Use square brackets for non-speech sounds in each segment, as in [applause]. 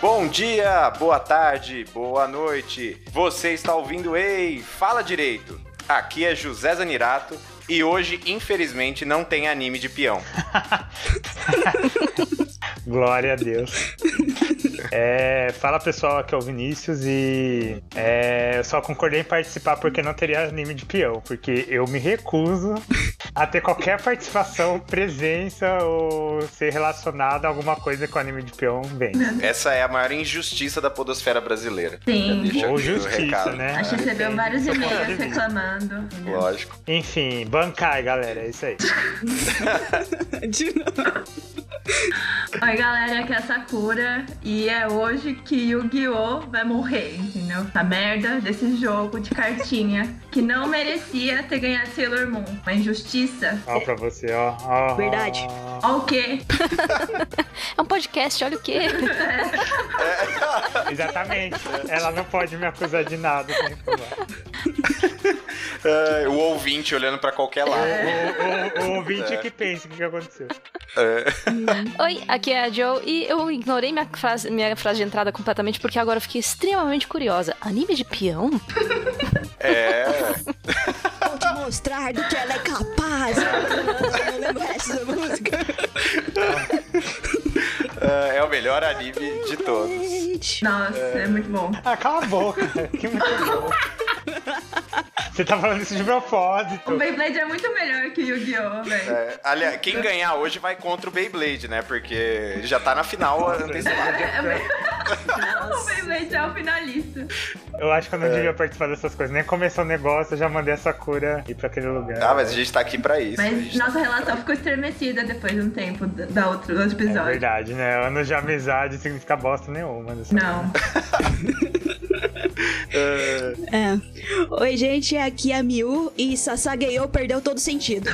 Bom dia, boa tarde, boa noite. Você está ouvindo Ei, fala direito. Aqui é José Zanirato e hoje, infelizmente, não tem anime de peão. Glória a Deus. É, fala pessoal, aqui é o Vinícius e é, eu só concordei em participar porque não teria anime de peão, porque eu me recuso a ter qualquer participação, presença ou ser relacionado a alguma coisa com anime de peão vem. Essa é a maior injustiça da podosfera brasileira. Sim. Já deixa Ou aqui o justiça, recado. né? A gente recebeu Depende. vários Tô falando e-mails de mim. reclamando. Lógico. Enfim, bancai, galera, é isso aí. De novo. Oi, galera, aqui é a Sakura e é hoje que Yu-Gi-Oh! vai morrer, entendeu? A merda desse jogo de cartinha que não merecia ter ganhado Sailor Moon. Uma injustiça. Ó, pra você, ó. ó, ó. Verdade. Ó, o quê? É um podcast, olha o [laughs] quê? Exatamente. Ela não pode me acusar de nada. tem que falar. É, o ouvinte olhando pra qualquer lado. O, o, o Um, ouvinte que pensa o que que aconteceu. É, Oi, aqui é a Joe e eu ignorei minha frase, minha frase de entrada completamente porque agora eu fiquei extremamente curiosa. Anime de peão? É. Vou te mostrar do que ela é capaz. Eu não lembro o resto da música. É, é o melhor anime de todos. Gente. Nossa, é muito bom. Ah, cala a boca. Que muito bom. Você tá falando isso de O propósito. Beyblade é muito melhor que Yu-Gi-Oh! velho. É, aliás, quem ganhar hoje vai contra o Beyblade, né? Porque já tá na final antecipada. [laughs] O Beyblade é o finalista. Eu acho que eu É. não devia participar dessas coisas. Nem começou o negócio, eu já mandei essa cura ir pra aquele lugar. Ah, mas a gente tá aqui pra isso. a Mas gente nossa relação ficou estremecida depois de um tempo da- da outro, do outro É episódio. verdade, né? Anos de amizade significa bosta nenhuma. Né? Não. É. Oi, gente, aqui é a Miu e Sasageyo perdeu todo sentido.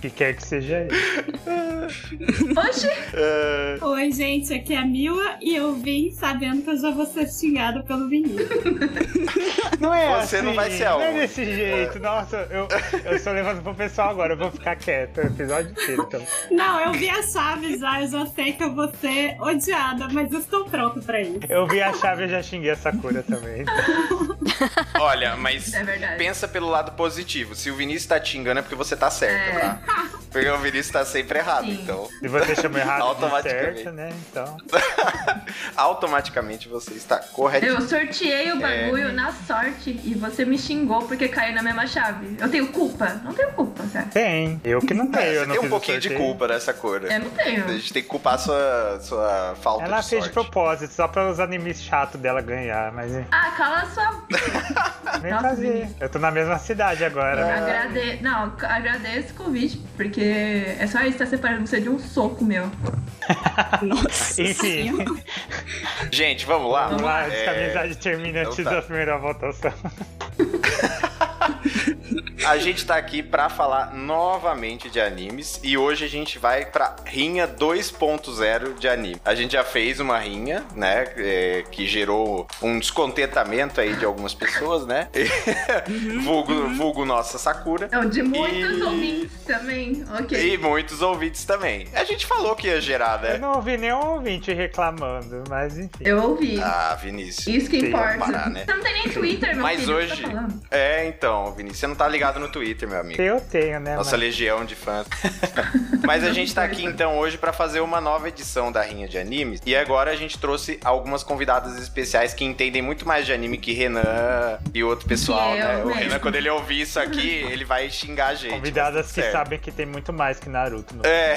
Que quer que seja isso. Oxi! Oi, gente, aqui é a Mila e eu vim sabendo que eu já vou ser xingada pelo Vinícius. Não é Você assim, não vai ser a Não é única. desse jeito. Nossa, eu, eu só levando pro pessoal agora. Eu vou ficar quieto o episódio inteiro. Então. Não, eu vi a chave já, eu já sei que eu vou ser odiada, mas eu estou pronta pra isso. Eu vi a chave e já xinguei essa cura também. Olha, mas É verdade. pensa pelo lado positivo. Se o Vinícius tá te xingando é porque você tá certo, É. tá? Porque o Vinícius tá sempre errado, Sim. então. [laughs] E você chamou errado de Automaticamente. certo, né? Então. Automaticamente você está corretinho. Eu sorteei o É. bagulho na sorte e você me xingou porque caiu na mesma chave. Eu tenho culpa? Não tenho culpa, cara. Tem. Eu que não tenho. É, eu você não tem um fiz o pouquinho de sorteio. culpa nessa cor. Eu não tenho. A gente tem que culpar a sua, sua falta Ela de fez sorte. de propósito, só pra os animes chatos dela ganhar, mas é, Ah, cala a sua. nem Nossa, fazer. Eu tô na mesma cidade Ah. agora. né? Agrade... Não, agradeço o convite, porque é só isso, tá separando você de um soco meu. Nossa. Enfim, Senhora. Gente, vamos lá? vamos lá, antes que a É, amizade termine antes então tá. da primeira votação. A gente tá aqui pra falar novamente de animes e hoje a gente vai pra rinha 2.0 de anime. A gente já fez uma rinha, né, é, que gerou um descontentamento aí de algumas pessoas, né? [laughs] vulgo, vulgo nossa Sakura. Não, de muitos E- ouvintes também. Ok. E muitos ouvintes também. A gente falou que ia gerar, Eu É, né? não ouvi nenhum ouvinte reclamando, mas enfim. Eu ouvi. Ah, Vinícius. isso que sim, importa. vamos parar, né? Você não tem nem Twitter, meu Mas filho. o que você hoje. tá falando? É, então, Vinícius, você não tá ligado no Twitter, meu amigo. Eu tenho, né? Nossa mas- legião de fãs. [laughs] Mas a gente tá aqui então hoje pra fazer uma nova edição da Rinha de Animes. E agora a gente trouxe algumas convidadas especiais que entendem muito mais de anime que Renan e outro pessoal, Que eu né? O mesmo. Renan, quando ele ouvir isso aqui, ele vai xingar a gente. mas Convidadas tudo que tá certo. sabem que tem muito mais que Naruto. No... É.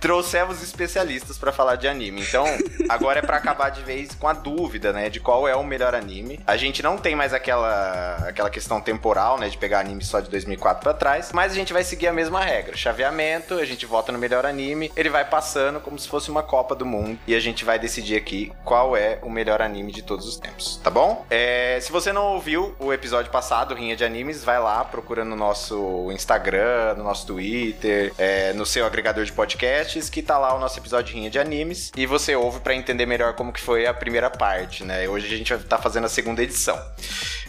Trouxemos especialistas pra falar de anime. Então, agora é pra acabar de vez com a dúvida, né, de qual é o melhor anime. A gente não tem mais aquela aquela questão temporal, né, de pegar anime só de 2004 pra trás, mas a gente vai seguir a mesma regra. Chaveamento, a gente vota no melhor anime, ele vai passando como se fosse uma Copa do Mundo e a gente vai decidir aqui qual é o melhor anime de todos os tempos, tá bom? É, se você não ouviu o episódio passado, Rinha de Animes, vai lá, procura no nosso Instagram, no nosso Twitter, é, no seu agregador de podcasts, que tá lá o nosso episódio de Rinha de Animes, e você ouve pra entender melhor como que foi a primeira parte, né? Hoje a gente vai tá fazendo a segunda edição.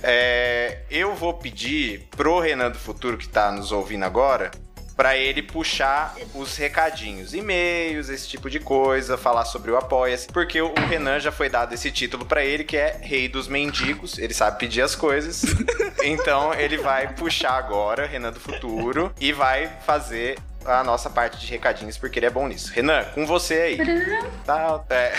É, eu vou pedir pro Renan do Futuro, que tá nos ouvindo agora, pra ele puxar os recadinhos, e-mails, esse tipo de coisa, falar sobre o Apoia-se, porque o Renan já foi dado esse título pra ele, que é Rei dos Mendigos, ele sabe pedir as coisas. Então ele vai puxar agora, Renan do Futuro, e vai fazer a nossa parte de recadinhos, porque ele é bom nisso. Renan, com você aí. Tá, é.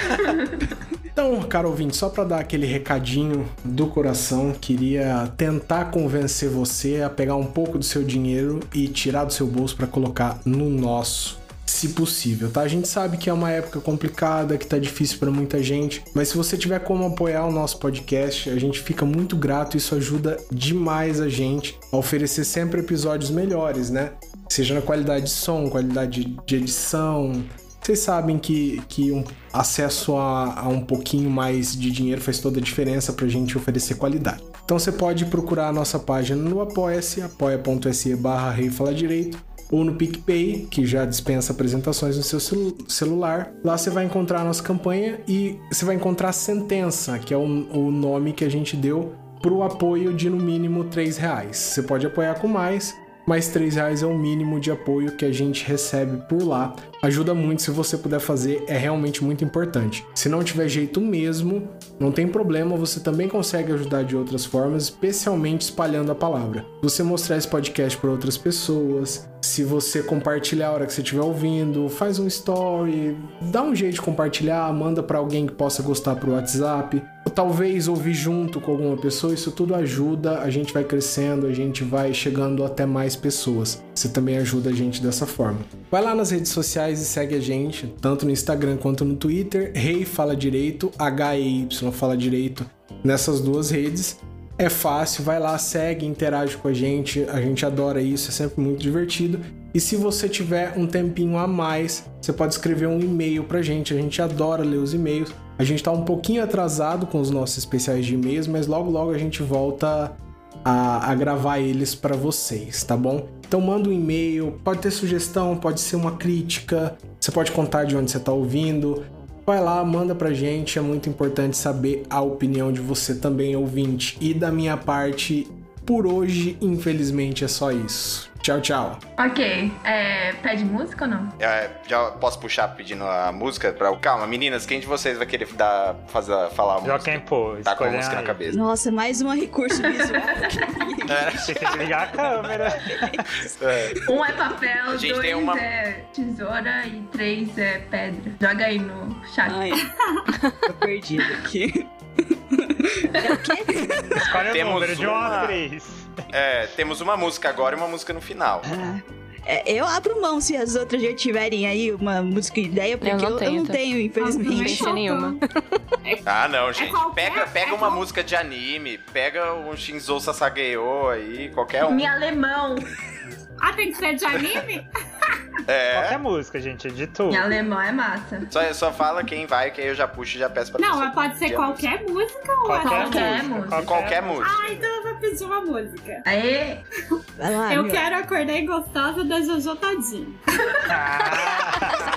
Então, caro ouvinte, só para dar aquele recadinho do coração, queria tentar convencer você a pegar um pouco do seu dinheiro e tirar do seu bolso para colocar no nosso. Se possível, tá? A gente sabe que é uma época complicada, que tá difícil para muita gente, mas se você tiver como apoiar o nosso podcast, a gente fica muito grato, isso ajuda demais a gente a oferecer sempre episódios melhores, né? Seja na qualidade de som, qualidade de edição, vocês sabem que, que um acesso a, a um pouquinho mais de dinheiro faz toda a diferença para a gente oferecer qualidade. Então você pode procurar a nossa página no apoia-se, apoia.se barra rei Fala direito, ou no PicPay, que já dispensa apresentações no seu celu- celular. Lá você vai encontrar a nossa campanha e você vai encontrar a sentença, que é o, o nome que a gente deu para o apoio de no mínimo R$ reais. Você pode apoiar com mais, mas R$ reais é o mínimo de apoio que a gente recebe por lá. Ajuda muito se você puder fazer, é realmente muito importante. Se não tiver jeito mesmo, não tem problema, você também consegue ajudar de outras formas, especialmente espalhando a palavra. Você mostrar esse podcast para outras pessoas, se você compartilhar a hora que você estiver ouvindo, faz um story, dá um jeito de compartilhar, manda para alguém que possa gostar pro WhatsApp, ou talvez ouvir junto com alguma pessoa, isso tudo ajuda, a gente vai crescendo, a gente vai chegando até mais pessoas. Você também ajuda a gente dessa forma. Vai lá nas redes sociais e segue a gente, tanto no Instagram quanto no Twitter, Rei Fala Direito, H-E-Y Fala Direito, nessas duas redes. É fácil, vai lá, segue, interage com a gente, a gente adora isso, é sempre muito divertido. E se você tiver um tempinho a mais, você pode escrever um e-mail pra gente, a gente adora ler os e-mails. A gente tá um pouquinho atrasado com os nossos especiais de e-mails, mas logo logo a gente volta a, a gravar eles pra vocês, tá bom? Então manda um e-mail, pode ter sugestão, pode ser uma crítica, você pode contar de onde você tá ouvindo, Vai lá, manda pra gente, é muito importante saber a opinião de você também, ouvinte. E da minha parte, por hoje, infelizmente, é só isso. Tchau, tchau. Ok, é, pede música ou não? É, já posso puxar pedindo a música pra. Calma, meninas, quem de vocês vai querer dar, fazer, falar a Já música? quem pô, Tá com a escolhem música na aí. cabeça. Nossa, mais um recurso visual. Você tem que ligar a [laughs] câmera. É. Um é papel, [laughs] A gente dois tem uma- é tesoura e três é pedra. Joga aí no chat. Ai, tô perdido aqui. Escolhe o Temos número de 1 uma. a 3. É, temos uma música agora e uma música no final. É, eu abro mão se as outras já tiverem aí uma música ideia, porque eu não eu não tenho, tenho, tá? infelizmente. Nossa, nenhuma. Ah, não, gente. É qualquer- Pega, pega é uma qual- música de anime, pega um Shinzo Sasageyo aí, qualquer um. Em alemão. Ah, tem que ser de anime? É. Qualquer música, gente, é de tudo. Em alemão é massa. Só, só fala quem vai, que aí eu já puxo e já peço pra Não, pessoa mas pode ser pedir a qualquer música ou Qualquer, até- Qualquer música. música. Qualquer música. Ah, então eu vou pedir uma música. Aê! Vai lá, eu Ah, meu. quero acordei gostosa da Jojo Todinho. Ah,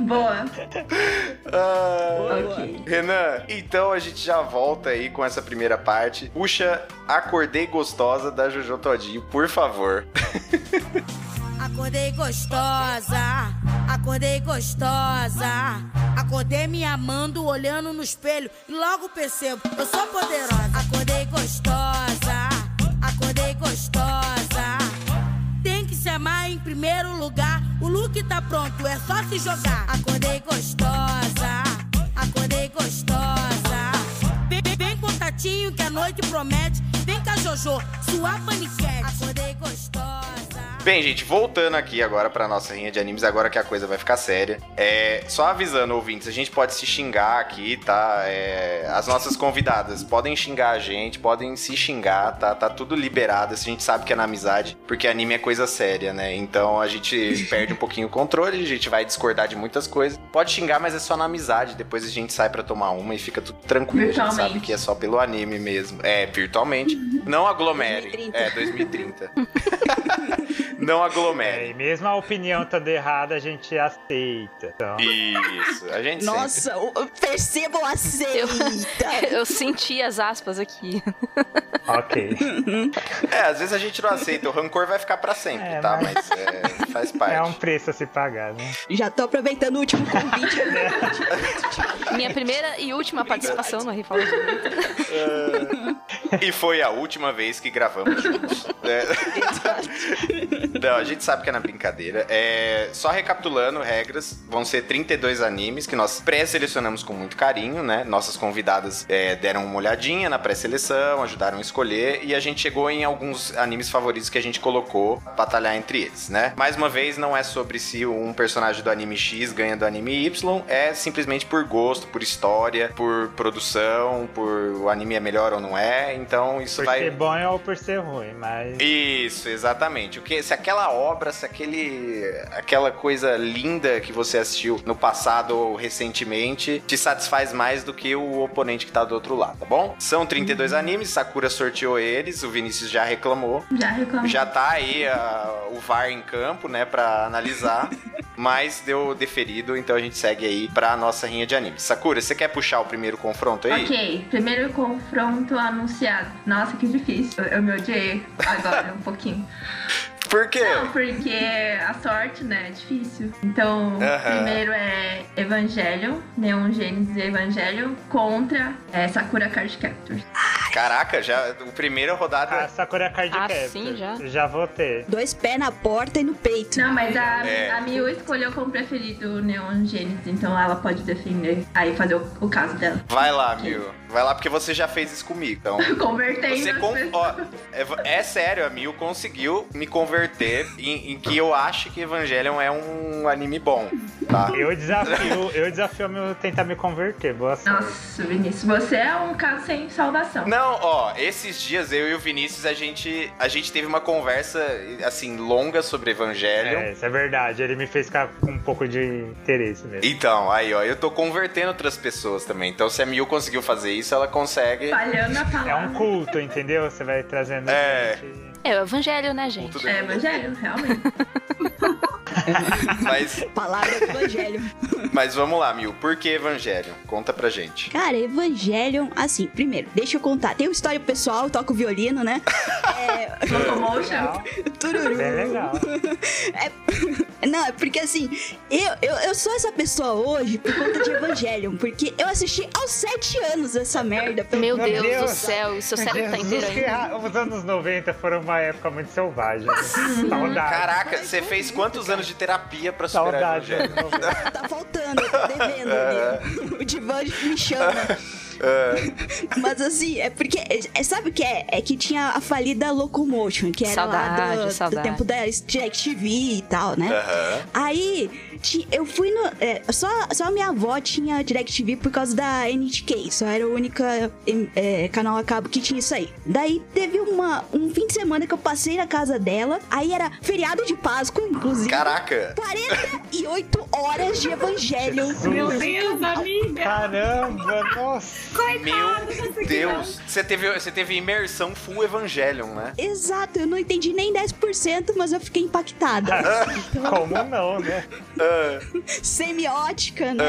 boa. Boa. Ah, Ok. Renan, então a gente já volta aí com essa primeira parte. Puxa, acordei gostosa da Jojo Todinho, por favor. Acordei gostosa, acordei gostosa. Acordei me amando, olhando no espelho e logo percebo, eu sou poderosa. Acordei gostosa, acordei gostosa. Tem que se amar em primeiro lugar. O look tá pronto, é só se jogar. Acordei gostosa, acordei gostosa. Vem, vem, vem com tatinho que a noite promete. Vem cá, Jojo, sua paniquete. Acordei gostosa. Bem, gente, voltando aqui agora pra nossa linha de animes, agora que a coisa vai ficar séria. É, só avisando, ouvintes, a gente pode se xingar aqui, tá? É, as nossas convidadas podem xingar a gente, podem se xingar, tá? Tá tudo liberado, assim, a gente sabe que é na amizade, porque anime é coisa séria, né? Então a gente perde um pouquinho o controle, a gente vai discordar de muitas coisas. Pode xingar, mas é só na amizade, depois a gente sai pra tomar uma e fica tudo tranquilo, a gente Virtualmente. sabe que é só pelo anime mesmo. É, virtualmente. Não aglomere. 2030. É, 2030. Não É, e aglomere. mesmo a opinião estando errada, a gente aceita. Então, Isso, a gente sempre. Nossa, o- percebam a seita. [laughs] [laughs] Eu senti as aspas aqui. [laughs] ok. É, às vezes a gente não aceita, o rancor vai ficar pra sempre, É, tá? mas- Mas é, faz parte. [laughs] É um preço a se pagar, né? Já tô aproveitando o último [laughs] convite. Minha primeira e última participação no Rival. E foi a última vez que gravamos juntos. É. Não, a gente sabe que é na brincadeira. É, só recapitulando, regras, vão ser 32 animes que nós pré-selecionamos com muito carinho, né? Nossas convidadas é, deram uma olhadinha na pré-seleção, ajudaram a escolher e a gente chegou em alguns animes favoritos que a gente colocou pra batalhar entre eles, né? Mais uma vez, não é sobre se um personagem do anime X ganha do anime Y, é simplesmente por gosto, por história, por produção, por o anime é melhor ou não é, então isso Por vai... ser bom é ou por ser ruim, mas. Isso, exatamente. O que, se aquela obra, se aquele, aquela coisa linda que você assistiu no passado ou recentemente te satisfaz mais do que o oponente que tá do outro lado, tá bom? São 32 Uhum. animes, Sakura sorteou eles, o Vinícius já reclamou. Já reclamou. Já tá aí ah, o VAR em campo, né, pra [laughs] analisar, mas deu deferido, então a gente segue aí pra nossa rinha de animes. Sakura, você quer puxar o primeiro confronto aí? Ok, primeiro confronto anunciado. Nossa, que difícil. Eu, eu me odiei agora [laughs] um pouquinho. Por quê? Não, porque a sorte, né, é difícil. Então, Aham. primeiro é né, um Evangelho, Neon Genesis Evangelho, contra é, Sakura Card Captors. Caraca, já o primeiro rodada A Sakura Card Ah, Captor, sim, já? Já vou ter. Dois pés na porta e no peito. Não, mas a, É. a Miu escolheu como preferido o Neon Genesis, então ela pode defender aí fazer o, o caso dela. Vai lá, Mil. Vai lá porque você já fez isso comigo. Então. Convertendo Você as con... pessoas. ó, é- é, sério, a Mil conseguiu me converter em, em que eu acho que Evangelion é um anime bom, tá? [laughs] Eu desafio, eu desafio meu tentar me converter. Boa sorte. Nossa, Vinícius, você é um caso sem salvação. Não, ó, esses dias eu e o Vinícius a gente a gente teve uma conversa assim longa sobre Evangelion. É, isso é verdade. Ele me fez ficar com um pouco de interesse mesmo. Então, aí ó, eu tô convertendo outras pessoas também. Então, se a Mil conseguiu fazer isso, ela consegue. Falhando a palavra. É um culto, entendeu? Você vai trazendo. É. gente. É o evangelho, né, gente? Tudo É bem. evangelho, realmente. Mas, Palavra é do evangelho. mas vamos lá, Mil. Por que Evangelion? Conta pra gente. Cara, Evangelion, assim, primeiro, deixa eu contar. Tem uma história pessoal, eu toco violino, [laughs] né? Locomotion. Tururu. Bem legal. É- [laughs] Não, é porque assim, eu, eu, eu sou essa pessoa hoje por conta de Evangelion, porque eu assisti aos sete anos essa merda. Meu Meu Deus, Deus. do céu, e seu cérebro tá Jesus, inteiro que ainda. ra- Os anos 90 foram uma época muito [laughs] selvagem. Saudade. Caraca, você fez quantos anos de terapia pra superar Saudade. Evangelion? anos 90. [laughs] Tá faltando, eu tô devendo. né? o divã me chama. Mas assim, é porque. é- sabe o que é? É que tinha a falida Locomotion, que era Saudade, lá do, do saudade. tempo da DirecTV e tal, né? Aí, ti- eu fui no. é, só, só minha avó tinha DirecTV por causa da NTK. Só era o único canal a cabo que tinha isso aí. Daí teve uma, um fim de semana que eu passei na casa dela. Aí era feriado de Páscoa, inclusive. Caraca! 48 horas de evangelho. Meu Deus, amiga! Caramba, nossa. Meu conseguiu. Deus! Você teve, você teve imersão full Evangelion, né? Exato, eu não entendi nem 10%, mas eu fiquei Ah. impactada. Como não, né? Semiótica, né?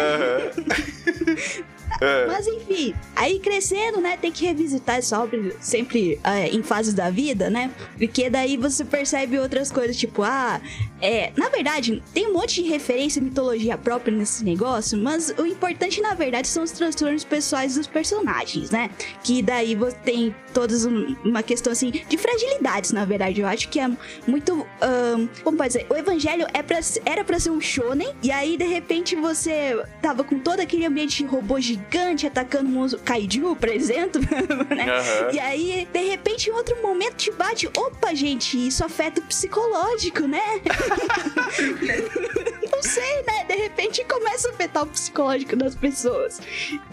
[laughs] É. Mas enfim, aí crescendo, né? Tem que revisitar essa obra sempre é, em fases da vida, né? Porque daí você percebe outras coisas, tipo, ah, é. Na verdade, tem um monte de referência e mitologia própria nesse negócio, mas o importante, na verdade, são os transtornos pessoais dos personagens, né? Que daí você tem todas um- uma questão assim de fragilidades, na verdade. Eu acho que é muito. ahn, como pode dizer? O Evangelho é pra, se- era pra ser um shonen, e aí de repente você tava com todo aquele ambiente de robô gigante atacando um oso- kaiju, por exemplo, [laughs] né? Aham. E aí, de repente, em outro momento te bate. Opa, gente, isso afeta o psicológico, né? não sei, né? De repente começa a afetar o psicológico das pessoas.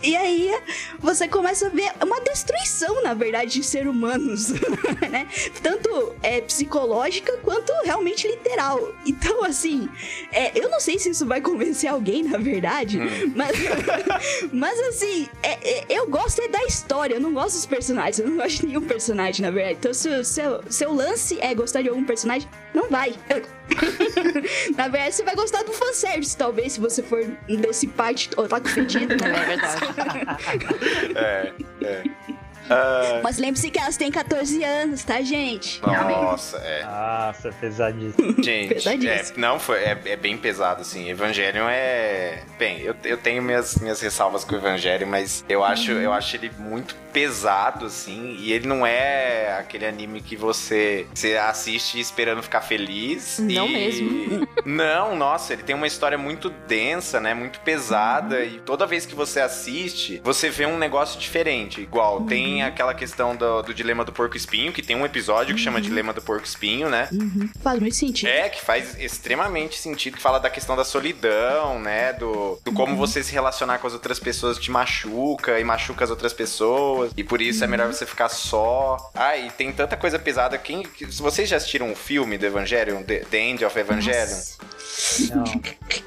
E aí você começa a ver uma destruição, na verdade, de ser humanos, [laughs] né? Tanto é, psicológica quanto realmente literal. Então, assim, é, eu não sei se isso vai convencer alguém, na verdade, mas, [laughs] mas assim, é- é- eu gosto é da história, eu não gosto dos personagens, eu não gosto de nenhum personagem, na verdade. Então, se o seu, seu lance é gostar de algum personagem, não vai. [laughs] na verdade, você vai gostar do fanservice, talvez, se você for desse parte otaku fedido, É né? [laughs] verdade. É, é. Ah, Mas lembre-se que elas têm 14 anos, tá, gente? nossa, é. Nossa, pesadíssimo. [laughs] Gente, é, Pesadíssimo. não, foi, é, é bem pesado, assim. Evangelion é. Bem, eu, eu tenho minhas, minhas ressalvas com o Evangelho, mas eu Uhum. acho, eu acho ele muito pesado, assim. E ele não é aquele anime que você, você assiste esperando ficar feliz. Não e- mesmo. [laughs] Não, nossa, ele tem uma história muito densa, né? Muito pesada. Uhum. E toda vez que você assiste, você vê um negócio diferente. Igual, Uhum. tem aquela questão do, do Dilema do Porco Espinho, que tem um episódio que chama Uhum. Dilema do Porco Espinho, né? Faz muito sentido. É, que faz extremamente sentido, que fala da questão da solidão, né? Do, do Uhum. como você se relacionar com as outras pessoas te machuca e machuca as outras pessoas. E por isso é melhor Uhum. você ficar só. Ah, e tem tanta coisa pesada. Quem, que- se vocês já assistiram um filme do Evangelion, The, The End of Evangelion? Não.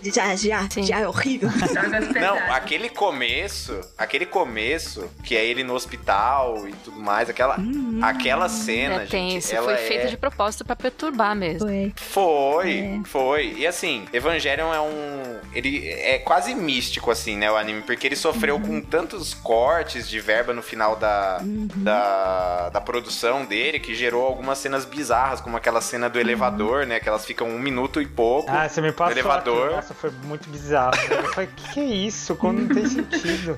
Já, já, Sim. já é horrível. Drogas é Não, pesadas. aquele começo, aquele começo, que é ele no hospital e tudo mais, aquela, aquela cena, Uhum. É gente, tenso. ela Foi é... feito de propósito pra perturbar mesmo. Ué. Foi, foi. E assim, Evangelion é um. Ele é quase místico, assim, né? O anime, porque ele sofreu com tantos cortes de verba no final da, da, da produção dele que gerou algumas cenas bizarras, como aquela cena do elevador, né? Que elas ficam um minuto e pouco. Ah, você me passou Elevador. aqui. Nossa, foi muito bizarro. Eu falei, que que é isso? Como não tem sentido?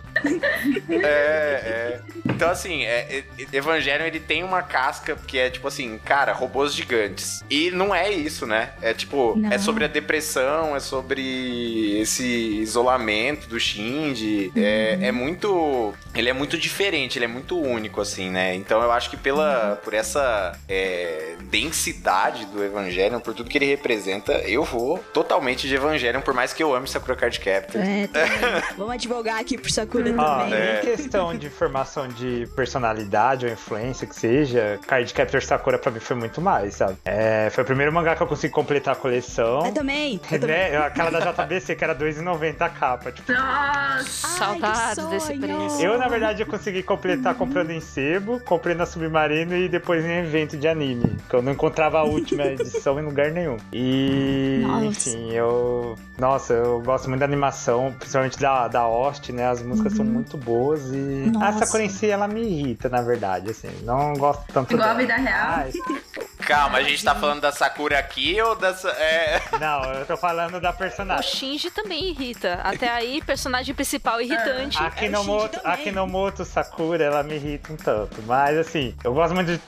É, é. Então, assim, é, é, Evangelion ele tem uma casca que é tipo assim, cara, robôs gigantes. E não é isso, né? É tipo, Não. é sobre a depressão, é sobre esse isolamento do Shinji. É, é muito. Ele é muito diferente, ele é muito único, assim, né? Então eu acho que pela, por essa é, densidade do Evangelion, por tudo que ele representa, eu vou totalmente de Evangelion, por mais que eu ame Sakura Card Captor. É, tá [laughs] bem. Vamos advogar aqui pro Sakura Ah, também. é. Em questão de formação de personalidade ou influência que seja, Card Captor Sakura pra mim foi muito mais, sabe? É, foi o primeiro mangá que eu consegui completar a coleção. Eu É também. É Eu também. Né? Aquela da JBC que era 2,90 a capa. Tipo, Nossa, Saudades que desse sonho! preço. eu, na verdade, eu consegui completar comprando em sebo, comprei na Submarino e depois em evento de anime. Que eu não encontrava a última edição em lugar nenhum. E, Nossa. enfim, eu. Nossa, eu gosto muito da animação, principalmente da, da Host, né? As músicas são muito boas e. Nossa. A Sakura em si, ela me irrita, na verdade, assim. Não gosto tanto igual a dela. vida real. Mas- Calma, a gente tá falando da Sakura aqui ou da. Sa- É... não, eu tô falando da O personagem. Shinji também irrita. Até aí, personagem principal irritante. A é Shinji Kinomoto, também. a Kinomoto Sakura, ela me irrita um tanto. Mas assim, eu gosto muito de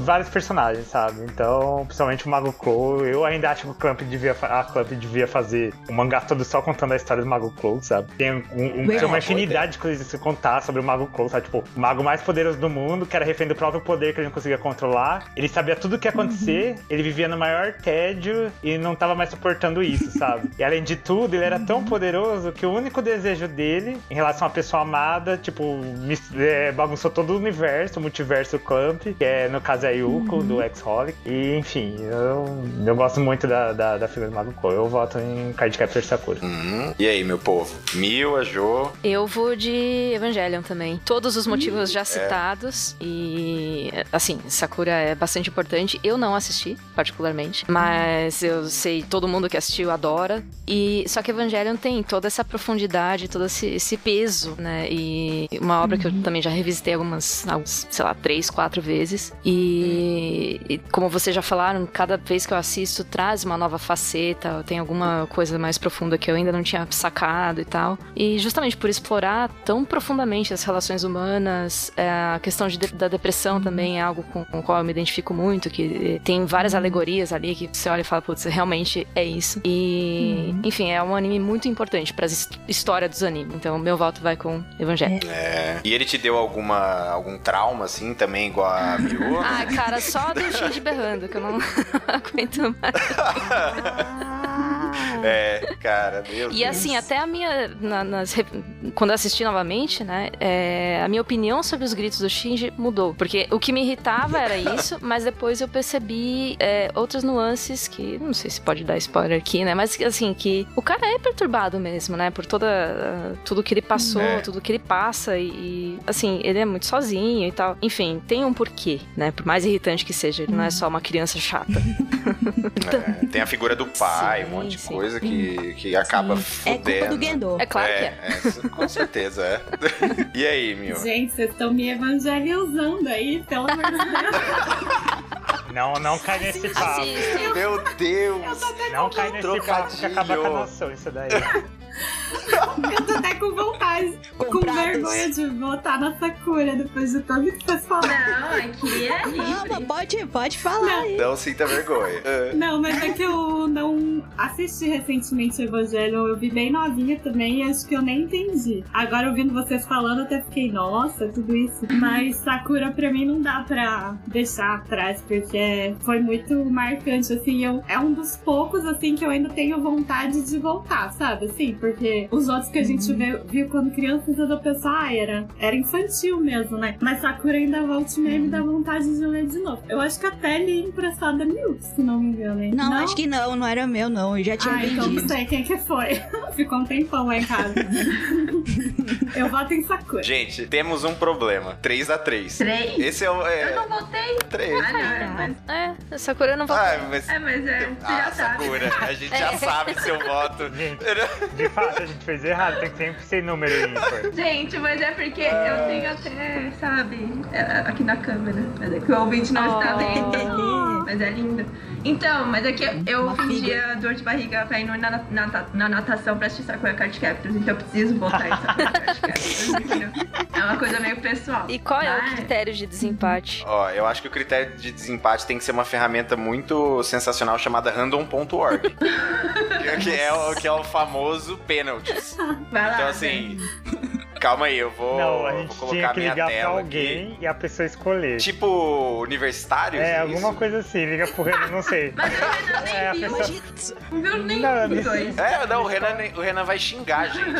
vários personagens, sabe? Então, principalmente o Mago Clow, eu ainda acho que o Clamp devia, fa- a Clamp devia fazer um mangá todo só contando a história do Mago Clow, sabe? Tem, um- um- Verdade. tem uma infinidade de coisas a se contar sobre o Mago Clow, sabe? Tipo, o mago mais poderoso do mundo, que era refém do próprio poder que ele não conseguia controlar. Ele sabia tudo o que ia acontecer, ele vivia no maior tédio e não tava mais suportando isso, sabe? E além de tudo, ele era tão poderoso que o único desejo dele em relação à pessoa amada, tipo, mis- é, bagunçou todo o universo, o multiverso Clamp, que é no caso é a Yuko, do X-Holic. E enfim, eu, eu gosto muito da, da, da figura do Mago Clow. Eu voto em Card Captor Sakura. Hum, e aí, meu povo? Mil, a Jo. Eu vou de Evangelion também. Todos os motivos já citados. E, assim, Sakura é bastante importante. Eu não assisti, particularmente. Mas eu sei, todo mundo que assistiu adora. E Só que Evangelion tem toda essa profundidade, todo esse, esse peso, né? E uma obra que eu também já revisitei algumas, alguns, sei lá, três, quatro vezes. E, e como vocês já falaram, cada vez que eu assisto traz uma nova faceta, tem alguma coisa mais profunda que eu ainda não tinha sacado e tal. E justamente por explorar tão profundamente as relações humanas, é, a questão de- da depressão também é algo com, com o qual eu me identifico muito, que eh, tem várias alegorias ali que você olha e fala, putz, realmente é isso. E, enfim, é um anime muito importante pra his- história dos animes. Então, meu voto vai com Evangelho. né? E ele te deu alguma algum trauma, assim, também, igual [laughs] a Miu? Ah, cara, [laughs] só do Shinji berrando, que eu não aguento mais. Ah, É, cara, meu E Deus. assim, até a minha. na- nas re- quando eu assisti novamente, né? é, a minha opinião sobre os gritos do Shinji mudou. Porque o que me [laughs] irritava era isso, mas depois eu percebi é, outras nuances que. Não sei se pode dar spoiler aqui, né? Mas assim, que o cara é perturbado mesmo, né? Por toda. ah, tudo que ele passou, É. tudo que ele passa. E, e, assim, ele é muito sozinho e tal. Enfim, tem um porquê, né? Por mais irritante que seja, ele não Uhum. é só uma criança chata. É, tem a figura do pai, Sim, um monte de sim. coisa que, que acaba É fudendo. culpa do Gendô. É claro que é. é, com certeza, [laughs] é. E aí, meu? Gente, vocês estão me evangelizando aí, pelo amor de Deus. Não, não cai nesse Ah. papo. Assistem. Meu Deus! Não cai nesse papo que Trocadilho. acaba com a noção, isso daí. Eu tô até com vontade, com Comprados. vergonha de botar na Sakura depois de tudo que vocês falaram. Não, aqui é livre. Calma, pode, pode falar aí. Não sinta vergonha. É. Não, mas é que eu não assisti recentemente o Evangelho. Eu vi bem novinha também e acho que eu nem entendi. Agora, ouvindo vocês falando, eu até fiquei, nossa, tudo isso. Mas Sakura, pra mim, não dá pra deixar atrás, porque foi muito marcante, assim. Eu, é um dos poucos, assim, que eu ainda tenho vontade de voltar, sabe? Assim, porque os outros que a gente Uhum. vê- viu quando criança, eu penso, ah, era, era infantil mesmo, né? Mas Sakura ainda volta e meia Uhum. me dá vontade de ler de novo. Eu acho que até li emprestado da Miúdo, se não me engano, hein? Não, acho que não, não era meu, não. Eu já tinha Ah, então não vendido. sei quem que foi. [laughs] Ficou um tempão lá em [laughs] casa. eu voto em Sakura. Gente, temos um problema. 3x3. Três? Esse é o. Eu É, não votei. 3. Ah, não, é, mas, É, Sakura não vai. Ah, mas. é, mas é, você Ah, já sabe. Sakura, a gente É. já sabe seu voto. [laughs] Gente, de fato, a gente fez errado. Tem que sempre ser número ímpar. Gente, mas é porque Ah. eu tenho até, sabe, é, aqui na câmera. Mas é que o ouvinte não está Oh. vendo. Mas é lindo. Então, mas é que eu Uma fingia dor de barriga pra ir no- na, na- na natação pra assistir Sakura Card Captors, então eu preciso botar em Sakura [laughs] Card Captors, entendeu? É uma coisa meio pessoal. E qual é Mas- o critério de desempate? Ó, eu acho que o critério de desempate tem que ser uma ferramenta muito sensacional chamada [laughs] random.org. que, que é, o- que é o famoso pênaltis. Vai lá, Então, velho. assim. Calma aí, eu vou, não, a vou gente colocar tinha a que minha ligar pra tela aqui. alguém e a pessoa escolher. Tipo universitário? é, alguma coisa assim. Liga pro Renan, não sei. Mas o Renan nem É, a viu, pessoa- não viu nem Não, os não. dois. [laughs] É, assim, não, o então. Renan, o Renan vai xingar a gente.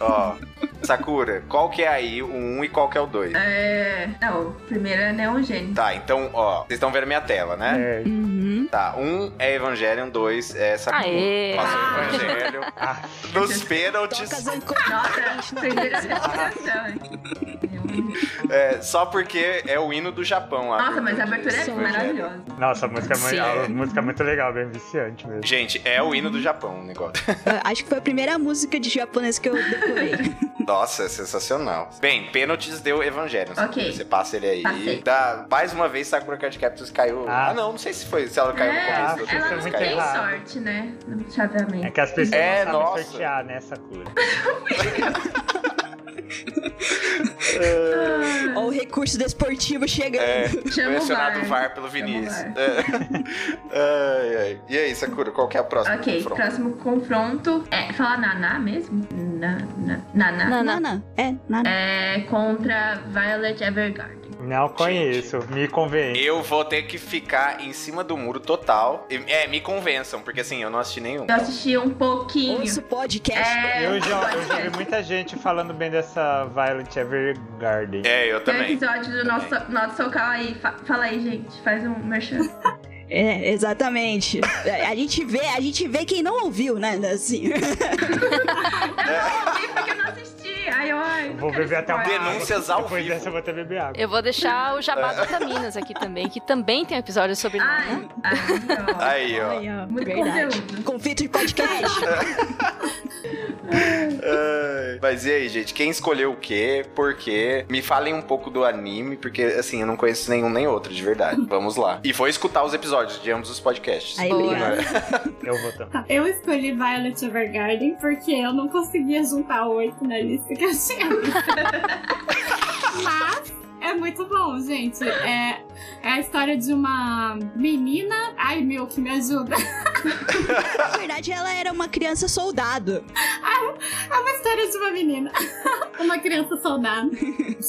Ó, Sakura, qual que é aí o 1 e qual que é o 2? É. Não, o primeiro é Neogênio. Tá, então, ó, vocês estão vendo minha tela, né? É. Uhum. Tá, um é Evangelion, dois é Sakura. Aê! Passou o Evangelion. [laughs] Ah. Nos Toca pênaltis. Zanco. [laughs] Nossa, [laughs] primeira respiração. hein? É, só porque é o hino do Japão. lá. Nossa, mas a abertura é maravilhosa. Nossa, a música, é muito- Sim. a música é muito legal, bem viciante mesmo. Gente, é o hino do Japão o negócio. [laughs] Eu Acho que foi a primeira música de japonês que eu decorei. Nossa, é sensacional. Bem, pênaltis deu Evangelion. Ok. Você passa ele aí. Passei. Dá, mais uma vez, Sakura Card Captors caiu. Ah. Ah. não, não sei se foi, se ela caiu É, no começo. acho que outra Ela foi vez não muito caiu. tem errado. sorte, né? No É chaveamento. que as pessoas É, não sabem nossa. sortear, né, Sakura? Olha o recurso desportivo chegando. É, Chama o mencionado o VAR. VAR pelo Vinícius. Chama o É. ai, ai. E aí, Sakura, qual que é a próxima? Ok, confronto? próximo confronto. É, fala Naná mesmo? Na, na, naná. Nana. [laughs] Nana. É, Nana. É contra Violet Evergarden. Não conheço, me convém. Eu vou ter que ficar em cima do muro total. E- É, me convençam, porque assim, eu não assisti nenhum. Eu assisti um pouquinho. Ouça o podcast. É, Eu já, eu pode já ser. vi muita gente falando bem dessa Violet Evergarden. É, eu Tem um também. episódio do nosso, nosso Socal aí. Fa- fala aí, gente. Faz um [laughs] merchan. É, exatamente. É, A gente vê, a gente vê quem não ouviu, né? Assim. Eu vi porque eu não assisti. Ai, ai. não Vou quero beber até uma spoiler. água. Denúncias ao Depois vivo. dessa eu vou até beber água. Eu vou deixar o Jabá do Taminas aqui também, que também tem um episódio sobre Nana. Ai, ai, Aí, ó. ó. Olha, Muito conteúdo. Conflito de podcast. Ai. Mas e aí, gente? Quem escolheu o quê? Por quê? Me falem um pouco do anime, porque assim, eu não conheço nenhum nem outro, de verdade. Vamos lá. E vou escutar os episódios de ambos os podcasts. Aí, Boa. obrigado. Eu vou também. Tá, eu escolhi Violet Evergarden porque eu não conseguia juntar oito na lista que eu tinha. Mas é muito bom, gente. É, é a história de uma menina. Ai, meu, que me ajuda. [laughs] Na verdade, ela era uma criança soldado. Ai, É uma história de uma menina, [laughs] uma criança soldado,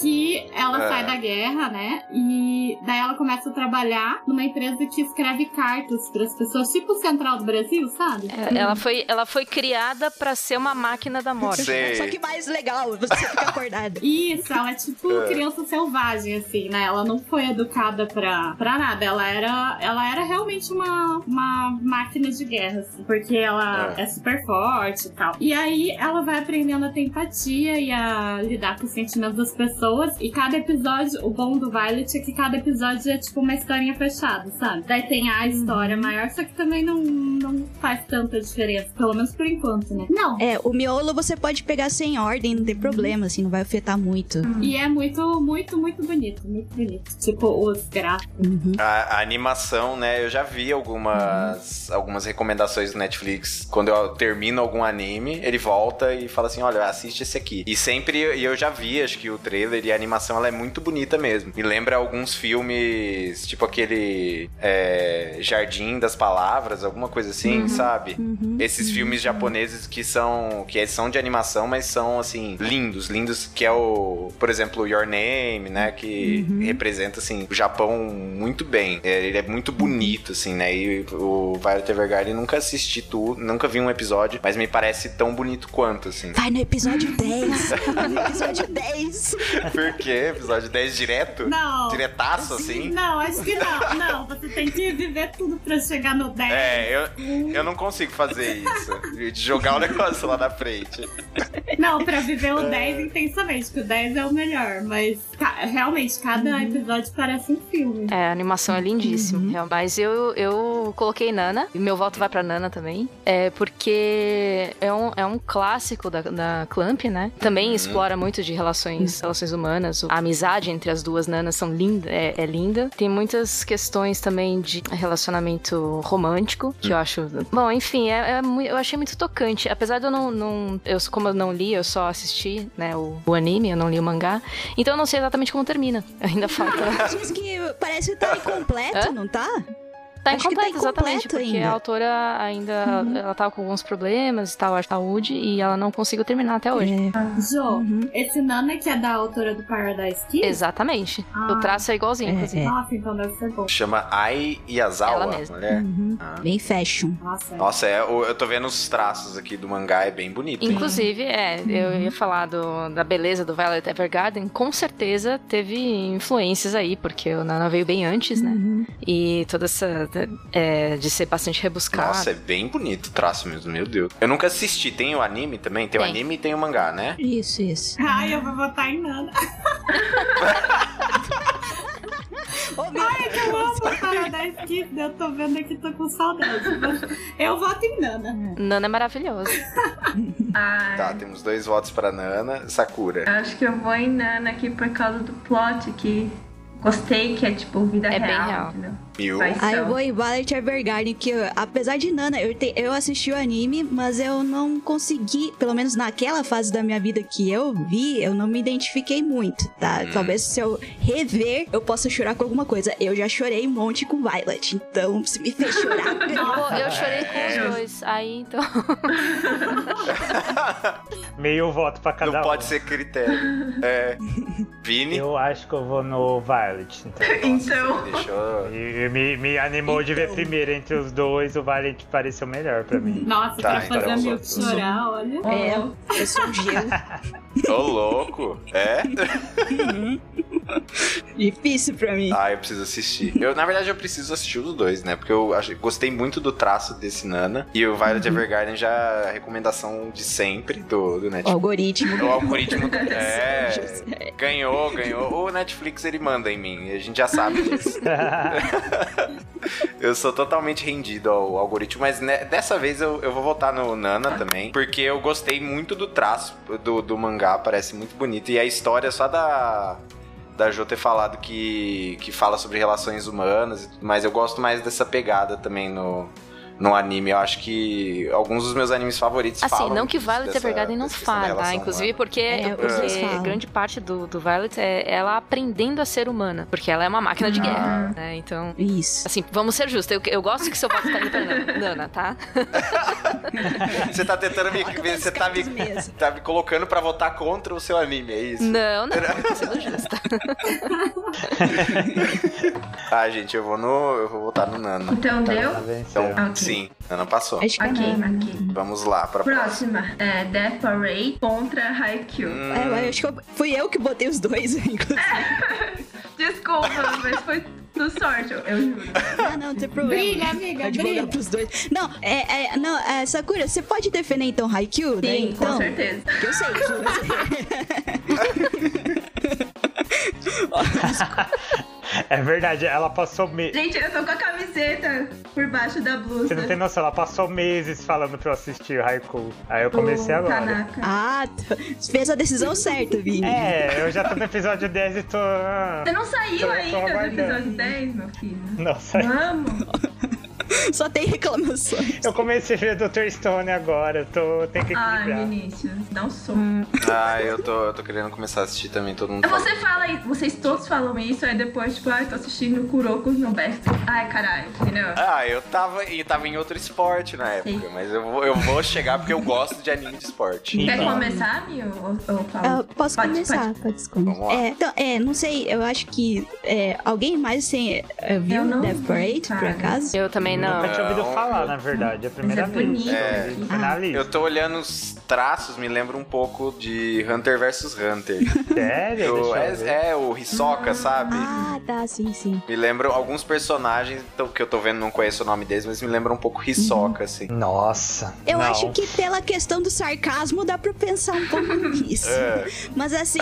que ela Ah. sai da guerra, né? E daí ela começa a trabalhar numa empresa que escreve cartas para as pessoas, tipo Central do Brasil, sabe? É, Ela foi, ela foi criada pra ser uma máquina da morte. Sei. Só que mais legal, [laughs] você fica acordado. Isso, ela é tipo criança selvagem, assim, né? Ela não foi educada pra, pra nada. Ela era, ela era realmente uma, uma máquina de guerra, assim, porque ela É. é. super forte e tal. E aí ela vai aprendendo a ter empatia e a lidar com os sentimentos das pessoas. E cada episódio, o bom do Violet é que cada episódio é tipo uma historinha fechada, sabe? Daí tem a história maior, só que também não, não faz tanta diferença, pelo menos por enquanto, né? Não, É, o miolo você pode pegar sem ordem, não tem problema, assim, não vai afetar muito. E é muito, muito, muito bonito, muito bonito. Tipo, os gráficos. Uhum. A, a animação, né? Eu já vi algumas, algumas recomendações do Netflix. Quando eu termino algum anime, ele volta e fala assim: olha, assiste esse aqui. E sempre, e eu já vi, acho que o trailer e a animação ela é muito bonita mesmo. Me lembra alguns filmes, tipo aquele é, Jardim das Palavras, alguma coisa assim, sabe? Esses filmes japoneses que são que é- são de animação, mas são assim lindos, lindos, que é o, por exemplo, Your Name, né, que representa assim o Japão muito bem. É, ele é muito bonito assim, né? E o Violet Evergarden nunca assisti tudo, nunca vi um episódio, mas me parece tão bonito quanto [laughs] assim. Vai no episódio 10. Vai no episódio 10. Por quê? Episódio 10 direto? Não. né? Diretaço assim? Não, acho que não. Não, você tem que viver tudo pra chegar no 10. É, eu, eu não consigo fazer isso. De jogar o [laughs] negócio lá na frente. Não, pra viver É. o 10 intensamente, que o 10 é o melhor. Mas ca- realmente, cada Uhum. episódio parece um filme. É, a animação é lindíssima. real. Mas eu, eu coloquei Nana, e meu voto vai pra Nana também. É porque é um, é um clássico da, da Clamp, né? Também explora muito de relações, relações humanas. A amizade entre as duas nanas são linda, é, é linda. Tem muitas questões também de relacionamento romântico, que eu acho. Bom, enfim, é, é mui- eu achei muito tocante. Apesar de eu não. não eu, como eu não li, eu só assisti né, o, o anime, eu não li o mangá. Então eu não sei exatamente como termina. [laughs] Ainda falta. Diz que parece [laughs] que tá incompleto, não tá? Tá Acho que tá incompleto, exatamente, incompleto porque ainda. Uhum. a autora ainda ela tava com alguns problemas e tal, a saúde, e ela não conseguiu terminar até Tá hoje. É. Jo, Uhum. esse Nana que é da autora do Paradise Kiss? Exatamente. Ah. O traço é igualzinho, inclusive. Nossa, então deve ser bom. Chama Ai Yazawa, Ela mesma. mulher. Uhum. Ah. Bem fashion. Nossa, Nossa, é, o- eu tô vendo os traços aqui do mangá, é bem bonito. hein? Inclusive, é, eu Uhum. ia falar do- da beleza do Violet Evergarden, com certeza teve influências aí, porque o Nana veio bem antes, né? Uhum. E toda essa. é, de ser bastante rebuscada. Nossa, é bem bonito o traço mesmo, meu Deus. Eu nunca assisti, tem o anime também? Tem o Tem. anime e tem o mangá, né? Isso, isso. Ai, eu vou votar [laughs] em Nana. Ai, é que eu amo o Paradise Kiss. Eu tô vendo aqui, tô com saudade. Eu voto em Nana. Nana é maravilhosa. [laughs] Ai, Tá, temos dois votos pra Nana, Sakura. eu acho que eu vou em Nana aqui por causa do plot que gostei, que é tipo vida É bem real. real. entendeu? Miu. Vai ser. Aí eu vou em Violet Evergarden, que eu- apesar de Nana, eu, te- eu assisti o anime, mas eu não consegui, pelo menos naquela fase da minha vida que eu vi, eu não me identifiquei muito, tá? Hum. Talvez se eu rever, eu possa chorar com alguma coisa. Eu já chorei um monte com Violet, então se me fez chorar. [laughs] Pô, eu chorei É. com os dois. Aí então. Meio voto pra cada Não um. pode ser critério. É. Vini. Eu acho que eu vou no Violet. [laughs] Então. Então, Deixou. E me, me animou de ver primeiro entre os dois, o Violet pareceu melhor pra [laughs] mim. [laughs] Nossa, Tá, pra então fazer a vamos lá. Milk chorar, olha. É, eu sou [laughs] um gelo. Ô, louco. É? Difícil pra mim. Ah, eu preciso assistir. Eu, na verdade, eu preciso assistir os dois, né? Porque eu achei- gostei muito do traço desse Nana. E o Violet Evergarden já é a recomendação de sempre do, do O Netflix. algoritmo. É O algoritmo [laughs] José. é, ganhou, ganhou. O Netflix ele manda em mim, a gente já sabe disso. eu sou totalmente rendido ao algoritmo, mas né, dessa vez eu, eu vou votar no Ah. Nana também, porque eu gostei muito do traço do, do mangá, parece muito bonito. E a história só da. Da Jo ter falado que, que fala sobre relações humanas e tudo mais. Eu gosto mais dessa pegada também no, no anime. Eu acho que alguns dos meus animes favoritos Assim, falam não que Violet dessa- é Evergarden não dessa questão da fala, relação né? inclusive humana. porque, É, porque os dois falam. grande parte do, do Violet é ela aprendendo a ser humana, porque ela é uma máquina de Ah. guerra, né? Então, Isso. assim, vamos ser justos, eu, eu gosto que seu voto tá indo pra Nana- Nana, tá? [laughs] Você tá tentando me. Coloca Você pelas tá me, cartas mesmo. tá me colocando pra votar contra o seu anime, é isso? Não, não, eu tô sendo justa. Ah, gente, eu vou no. Eu vou votar no Nano. Então deu? Ela venceu. Então, Ok. sim, Nano passou. Acho que é. Ok, não. ok. Vamos lá pra próxima. Próxima é Death Parade contra Hum. Haikyuu. É, eu acho que eu- fui eu que botei os dois, [laughs] inclusive. Desculpa, [laughs] mas foi do sorte, eu juro. Ah, não, não tem problema. Brilha, amiga, Pode brilha. mandar pros dois. Não, é, é, não, é, Sakura, você pode defender então Haikyuu? né? Sim, então, com certeza. que eu sei que você... É verdade, ela passou meses. Gente, eu tô com a camiseta por baixo da blusa. Você não tem noção, ela passou meses falando pra eu assistir o Haiku. Aí eu comecei do agora. Tanaka. [laughs] ah, tá. fez a decisão certa, Vini. É, eu já tô no episódio 10 e tô. ah, Você não saiu Tô ainda do aguardando. episódio 10, meu filho. Nossa, Vamos! Só tem reclamações. eu comecei a ver Dr. Stone agora, eu tô. Tem que Ai, equilibrar. Vinícius, dá um som. Hum. Ah, eu tô, eu tô querendo começar a assistir também, todo mundo. fala. Você fala isso, vocês todos falam isso, aí depois, tipo, ai, tô assistindo Kuroko no Best. Ai, caralho, entendeu? Ah, eu tava, e tava em outro esporte na época, mas eu vou, eu vou chegar porque eu gosto de anime de esporte. Quer Então. começar, Mil? Ou, ou fala? Ah, posso Pode- começar? Pode, Vamos começar. lá. É, então, é, não sei, eu acho que é, alguém mais tem, é, viu Eu não Death vi, Parade, por cara. acaso? Eu também não. Nunca tinha ouvido assim. Não, falar, eu- na verdade, é a primeira Mas é vez. bonito. É. Tô na lista. Eu tô olhando os traços, me lembra um pouco de Hunter vs Hunter. Sério? Eu- Deixa eu ver. é, é, o Hisoka, sabe? Ah, tá, sim, sim. Me lembram alguns personagens então, que eu tô vendo, não conheço o nome deles, mas me lembram um pouco Hisoka, Uhum. assim. Nossa. Eu não. acho que pela questão do sarcasmo dá pra pensar um [laughs] pouco nisso. É. Mas assim,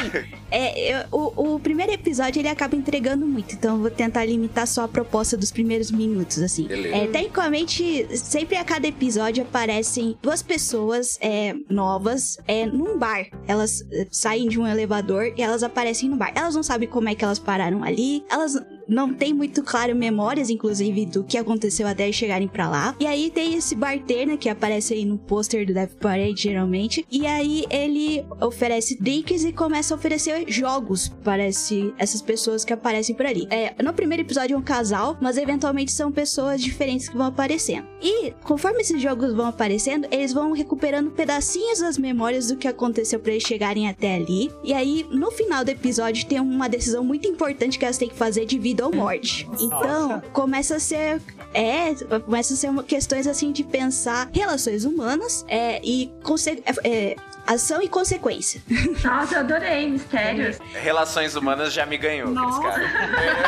é, eu- o, o primeiro episódio ele acaba entregando muito, então eu vou tentar limitar só a proposta dos primeiros minutos, assim. Beleza. É, tecnicamente, sempre a cada episódio aparecem duas pessoas é, novas é, num bar. Elas é, saem de um elevador e elas aparecem no bar. Elas não sabem como é que elas pararam ali, elas não têm muito claro memórias, inclusive, do que aconteceu até chegarem pra lá. E aí tem esse bartender que aparece aí no pôster do Death Parade, geralmente. E aí ele oferece drinks e começa a oferecer jogos para esse- essas pessoas que aparecem por ali. É, no primeiro episódio é um casal, mas eventualmente são pessoas diferentes que vão aparecendo. E conforme esses jogos vão aparecendo, eles vão recuperando pedacinhos das memórias do que aconteceu para eles chegarem até ali. E aí, no final do episódio, tem uma decisão muito importante que elas têm que fazer de vida ou morte. Então, Nossa. começa a ser é, começa a ser uma- questões assim de pensar relações humanas é, e conse- é, é, ação e consequência. Nossa, eu adorei, mistérios. Relações humanas já me ganhou, Nossa. [laughs] aqueles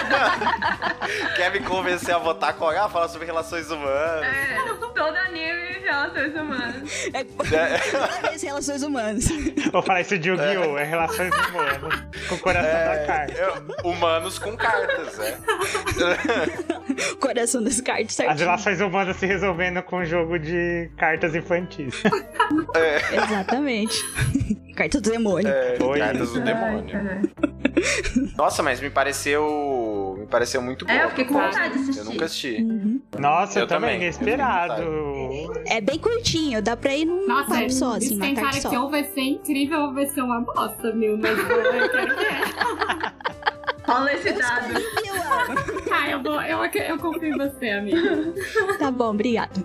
caras. Quer me convencer a votar com alguém? Ah, falar sobre relações humanas. É, todo anime relações humanas. É, Talvez relações humanas. [laughs] Vou falar isso de Yu-Gi-Oh! É relações humanas. Com o coração da carta. É, humanos com cartas, é. Coração das cartas, As certo? relações humanas se resolvendo com um jogo de cartas infantis. Exatamente. [laughs] Carta do demônio. É, Oi. cartas do Ai, demônio. caralho. Nossa, mas me pareceu. Me pareceu muito bom. É, eu fiquei com vontade de Eu assistir. Hum. nunca assisti. Nossa, Eu eu também, também, eu tenho inesperado. É bem curtinho, dá pra ir num Nossa, papo só, isso assim, uma tem cara tarde só. que ou vai ser incrível ou vai ser uma bosta, meu. Mas eu quero ver. Olha esse dado. Eu amo. Tá, eu, vou, eu, ac- eu confio em você, amiga. Tá bom, obrigado.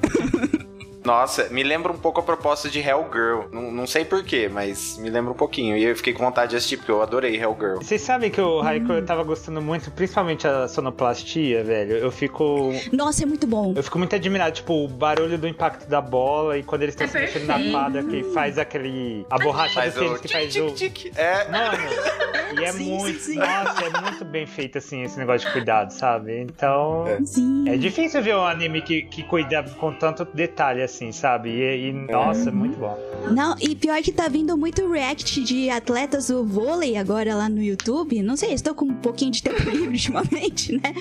Nossa, me lembra um pouco a proposta de Hell Girl. Não, não sei porquê, mas me lembra um pouquinho. E eu fiquei com vontade de assistir, porque eu adorei Hell Girl. Vocês sabem que o Raikou eu tava gostando muito, principalmente a sonoplastia, velho. Eu fico. Nossa, é muito bom. Eu fico muito admirado, tipo, o barulho do impacto da bola e quando eles estão É se mexendo na perfeito. é fada tipo que faz aquele. A borracha do tênis que faz o. tic-tic-tic. É. Mano, e é Sim, sim, muito. sim. Nossa, é muito bem feito assim esse negócio de cuidado, sabe? Então. Sim. É difícil ver um anime que, que cuida com tanto detalhe assim, sabe? E, e, nossa, é muito bom. [laughs] Não, e pior que tá vindo muito react de atletas do vôlei agora lá no YouTube. Não sei, estou com um pouquinho de tempo [laughs] livre ultimamente, né?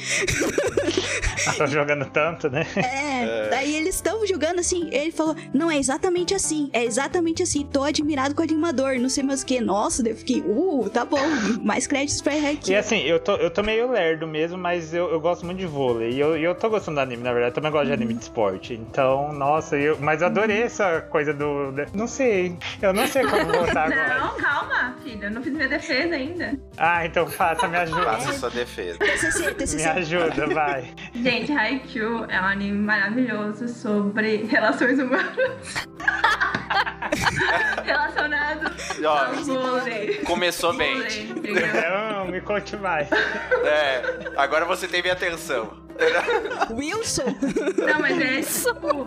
Tá jogando tanto, [laughs] né? É, daí eles estão jogando assim. Ele falou: Não, é exatamente assim, é exatamente assim. Tô admirado com o animador, não sei mais o que. Nossa, daí eu fiquei, uh, tá bom, mais créditos pra aqui. E assim, eu tô, eu tô meio lerdo mesmo, mas eu, eu gosto muito de vôlei. E eu, eu tô gostando do anime, na verdade. Eu também gosto de anime de esporte. Então, nossa, eu, mas eu adorei Uhum. essa coisa do. Não sei. Eu não sei como voltar agora. Não, calma, filha. Eu não fiz minha defesa ainda. Ah, então faça, me ajuda. Faça sua defesa. TCC, TCC. Me ajuda, vai. Gente, Haikyuu é um anime maravilhoso sobre relações humanas. [laughs] Relacionado Ó, ao vôlei. Começou bem. Vôlei, entendeu? Não, me conte [laughs] mais. É, agora você tem minha atenção. Wilson? Não, mas é tipo.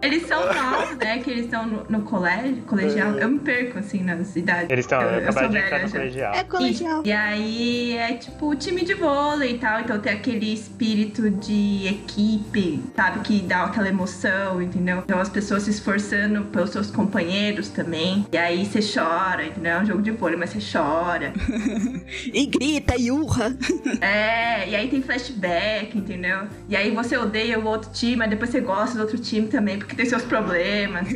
Eles são novos, né? Que eles estão no, no colégio, colegial. Eu me perco, assim, nas idades. Eles estão Eu- eu sou acabaram de entrar velha no já. colegial. É colegial. E, e aí é tipo o time de vôlei e tal, então tem aquele espírito de equipe, sabe? Que dá aquela emoção, entendeu? Então as pessoas se esforçando pelos seus companheiros também. E aí você chora, entendeu? É um jogo de vôlei, mas você chora. E grita, e urra. [laughs] É, e aí tem flashback, entendeu? E aí você odeia o outro time, mas depois você gosta do outro time também, porque tem seus problemas.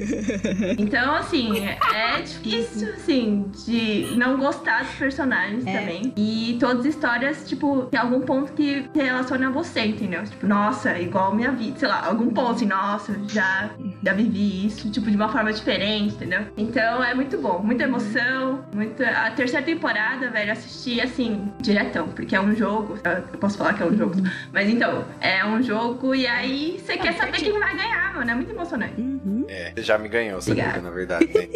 Então, assim, é difícil, assim, de não gostar dos personagens É. também. E todas as histórias, tipo, tem algum ponto que se relaciona a você, entendeu? Tipo, nossa, é igual minha vida, sei lá, algum ponto assim, nossa, eu já, já vivi isso, tipo, de uma forma diferente, entendeu? Então é muito bom, muita emoção, muita. A terceira temporada, velho, eu assisti assim, diretão, porque é um jogo, eu posso falar que é um jogo, mas então, é um jogo e aí você quer saber quem vai ganhar, mano, é muito emocionante. Uhum. É, você já me ganhou, Sakura, Obrigada. na verdade. né?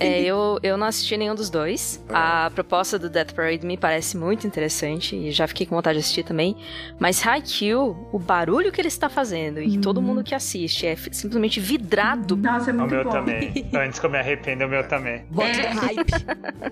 É, eu, eu não assisti nenhum dos dois. Ah. A proposta do Death Parade me parece muito interessante e já fiquei com vontade de assistir também. Mas Haikyuu, o barulho que ele está fazendo e que todo mundo que assiste é f- simplesmente vidrado. Nossa, é O muito meu bom. [laughs] também. Antes que eu me arrependa, o meu também. Bota É. o [laughs] hype.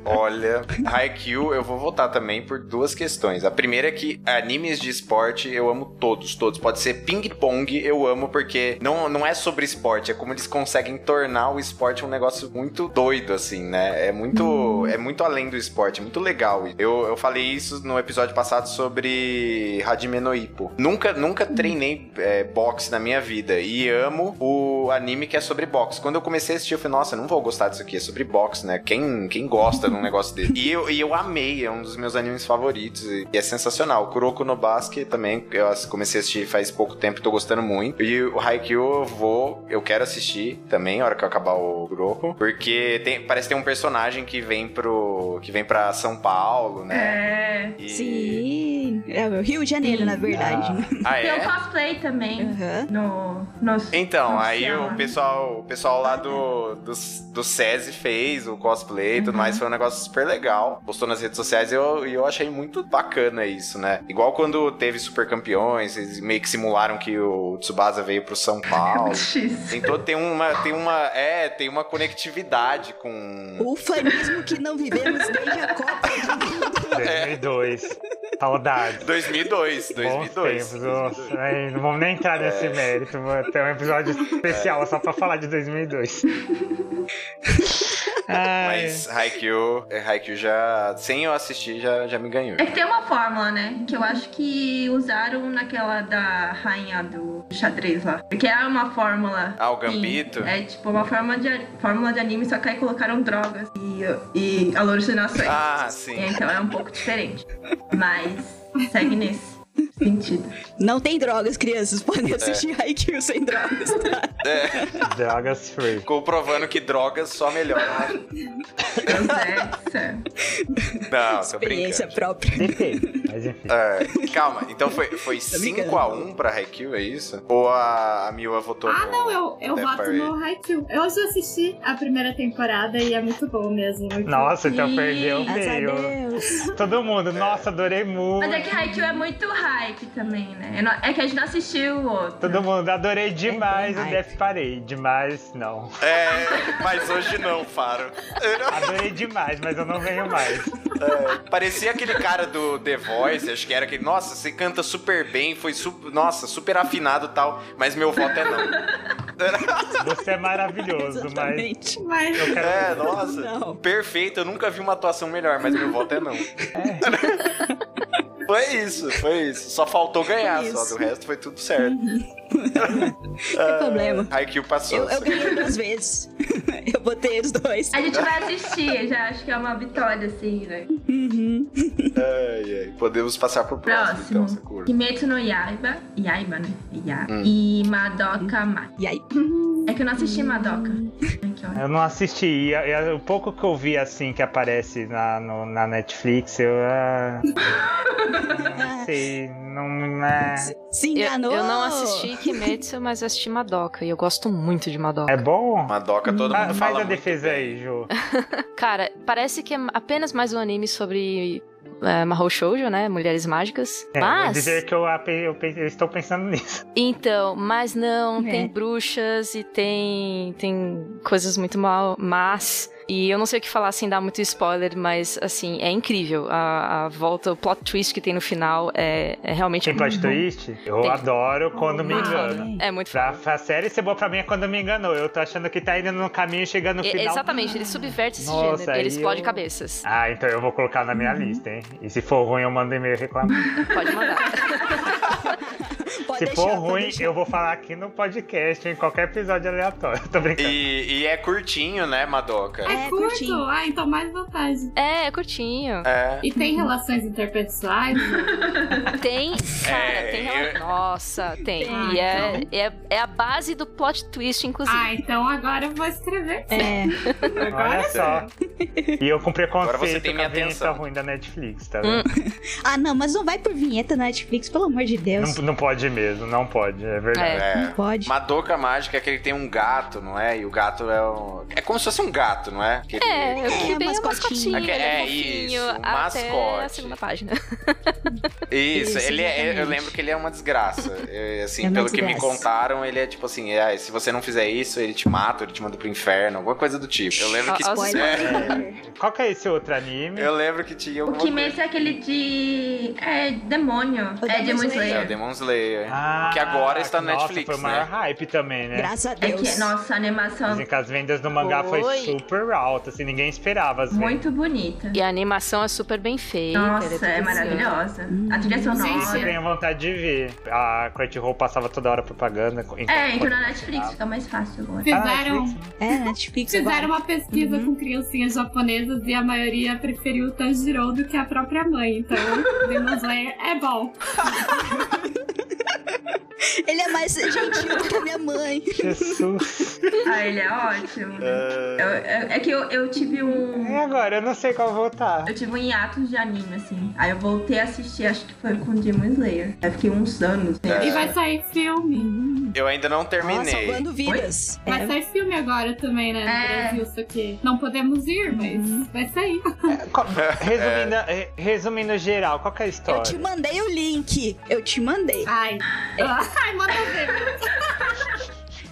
Olha, Haikyuu eu vou votar também por duas questões. A primeira é que animes de esporte eu amo todos, todos. Pode ser ping-pong, eu amo porque não, não é sobre esporte, é como eles conseguem tornar o esporte um negócio muito doido, assim, né? É muito, é muito além do esporte, é muito legal. Eu, eu falei isso no episódio passado sobre Hajime no Ippo. Nunca, nunca treinei é, boxe na minha vida e amo o anime que é sobre boxe. Quando eu comecei a assistir, eu falei, nossa, não vou gostar disso aqui, é sobre boxe, né? Quem, quem gosta de um negócio desse? E eu, e eu amei, é um dos meus animes favoritos e e é sensacional. Kuroko no Basque também, eu as- comecei a assistir faz pouco tempo, tô gostando muito. E o Haikyuu eu vou, eu quero assistir também, a hora que eu acabar o Kuroko, porque tem- parece que tem um personagem que vem pro que vem para São Paulo, né? É. E- Sim. É o Rio de Janeiro, Sim. na verdade. Ah, Tem o é? cosplay Ah. também. [laughs] Aham. No, nos, Então, nos aí chama. o pessoal, o pessoal lá do, do, do SESI fez o cosplay e tudo mais, Uhum. foi um negócio super legal. Postou nas redes sociais e eu, e eu achei muito bacana isso, né? Igual quando teve Super Campeões, eles meio que simularam que o Tsubasa veio pro São [laughs] Paulo. X. Tem, todo, tem uma, tem uma, é, tem uma conectividade com... O fanismo que não vivemos desde a Copa de 2002. Saudades. 2002, Bons 2002. tempos, nossa. Ai, Não vamos nem entrar É. nesse mérito. Vou ter um episódio especial só pra falar de [laughs] 2002. Ai, Mas Haikyuu, é, Haikyuu já, sem eu assistir, já, já me [laughs] ganhou. É que tem uma fórmula, né? Que eu acho que usaram naquela da rainha do xadrez lá. Porque é uma fórmula. Ah, o sim. Gambito? É tipo uma fórmula de, a- fórmula de anime, só que aí colocaram drogas e, e alucinações. Ah, E sim. Então é um pouco diferente. Mas segue nesse sentido. Não tem drogas, crianças. É. Podem assistir Haikyuu sem drogas, tá? drogas free. Comprovando que drogas só melhoram a [laughs] Então, é, sério. Não, tô Experiência brincando. própria. Depende, mas enfim. É, calma, então foi, foi brincando. 5x1 pra Haikyuu, é isso? Ou a, a Miwa votou Ah, no- não, eu, eu Death voto Parade? no Haikyuu. Eu já assisti a primeira temporada e é muito bom mesmo. muito Nossa, então bom. perdeu Graças a feio. Deus. Todo É. mundo, nossa, adorei muito. Mas é que Haikyuu é muito hype também, né? Eu não- É que a gente não assistiu o outro. Todo mundo, adorei demais bem o Death Parade, mas não. É, mas hoje não, Faro. Adorei demais, mas eu não venho mais. É, parecia aquele cara do The Voice, acho que era aquele. Nossa, você canta super bem, foi su nossa, super afinado e tal, mas meu voto é não. Você é maravilhoso, mas Exatamente. Mas eu quero. [laughs] É, nossa. Não. Perfeito, eu nunca vi uma atuação melhor, mas meu voto é não. [laughs] Foi isso, foi isso. Só faltou ganhar, Foi só. isso. Do resto foi tudo certo. Ah. Não tem problema. Haikyuu passou. Eu, eu ganhei duas vezes. [laughs] Eu botei os dois. A gente vai assistir, já acho que é uma vitória, assim, né? Uhum. Ai, ai. Podemos passar pro próximo, Próximo. então, Sakura. Kimetsu no Yaiba, Yaiba, né? Ya. E Madoka Mai. E aí? É que eu não assisti Madoca. Aqui, ó. Eu não assisti. E, a- e a- o pouco que eu vi assim que aparece na, no- na Netflix, eu. ah, É. não sei. Não. É, Se Eu, enganou. eu não assisti Kimetsu, mas eu assisti Madoka. E eu gosto muito de Madoka. é bom? Madoka, Uhum. todo Fa- Ah, mundo faz fala a muito defesa bem. aí, Ju. É, Cara, parece que é apenas mais um anime sobre é, Mahou Shoujo, né? Mulheres Mágicas. É, Vou mas... dizer que eu, ape- eu pe- eu estou pensando [laughs] nisso. Então, mas não, É. tem bruxas e tem tem coisas muito mal, mas e eu não sei o que falar sem dar muito spoiler, mas assim, é incrível a, a volta, o plot twist que tem no final é, é realmente Tem Uhum. plot twist? Eu Tem. adoro quando me muito engano. foda. É muito Pra, foda. pra série ser boa pra mim é quando me enganou. Eu tô achando que tá indo no caminho, chegando no E- final. Exatamente, ele subverte esse Nossa, gênero, ele aí explode eu- cabeças. Ah, então eu vou colocar na Uhum. minha lista, hein? E se for ruim, eu mando e-mail reclamar. Pode [laughs] mandar. Pode se deixar, for pode ruim, deixar. eu vou falar aqui no podcast, em qualquer episódio aleatório. [laughs] Tô brincando. E, e é curtinho, né, Madoka? É, é, curto. curtinho. Ah, então mais vantagem. é, é curtinho. É. E tem relações interpessoais? [laughs] Tem, cara, É, tem rela- eu- Nossa, tem. Tem, e é, é, é a base do plot twist, inclusive. ah, então agora eu vou escrever. É, Olha só. E eu com preconceito Agora você tem com minha a vinheta atenção. ruim da Netflix, tá vendo? Ah, não, mas não vai por vinheta na Netflix, pelo amor de Deus. Não, não pode mesmo, não pode, é verdade. É. É. Não pode. Madoka Mágica é que ele tem um gato, não é? E o gato é um... É como se fosse um gato, não é? Que ele- É, eu fiquei É, bem mascotinho. mascotinho, ele É, é, isso, fofinho, um até a mascote. segunda página. Isso, Isso, ele é, eu exatamente. lembro que ele é uma desgraça. É, assim, É uma pelo que me desgraça. contaram, ele é tipo assim, é, se você não fizer isso, ele te mata, ele te manda pro inferno, alguma coisa do tipo. Eu lembro Ó, que ó, os É, Qual que é esse outro [laughs] anime? eu lembro que tinha O alguma coisa. Kimetsu é aquele de. É demônio. O É Demon Demon É o Slayer. Demon Slayer. Ah, que agora está no nossa, Netflix, Foi o né? maior hype também, né? Graças a É Deus. que, nossa, a animação Dizem que as vendas do mangá foi, Foi. super alta, assim, ninguém esperava as vendas. é muito bonita. E a animação é super bem feita. ele Nossa, tudo é assim, maravilhosa. Hum. A trilha Isso eu sonora. tenho vontade de ver. A Crunchyroll passava toda hora propaganda. enquanto- É, entrou na Netflix, fica mais fácil agora. [laughs] Ah, Fizeram, Netflix, né? É, Netflix fizeram agora. uma pesquisa com criancinhas japonesas e a maioria preferiu o Tanjiro do que a própria mãe. Então, Demon Slayer é bom. Ele é mais gentil que a minha mãe. Jesus. Ah, ele é ótimo. Eu- eu- é que eu, eu tive E um. agora? Eu não sei qual votar. Eu tive um hiato de anime, assim. Aí eu voltei a assistir, acho que foi com Demon Slayer. Aí fiquei uns anos. Assim. E vai sair filme. Eu ainda não Nossa, terminei. salvando vidas. Vai É. sair filme agora também, né? No É. Brasil, só que não podemos ir, mas vai sair. [laughs] Qual- É. Resumindo, eh, resumindo geral, qual que é a Eu te história? mandei o link. Eu te mandei. Ai. Ai, manda ver.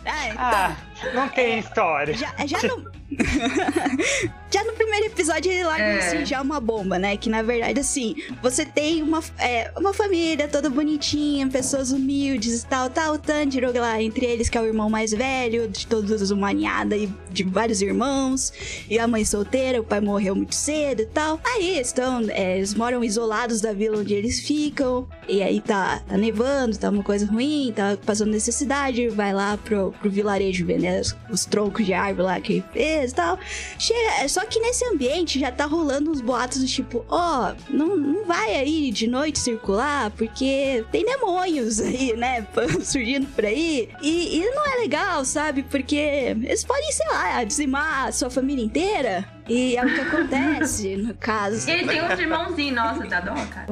Ah, então. Ah, não tem história. É, Já, já no. [laughs] já no primeiro episódio ele larga É. assim, já uma bomba, né? Que na verdade, assim, você tem uma, é, uma família toda bonitinha, pessoas humildes e tal, tal. O Tanjiro lá, entre eles, que é o irmão mais velho, de todos uma ninhada e de vários irmãos. E a mãe solteira, o pai morreu muito cedo e tal. Aí estão, é, eles moram isolados da vila onde eles ficam. E aí tá, tá nevando, tá uma coisa ruim, tá passando necessidade. Vai lá pro, pro vilarejo ver, né? Os, os troncos de árvore lá que ele fez e tal. Chega, é só que nesse ambiente já tá rolando uns boatos do tipo: ó, não, não vai aí de noite circular, porque tem demônios aí, né? [laughs] Surgindo por aí. E, e não é legal, sabe? Porque eles podem, sei lá, dizimar a sua família inteira. E é o que acontece, no caso. Ele tem uns irmãozinhos, nossa, dá dó, cara.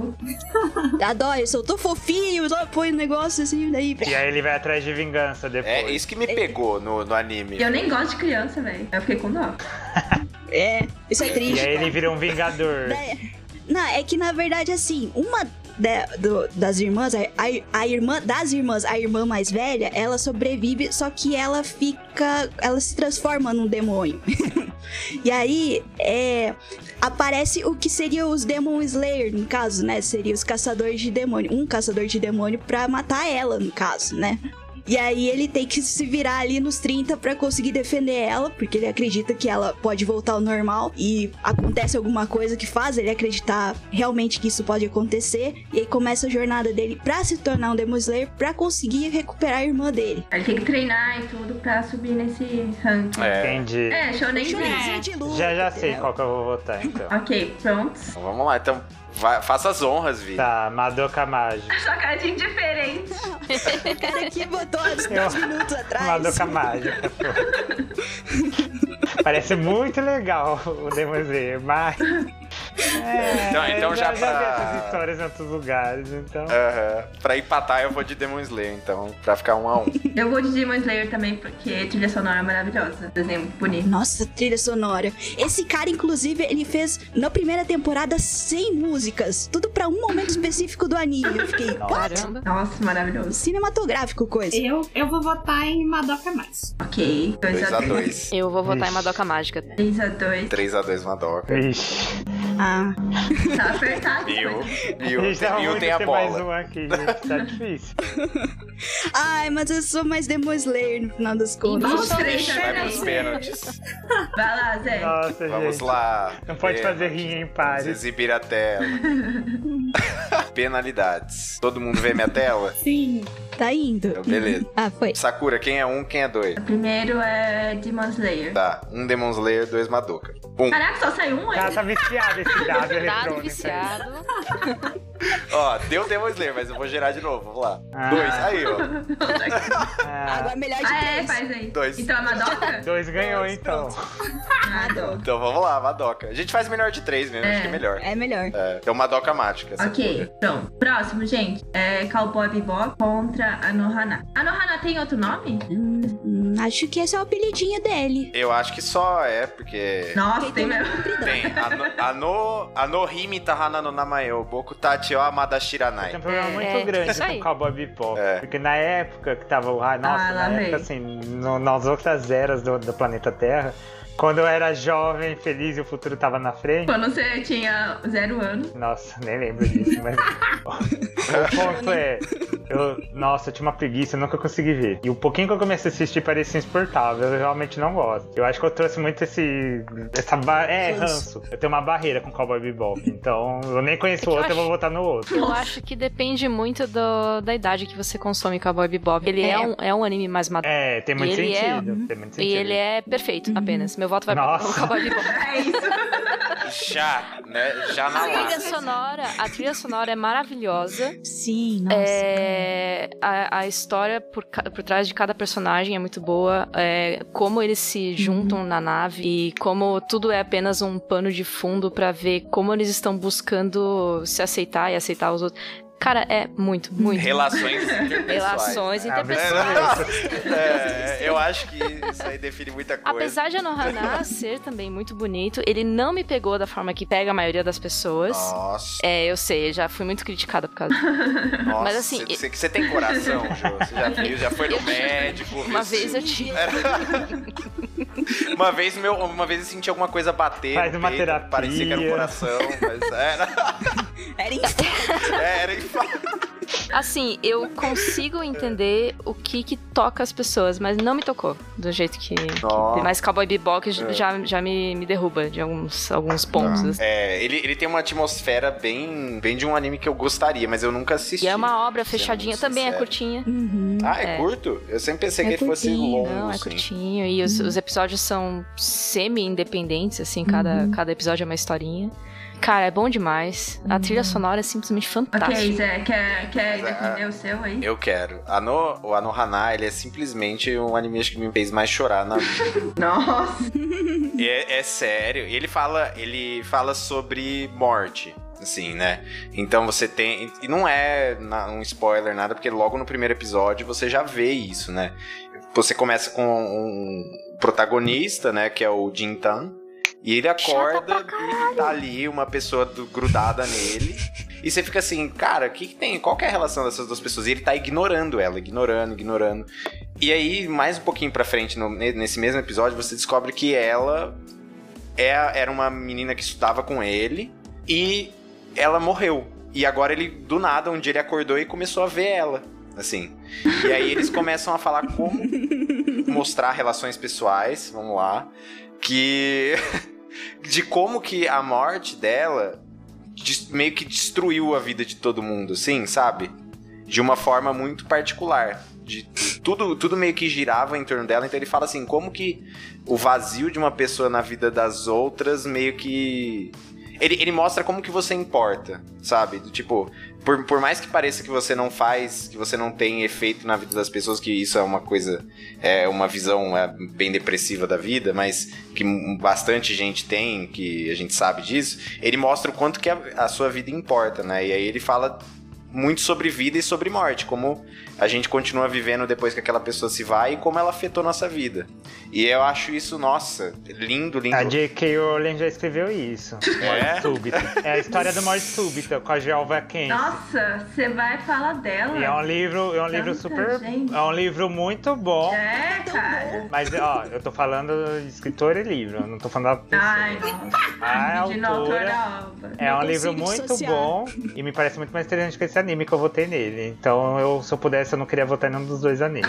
Adoro, eu sou tão fofinho, só põe um negócio assim, daí. E aí ele vai atrás de vingança depois. É isso que me pegou no, no anime. E eu nem gosto de criança, velho. Eu fiquei com dó. É, isso é triste. E aí ele vira um [laughs] vingador. Daí- Não, é que na verdade, assim, uma da- do- das irmãs, a, a- a irmã das irmãs, a irmã mais velha, ela sobrevive, só que ela fica. Ela se transforma num demônio. [laughs] e aí, é, aparece o que seria os Demon Slayer, no caso, né? Seria os caçadores de demônio. Um caçador de demônio pra matar ela, no caso, né? E aí ele tem que se virar ali nos 30 pra conseguir defender ela, porque ele acredita que ela pode voltar ao normal e acontece alguma coisa que faz ele acreditar realmente que isso pode acontecer. E aí começa a jornada dele pra se tornar um Demon Slayer pra conseguir recuperar a irmã dele. Aí tem que treinar e tudo pra subir nesse ranking. É. Entendi. É, Shonen Shonenzinho Jump. de luta, Já já sei entendeu? qual que eu vou votar, então. Ok, prontos. Então vamos lá, então vai- faça as honras, Vi. Tá, Madoka Mágica. Sacadinho diferente. é. O cara que botou há uns 10 minutos atrás. Madoka Mágica, pô. Parece muito legal o Demon Slayer, mas... É, Então- então eu já já vi pra- essas histórias em outros lugares, então... Aham. Pra empatar, eu vou de Demon Slayer, então, pra ficar um a um. Eu vou de Demon Slayer também, porque a trilha sonora é maravilhosa. Desenho muito bonito. Nossa, trilha sonora. Esse cara, inclusive, ele fez na primeira temporada 100 músicas. Tudo pra um momento específico do anime. Eu fiquei, what? Caramba. Nossa, maravilhoso. Cinematográfico, É. coisa. Eu, eu vou votar em Madoka mais. Ok. 2x2. 2x2. Eu vou votar Ixi. em Madoka Mágica. [laughs] 3x2. 3x2 Madoka. Ixi, Ah, Tá apertado. [laughs] Bill. Bill, Ixi, dá Bill muito tem a ter mais bola. um aqui, gente. Tá difícil. ai, mas eu sou mais Demon Slayer no final das contas. Vamos três Vai pros diferentes. pênaltis. Vai lá, Zé. Nossa, Vamos gente. lá. Não pode fazer Pênaltis. rir em Vamos pares. exibir a tela. [laughs] Penalidades. Todo mundo vê minha tela? Sim. Tá indo. Então, beleza. Ah, foi. Sakura, quem é um, quem é dois? Primeiro é Demon Slayer. Tá, um Demon Slayer, dois Madoka. Um. Caraca, só saiu um Ela aí. tá viciada esse dado né, Dado eletrônico. aí. viciado. Ó, deu Demon Slayer, mas eu vou gerar de novo, vamos lá. Ah. Dois, aí, ó. Ah, Agora melhor de Ah, é, três. faz aí. Dois. Então é Madoka? dois ganhou, então. Madoka. Então vamos lá, Madoka. A gente faz melhor de três mesmo, acho que é melhor. É melhor. É, então Madoka mágica. [laughs] Ok, então. Próximo, gente. É Cowboy Bebop contra a Nohana. A Nohana tem outro nome? Hum, hum, acho que esse é o apelidinho dele. Eu acho que só é, porque. Nossa, tem mesmo. [laughs] Tem. Ano, ano Himi Tahana no Namayo, Boku Tachi o Amada Tem um Shiranai. problema É, muito é, grande isso aí. com o Cowboy Bebop. É. Porque na época que tava o... Ah, nossa, Ah, lá na vem. época, assim, no- nas outras eras do, do planeta Terra, quando eu era jovem, feliz e o futuro tava na frente... Quando você tinha zero anos. Nossa, [laughs] nem lembro disso, mas. o ponto é. Eu, nossa, eu tinha uma preguiça, eu nunca consegui ver. E o pouquinho que eu comecei a assistir parecia insuportável, eu realmente não gosto. Eu acho que eu trouxe muito esse. Essa ba... É, ranço. Eu tenho uma barreira com Cowboy Bebop, então eu nem conheço o É eu outro, eu acho- vou votar no outro. Eu acho que depende muito do- da idade que você consome Cowboy Bebop. Ele é, É. um, é um anime mais maduro. É, tem muito ele é- sentido. Tem muito sentido. E ele é perfeito, apenas. Meu voto vai para o [laughs] Nossa. Cowboy Bebop. É isso. Já, né? Já na A trilha lá. sonora, a trilha sonora é maravilhosa. Sim, nossa. É, a, a história por, ca- por trás de cada personagem é muito boa. é, como eles se juntam na nave e como tudo é apenas um pano de fundo pra ver como eles estão buscando se aceitar e aceitar os outros. Cara, é muito, muito. Relações interpessoais. Relações né? interpessoais. É, eu acho que isso aí define muita coisa. Apesar de Anohana ser também muito bonito, ele não me pegou da forma que pega a maioria das pessoas. Nossa, É, eu sei, eu já fui muito criticada por causa nossa. mas assim, você- você, você tem [laughs] coração, Jô. Você já viu, já foi no médico. Uma viu- vez eu tive. Uma vez, meu, uma vez eu senti alguma coisa bater. Faz no uma peito, terapia. Parecia que era um coração, mas [laughs] era. Era instante. era infarto. Assim, eu consigo entender o que que toca as pessoas, mas não me tocou do jeito que. que- Nossa. mas Cowboy Bebop já, já me, me derruba de alguns, alguns pontos. assim. É, ele, ele tem uma atmosfera bem, bem de um anime que eu gostaria, mas eu nunca assisti. E é uma obra sendo fechadinha, muito também é sincero. curtinha. Uhum. Ah, é, é. curto? Eu sempre pensei É que ele fosse curtinho, longo. Não, é assim. curtinho. E os, os episódios são semi-independentes, assim, cada, Uhum. cada episódio é uma historinha. Cara, é bom demais. A trilha sonora é simplesmente fantástica. Uhum. Ok, Zé, quer, quer Mas, ah, defender o seu aí? Eu quero. Ano, o Anohana, ele é simplesmente um anime acho que me fez mais chorar [laughs] na vida. Nossa. E é, é sério. E ele fala, ele fala sobre morte. Assim, né? Então você tem. E não é na- um spoiler, nada, porque logo no primeiro episódio você já vê isso, né? Você começa com um protagonista, né? Que é o Jintan. E ele acorda e tá ali uma pessoa do- grudada nele. E você fica assim, cara, o que, que tem? Qual que é a relação dessas duas pessoas? E ele tá ignorando ela, ignorando, ignorando. E aí, mais um pouquinho pra frente, no- ne- nesse mesmo episódio, você descobre que ela é a- era uma menina que estudava com ele e ela morreu. E agora ele, do nada, um dia ele acordou e começou a ver ela. assim. E aí eles começam a falar como mostrar relações pessoais, vamos lá, que [laughs] de como que a morte dela des- meio que destruiu a vida de todo mundo, assim, sabe? De uma forma muito particular. De tudo, tudo meio que girava em torno dela, então ele fala assim, como que o vazio de uma pessoa na vida das outras meio que ele, ele mostra como que você importa, sabe? Do Tipo, por, por mais que pareça que você não faz, que você não tem efeito na vida das pessoas, que isso é uma coisa, é uma visão é, bem depressiva da vida, mas que m- bastante gente tem, que a gente sabe disso, ele mostra o quanto que a, a sua vida importa, né? E aí ele fala muito sobre vida e sobre morte, como a gente continua vivendo depois que aquela pessoa se vai e como ela afetou nossa vida. E eu acho isso, nossa, lindo, lindo. A J.K. Rowling já escreveu [laughs] isso. É? Morte súbita. É a história da morte súbita com a Geova Kent. Nossa, você vai falar dela. E é um livro, é um livro Tanta super. gente. É um livro muito bom. É, cara. Mas, ó, eu tô falando de escritor e livro, eu não tô falando da pessoa. Ai, não. a Ah, De não autor autora da obra. é Não um livro consigo muito dissociar. bom e me parece muito mais interessante que esse anime que eu votei nele. Então, eu, se eu pudesse, eu não queria votar em nenhum dos dois animes.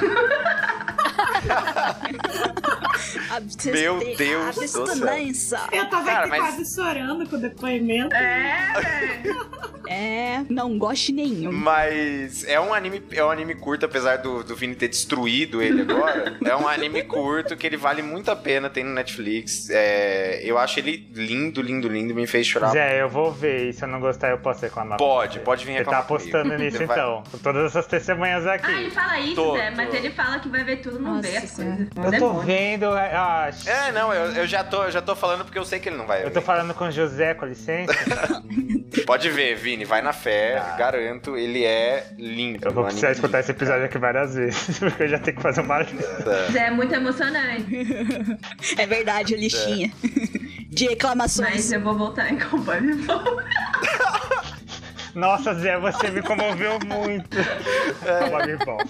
Abstes- Meu Deus do céu. abstinência. Eu tava Cara, aqui mas- quase chorando com o depoimento. É, velho. É, não goste nenhum. Mas é um anime, é um anime curto, apesar do, do Vini ter destruído ele agora. é um anime curto que ele vale muito a pena, tem no Netflix. É, eu acho ele lindo, lindo, lindo, me fez chorar. Zé, eu vou ver e se eu não gostar, eu posso reclamar. Pode, pode vir Você tá reclamar comigo. apostando nisso Você vai- então, com todas essas testemunhas Ah, ele aqui. fala isso, Tô, Zé, mas tô. ele fala que vai ver tudo, não Nossa vê as Senhora. coisas. Eu tô vendo. Ah, É, não, eu, eu já tô, eu já tô falando porque eu sei que ele não vai. eu ver. tô falando com o José, com licença. Pode ver, Vini, vai na fé, Tá. garanto, ele é lindo. Eu vou um precisar anime escutar esse episódio aqui várias vezes, [laughs] porque eu já tenho que fazer uma lista. lindo. Zé é muito emocionante, É verdade, a listinha. De reclamações. mas eu vou voltar em conforme for. [laughs] Nossa, Zé, você me comoveu muito. É. Calma, me envolve.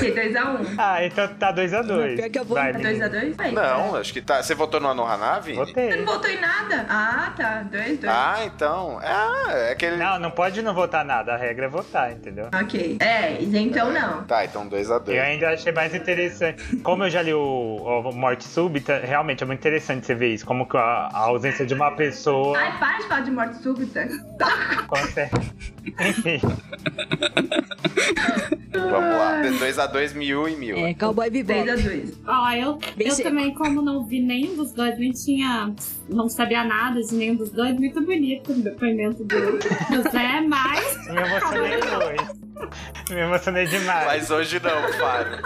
Fiquei 2x1. Ah, então tá 2x2. Dois Pior que eu vou- Vai, É tá Nini. 2x2? Vai. É, Não, acho que tá. Você votou no Anohaná, Vini? então Você Votei. não votou em nada? Ah, tá. 2x2. Ah, então. Ah, é aquele. Não, não pode não votar nada. A regra é votar, entendeu? Ok. É, então não. Tá, então 2 a 2 Eu ainda achei mais interessante. Como eu já li o, o Morte Súbita, realmente é muito interessante você ver isso. Como que a, a ausência de uma pessoa Ai, para de falar de morte súbita. acontece. Enfim, Vamos lá. 2x2, mil e mil. Ah. É, cowboy bebê. 3x2. Ó, Ah, eu, Bem eu seco. também, como não vi nenhum dos dois, nem tinha. Não sabia nada de nenhum dos dois, muito bonito o depoimento do, do Zé, mas. me emocionei hoje. Me emocionei demais. Mas hoje não, Fábio.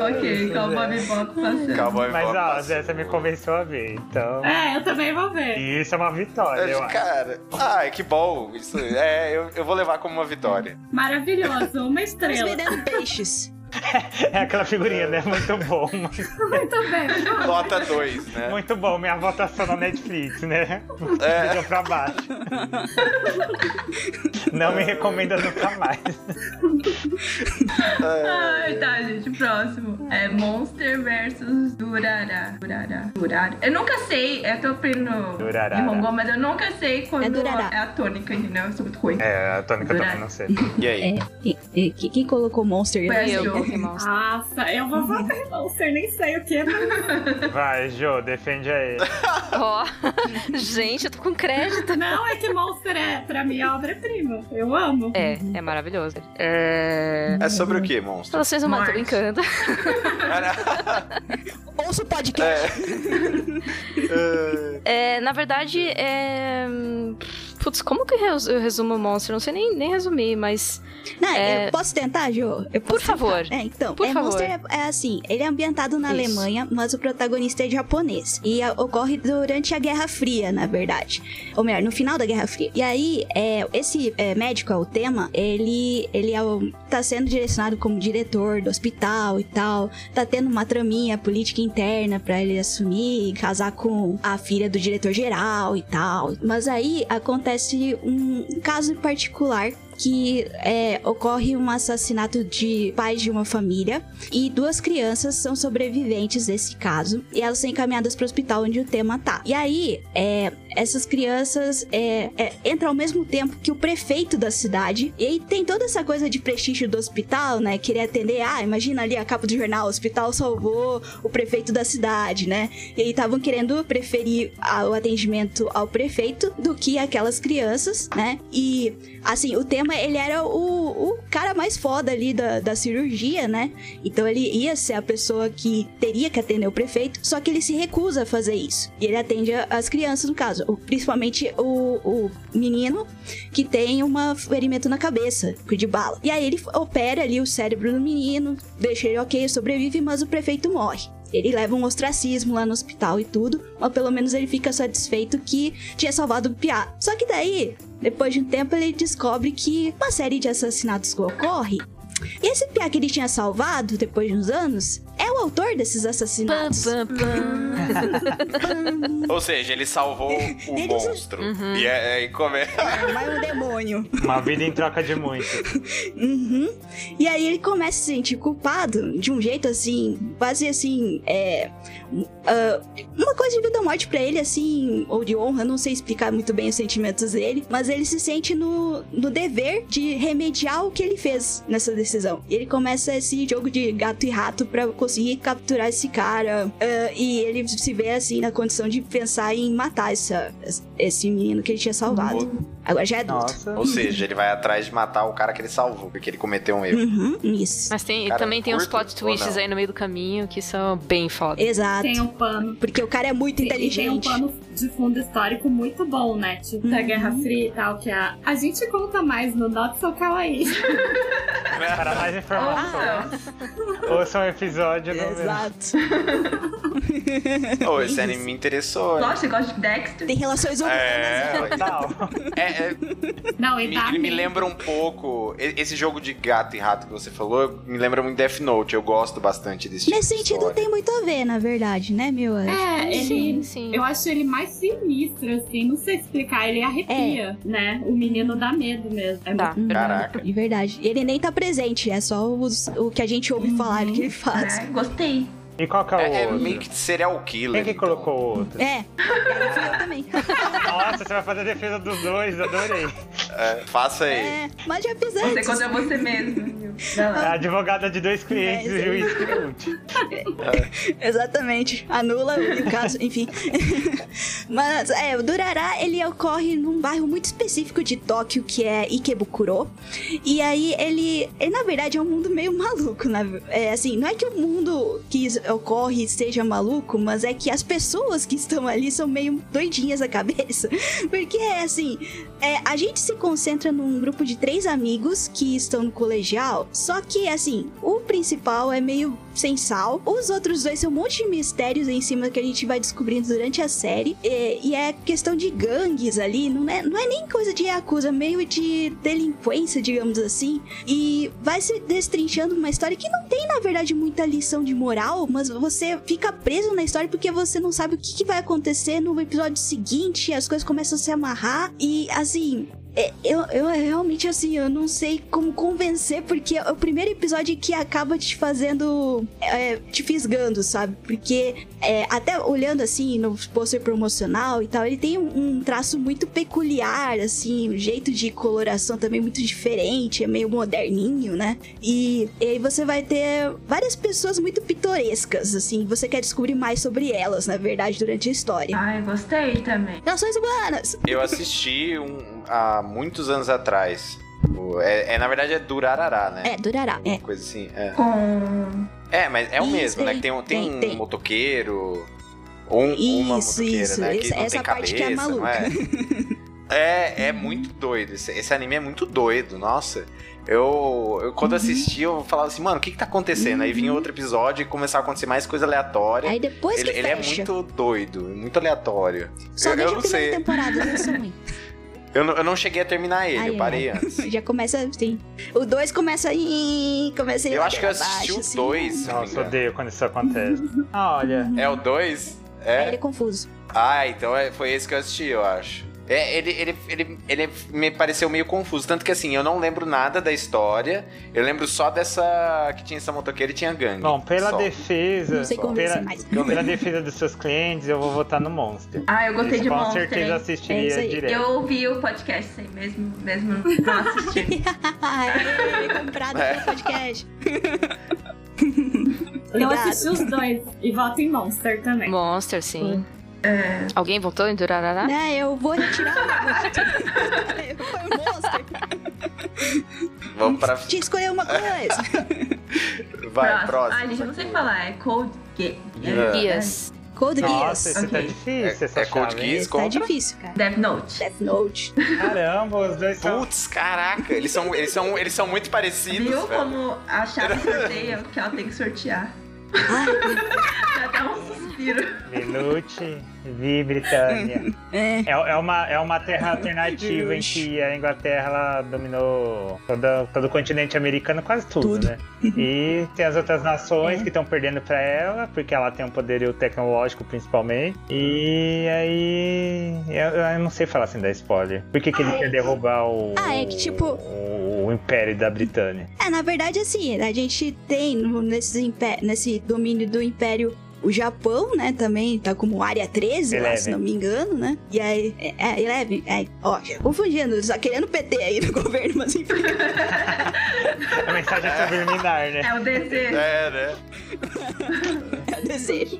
Ok, calma, Bob Bob passando. Cowboy Mas Bob ó, passou. Zé, você me convenceu a ver, então. É, eu também vou ver. E isso é uma vitória, eu acho. Cara, ai, que bom. Isso é, eu, eu vou levar como uma vitória. Maravilhoso, uma Eles me estrela. deram peixes. É aquela figurinha, né? Muito bom. Muito bem. Nota 2, né? Muito bom. Minha votação na Netflix, né? É. Ficou pra baixo. Não me recomenda nunca mais. Ai, tá, gente, próximo. É Monster versus Durará. Durará. Durará. Eu nunca sei, eu tô aprendendo Durarara. em Hongô, mas eu nunca sei quando É Durará. a tônica, entendeu? Eu sou muito ruim. É, a Tônica Durante. também não sei. E aí? É, E, e, que- quem colocou Monster? Foi Eu, eu. coloquei mouse. Nossa, eu vou votar em Monster, nem sei o que, mas Vai, Jô, defende aí. Ó, [laughs] gente, eu tô com crédito. Não, é que Monster é, pra mim, a obra-prima. Eu amo. É, é maravilhoso. É. É sobre o que, [laughs] monstro? Relações humanas, tô Morte. brincando. Ouça o É. podcast. É, na verdade, é. Putz, como que eu res- eu resumo o Monster? Não sei nem, nem resumir, mas. tá- Não, É. eu posso tentar, Jô? Eu Por posso favor. É, então, Por é, favor. Monster é, é assim, ele é ambientado na Isso. Alemanha, mas o protagonista é japonês. E a- ocorre durante a Guerra Fria, na verdade. Ou melhor, no final da Guerra Fria. E aí, é, esse é, médico é o tema, ele, ele é o- tá sendo direcionado como diretor do hospital e tal. Tá tendo uma traminha política interna pra ele assumir e casar com a filha do diretor-geral e tal. Mas aí acontece um caso em particular que é, ocorre um assassinato de pais de uma família e duas crianças são sobreviventes desse caso e elas são encaminhadas para o hospital onde o tema tá. E aí, é, essas crianças é, é, entram ao mesmo tempo que o prefeito da cidade. E aí tem toda essa coisa de prestígio do hospital, né? Querer atender, ah, imagina ali a capa do jornal, o hospital salvou o prefeito da cidade, né? E aí estavam querendo preferir a- o atendimento ao prefeito do que aquelas crianças, né? E assim, o tema ele era o, o cara mais foda ali da, da cirurgia, né? Então ele ia ser a pessoa que teria que atender o prefeito, só que ele se recusa a fazer isso. E ele atende a- as crianças, no caso, o- principalmente o, o menino que tem um ferimento na cabeça, que de bala. E aí ele opera ali o cérebro do menino, deixa ele ok, sobrevive, mas o prefeito morre. Ele leva um ostracismo lá no hospital e tudo, mas pelo menos ele fica satisfeito que tinha salvado o Piá. Só que daí, depois de um tempo, ele descobre que uma série de assassinatos que ocorre. E esse Piá que ele tinha salvado depois de uns anos é o autor desses Pam, assassinatos. pam, pam. Ou seja, ele salvou o Ele- Uhum. monstro. E aí começa. Mas é um demônio. Uma vida em troca de muito. Uhum. E aí ele começa a se sentir culpado de um jeito assim, quase assim, é. um, ah, uma coisa de vida ou morte pra ele, assim, ou de honra, não sei explicar muito bem os sentimentos dele, mas ele se sente no, no dever de remediar o que ele fez nessa decisão. E ele começa esse jogo de gato e rato pra conseguir capturar esse cara, ah, e ele se vê assim na condição de pensar em matar essa, esse menino que ele tinha salvado. Agora já é adulto. Nossa. [laughs] Ou seja, ele vai atrás de matar o cara que ele salvou, porque ele cometeu um [laughs] erro. Uhum, isso. Mas tem, Cara, também tem uns curto plot ou twists não? aí no meio do caminho que são bem foda. Exato. Tem um pano. Porque o cara é muito E tem um inteligente. Uhum. pano de fundo histórico muito bom, né? Tipo, da Guerra Fria e tal, que a... a gente conta mais no Not So Kawaii. Para mais informações, ouça um episódio no É, Exato. Ô, esse anime me interessou. hein? Nossa, eu gosto de Dexter. Tem relações humanas. né? É, ué. Não, é, é, Não, e me, dá ele me medo. lembra um pouco. e- Esse jogo de gato e rato que você falou, me lembra muito Death Note. Eu gosto bastante desse tipo Nesse de sentido história. tem muito a ver, na verdade, né, meu anjo? É, ele... Sim, sim. Eu acho ele mais sinistro, assim, não sei explicar, ele arrepia, né? O menino dá medo mesmo. É Tá. muito- Caraca. De verdade. Ele nem tá presente, é só os- o que a gente ouve falar o que Uhum. ele faz. É, gostei. E qual que é o É, é outro? meio que serial killer. Quem que então. colocou o [laughs] outro? É, eu fui eu também. Nossa, você vai fazer a defesa dos dois, adorei. É, faça aí. É, mas já fiz Você antes. contra você [laughs] mesmo. Vai É lá. a advogada de dois clientes e o juiz que lute. [laughs] Exatamente. Anula o caso, enfim. [laughs] Mas é, o Durará, ele ocorre num bairro muito específico de Tóquio, que é Ikebukuro. E aí ele, ele, na verdade, é um mundo meio maluco, né? É assim, não é que o mundo que is- ocorre seja maluco, mas é que as pessoas que estão ali são meio doidinhas da cabeça. [laughs] Porque é assim, é, a gente se concentra num grupo de três amigos que estão no colegial, só que assim, o principal é meio sem sal, os outros dois são um monte de mistérios aí em cima que a gente vai descobrindo durante a série, e, e é questão de gangues ali, não é, não é nem coisa de acusa, meio de delinquência, digamos assim, e vai se destrinchando uma história que não tem, na verdade, muita lição de moral, mas você fica preso na história porque você não sabe o que, que vai acontecer no episódio seguinte, as coisas começam a se amarrar, e assim. é, Eu, eu realmente, assim, eu não sei como convencer, porque é o primeiro episódio que acaba te fazendo. é, te fisgando, sabe? Porque é, até olhando assim no pôster promocional e tal, ele tem um, um traço muito peculiar, assim, um jeito de coloração também muito diferente, é meio moderninho, né? E, e aí você vai ter várias pessoas muito pitorescas, assim, você quer descobrir mais sobre elas, na verdade, durante a história. Ai, gostei também. Relações humanas! Eu assisti um- há muitos anos atrás. O- É, é, na verdade, é Durarará, né? É, durará. É. Coisa assim. É, Com. É, mas é o Isso, mesmo, né? tem- Que tem um, tem tem, um tem. motoqueiro. Ou um, uma Isso, motoqueira, isso. né? Que Essa, não essa tem parte que é cabeça, não maluca. [laughs] Uhum. É, é muito doido. Esse, esse anime é muito doido, nossa. Eu, eu Uhum. quando assisti, eu falava assim, mano, o que que tá acontecendo? Aí vinha outro episódio e começava a acontecer mais coisa aleatória. Aí depois ele que ele é fecha, muito doido, muito aleatório. só eu- eu deixa não a primeira sei. temporada, não sou ruim. Eu, não- eu não cheguei a terminar ele, Ai, eu parei antes. [laughs] Já começa assim. O 2 começa aí. Começa a ir Eu acho que eu ladeira assisti abaixo, o assim. 2. Nossa, odeio quando isso acontece. Ah, olha. é o 2? Aí É? ele é confuso. [laughs] Ah, então é- foi esse que eu assisti, eu acho. É, ele, ele, ele, ele me pareceu meio confuso. Tanto que assim, eu não lembro nada da história. Eu lembro só dessa. que tinha essa motoqueira e tinha gangue. Bom, pela Só. defesa. Não sei convencer pela, mais. pela defesa dos seus clientes, eu vou votar no Monster. Ah, eu gostei de Com Monster. certeza hein? É assistiria isso aí. direto. Eu ouvi o podcast sem mesmo, mesmo [laughs] não assistindo. Aê, é comprado pelo podcast. Eu Cuidado. assisti os dois e voto em Monster também. Monster, sim. É, Alguém votou em Durarará? Né, eu vou retirar o voto. [laughs] Foi um monstro. Vamos pra. Tinha que escolher uma coisa. Vai, Ah, gente, eu próximo. não sei falar. É Cold Ge- É. Guias. Cold Nossa, Geass. esse tá Ok. difícil, essa É- é Code chave, hein? Geass? Esse Tá contra? difícil, cara. Death Note. Death Note. Caramba, os dois são... Putz, caraca, eles são, eles são, eles são muito parecidos. Viu velho. como a chave sorteia o que ela tem que sortear? [laughs] Dá até um suspiro. Minute, vi Britânia. [laughs] É. É, é uma, é uma terra alternativa em Deus. que a Inglaterra ela dominou toda- todo o continente americano, quase tudo, Tudo. É. né? [laughs] E tem as outras nações que estão perdendo pra ela, porque ela tem um poderio tecnológico principalmente. E aí. Eu, eu não sei falar sem dar spoiler. Por que, que ele quer derrubar o. Ah, é que tipo- O, o Império da Britânia. É, na verdade, assim, a gente tem no- nesses impé- nesse domínio do Império o Japão, né, também tá como área 13, lá, se Eleven. não me engano, né? E aí, é, é Eleven, é, ó, confundindo, só querendo PT aí no [laughs] governo, mas enfim. A mensagem subliminar, né? É o desejo. É, né? eu [laughs] desejo.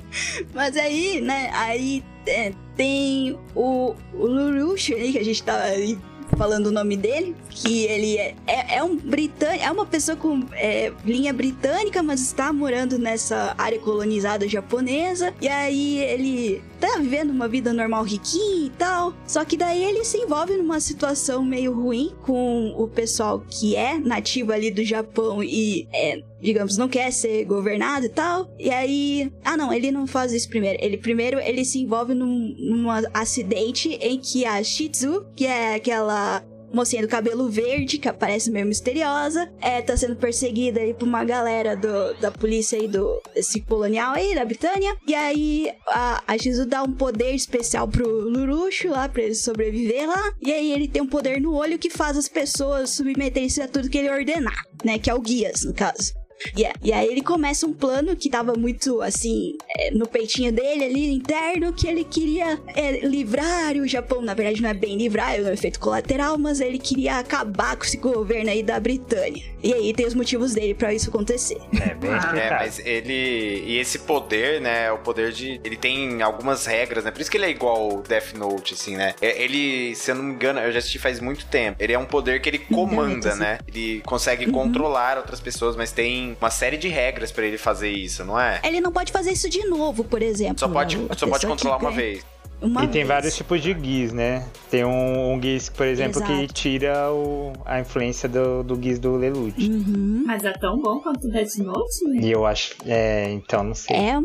Mas aí, né, aí é, tem o, o Lurush aí, que a gente tava aí falando o nome dele, que ele é, é, é um britânico, é uma pessoa com é, linha britânica, mas está morando nessa área colonizada japonesa, e aí ele tá vivendo uma vida normal riquinha e tal, só que daí ele se envolve numa situação meio ruim com o pessoal que é nativo ali do Japão e é, digamos, não quer ser governado e tal. E aí. Ah, não, ele não faz isso primeiro. Ele primeiro ele se envolve num, num acidente em que a Shitsu, que é aquela. Mocinha do cabelo verde, que parece meio misteriosa, é, tá sendo perseguida aí por uma galera do- da polícia aí do desse colonial aí, da Britânia. E aí a, a Shizu dá um poder especial pro Luruxo lá, pra ele sobreviver lá. E aí ele tem um poder no olho que faz as pessoas submeterem-se a tudo que ele ordenar, né? Que é o Guias, no caso. E, a- e aí ele começa um plano que tava muito assim, é, no peitinho dele ali, interno, que ele queria é, livrar o Japão. Na verdade, não é bem livrar, é um efeito colateral, mas ele queria acabar com esse governo aí da Britânia. E aí tem os motivos dele pra isso acontecer. É, bem explicado. É, mas ele. E esse poder, né? O poder de. Ele tem algumas regras, né? Por isso que ele é igual o Death Note, assim, né? É, Ele, se eu não me engano, eu já assisti faz muito tempo. Ele é um poder que ele comanda, assim. né? Ele consegue controlar outras pessoas, mas tem uma série de regras pra ele fazer isso, não é? Ele não pode fazer isso de novo, por exemplo. Só pode, A só pode pessoa controlar que uma ganha- vez. uma E tem vez. vários tipos de guis, né? Tem um, um guis, por exemplo, que Exato. tira o- a influência do, do guis do Lelouch. Uhum. Mas é tão bom quanto Death Note, né? E eu acho. É, então, não sei. É,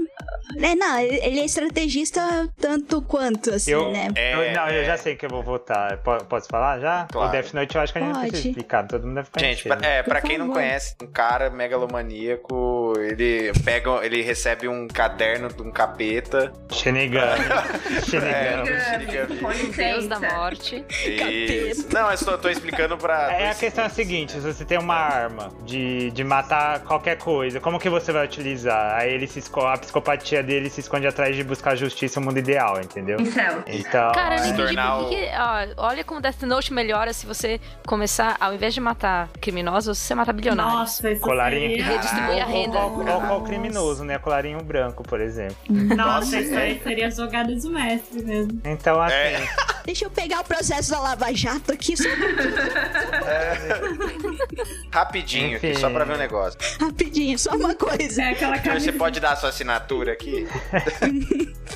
é, não, ele ele é estrategista tanto quanto, assim, Eu- né? É, Eu- não, eu é. já sei que eu vou votar. Po- Posso falar já? Claro. O Death Note eu acho que a gente não Pode. precisa explicar. Todo mundo deve conhecer. Gente, pra, né? é, pra Por quem não favor. conhece, um cara megalomaníaco, ele pega, ele recebe um caderno de um capeta. Shinigami. [laughs] É, Shinigami. Shinigami. Com Deus da licença. mororte. Isso. Não, eu só tô explicando pra. É, a tô- questão é a seguinte, se você tem uma arma de, de matar qualquer coisa, como que você vai utilizar? Aí ele se esco- a psicopatia dele se esconde atrás de buscar justiça no mundo ideal, [laughs] entendeu? Incel. Então, Cara, eu Se não entendi tornar por que que- ó, olha como Death Note melhora se você começar, ao invés de matar criminosos, você mata bilionários. Nossa, isso Colarinho. seria... Redistribui Tá a renda. Ou, ou, qual criminoso, né? Colarinho branco, por exemplo. Nossa, isso aí seria jogada de mestre mesmo. Então, assim, É. Deixa eu pegar o processo da Lava Jato aqui só [laughs] Rapidinho aqui, Enfim. só pra ver um negócio. rapidinho, só uma coisa. É aquela Então, Você camisa pode dar a sua assinatura [laughs] aqui?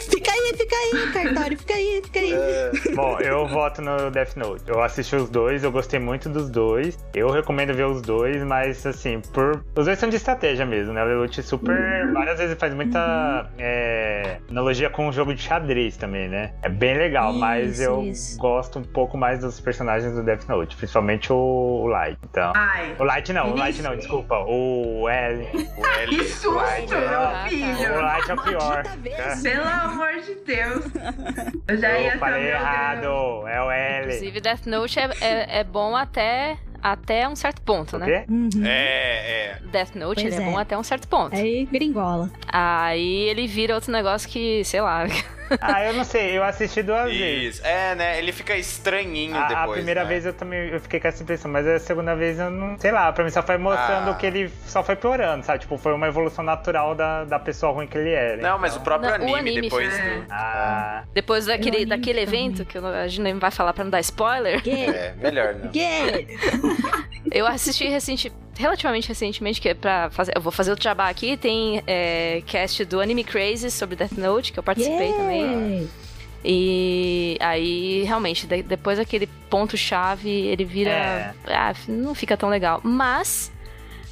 Fica aí, fica aí, cartório, fica aí, fica aí. Ah, bom, eu voto no Death Note. Eu assisti os dois, eu gostei muito dos dois. Eu recomendo ver os dois, mas assim, por. Os dois são de estratégia mesmo, né? O Lelouch super. Várias vezes faz muita é, analogia com o jogo de xadrez também, né? É bem legal, mas Isso, eu isso. gosto um pouco mais dos personagens do Death Note, principalmente o Light. Então. Ai. O Light não, o Light não, Vinícius. desculpa. O [laughs] L. O L. Que susto, meu Vai. O filho. Light é o pior. É. Maldita vez. Pelo amor de Deus. Eu já ia Eu ter o falei meu errado. É o Olha aí. Inclusive, Death Note é, é, é bom até, até um certo ponto, O né? quê? Uhum. É, é. Death Note Pois ele é. é. bom até um certo ponto. Aí gringola. Aí ele vira outro negócio que, sei lá. [laughs] Ah, eu não sei, eu assisti duas vezes. Isso. É, né? Ele fica estranhinho Ah, A, a depois. primeira né? vez eu também eu fiquei com essa impressão, mas a segunda vez eu não. Sei lá, pra mim só foi mostrando Ah. que ele só foi piorando, sabe? Tipo, foi uma evolução natural da, da pessoa ruim que ele era. Não, mas o próprio Não, o anime, anime depois fez- do. Ah, Depois daquele, anime daquele também. evento, que eu não- a gente nem vai falar pra não dar spoiler, [laughs] Que? É, melhor não. Que? eu assisti recente, relativamente recentemente, que é pra fazer. Eu vou fazer outro jabá aqui. Tem é, cast do Anime Crazy sobre Death Note, que eu participei Que? também. E aí, realmente, de- depois daquele ponto-chave, ele vira. É. Ah, não fica tão legal. Mas,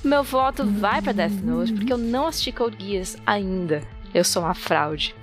meu voto vai pra Death Note, Uhum. porque eu não assisti Code Geass ainda. Eu sou uma fraude.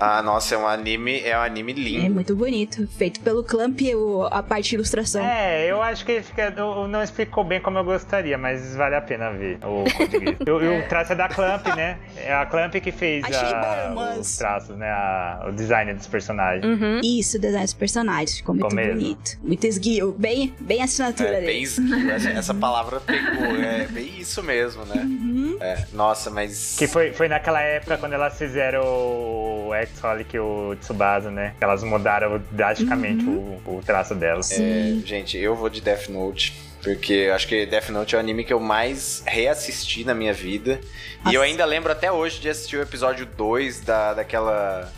Ah, nossa, é um anime, é um anime É lindo. muito bonito. Feito pelo Clamp, o- a parte de ilustração. é, eu acho que ele fica, eu- eu não explicou bem como eu gostaria, mas vale a pena ver o Code Geass. E o- E o traço é da Clamp, né? É a Clamp que fez Achei a- bom, mas- os traços, né? A- o design dos personagens. Uhum. Isso, design dos personagens. Ficou muito Ficou mesmo. bonito. Muito esguio. Bem, bem a assinatura É, dele. bem isso, essa- essa palavra pegou, é bem isso mesmo, né? Uhum. É, nossa, mas. Que foi, foi naquela época quando elas fizeram o Exolic e o Tsubasa, né? Elas mudaram drasticamente o, o traço delas. É, gente, eu vou de Death Note. Porque eu acho que Death Note é o anime que eu mais reassisti na minha vida. E eu Nossa. ainda lembro até hoje de assistir o episódio 2 da, daquela.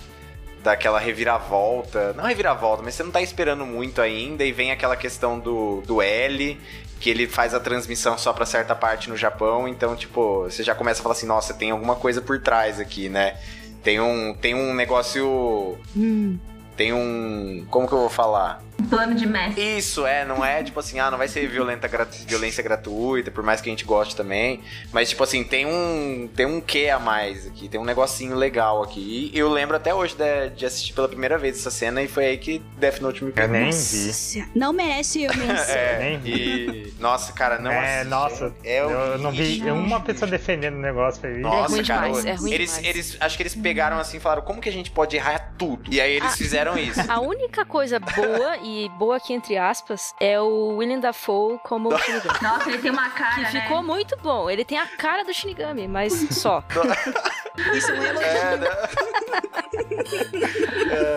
Daquela reviravolta. Não reviravolta, mas você não tá esperando muito ainda. E vem aquela questão do, do L, que ele faz a transmissão só pra certa parte no Japão. Então, tipo, você já começa a falar assim: nossa, tem alguma coisa por trás aqui, né? Tem um, tem um negócio. Hum. Tem um. Como que eu vou falar? Um plano de mestre. Isso, é, não é tipo assim, ah, não vai ser violenta, grat- violência gratuita, por mais que a gente goste também. Mas, tipo assim, tem um. Tem um quê a mais aqui, tem um negocinho legal aqui. E eu lembro até hoje de, de assistir pela primeira vez essa cena e foi aí que Death Note me Eu pegou. nem vi. Não merece eu [laughs] menção. É, Nem e. Nossa, cara, não é, assiste. nossa, É eu, eu não vi horrível. uma pessoa defendendo o negócio. Foi Nossa, ruim cara, demais, é ruim eles, demais. eles acho que eles pegaram assim e falaram como que a gente pode errar tudo. E aí Ah. eles fizeram isso. A única coisa boa, e boa aqui entre aspas, é o William Dafoe como o Shinigami. Nossa, ele tem uma Que cara, né? ficou muito bom. Ele tem a cara do Shinigami, mas [laughs] só. Isso é um elogio. É, né?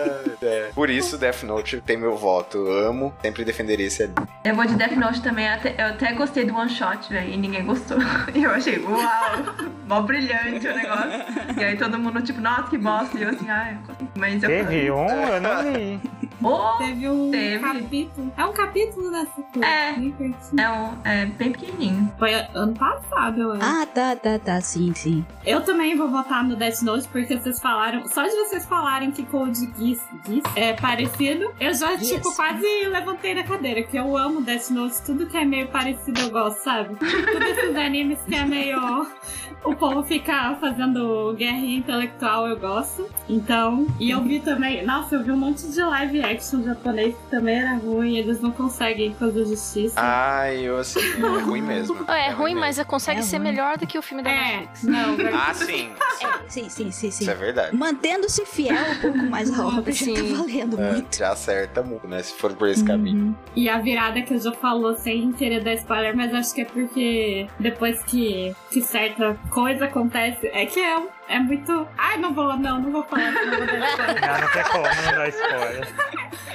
É, é. Por isso, Death Note tem meu voto. Amo, sempre defenderia esse ali. Eu vou de Death Note também. até- eu até gostei do one shot, velho, e ninguém gostou. [laughs] E eu achei, uau, mó brilhante o negócio. E aí todo mundo, tipo, nossa, que bosta. E eu assim, ai, eu gostei. mas eu. Teve um, eu não vi. Oh, Teve um Teve. capítulo. É um capítulo da Sakura. É. Bem curtinho. é, um, é bem pequenininho. Foi ano passado, eu acho. Ah, tá, tá, tá. Sim, sim. Eu também vou votar no Death Note porque vocês falaram. Só de vocês falarem que Code Geass, Geass é parecido, eu já, Geass. tipo, quase levantei da cadeira. Que eu amo Death Note, tudo que é meio parecido eu gosto, sabe? Todos esses animes que é meio. O povo fica fazendo guerrinha intelectual, eu gosto. Então. E eu vi também. Nossa, eu vi um monte de live action japonês que também era ruim, eles não conseguem fazer justiça. Ai, eu assim, é ruim [laughs] mesmo. É, ruim, mas consegue É ser ruim. melhor do que o filme da É, Netflix. não, verdade. Ah, sim. sim, É, sim, sim, sim, sim. Isso é verdade. Mantendo-se fiel um pouco mais [laughs] à obra, já tá Sim. valendo É, muito. já acerta muito, né? Se for por esse caminho. E a virada que eu já falou sem querer dar spoiler, mas acho que é porque depois que, que certa coisa acontece, é que é, um- é muito. Ai, não vou, não, não vou falar, não vou dar [laughs] spoiler. Não, não tem como não dar spoiler.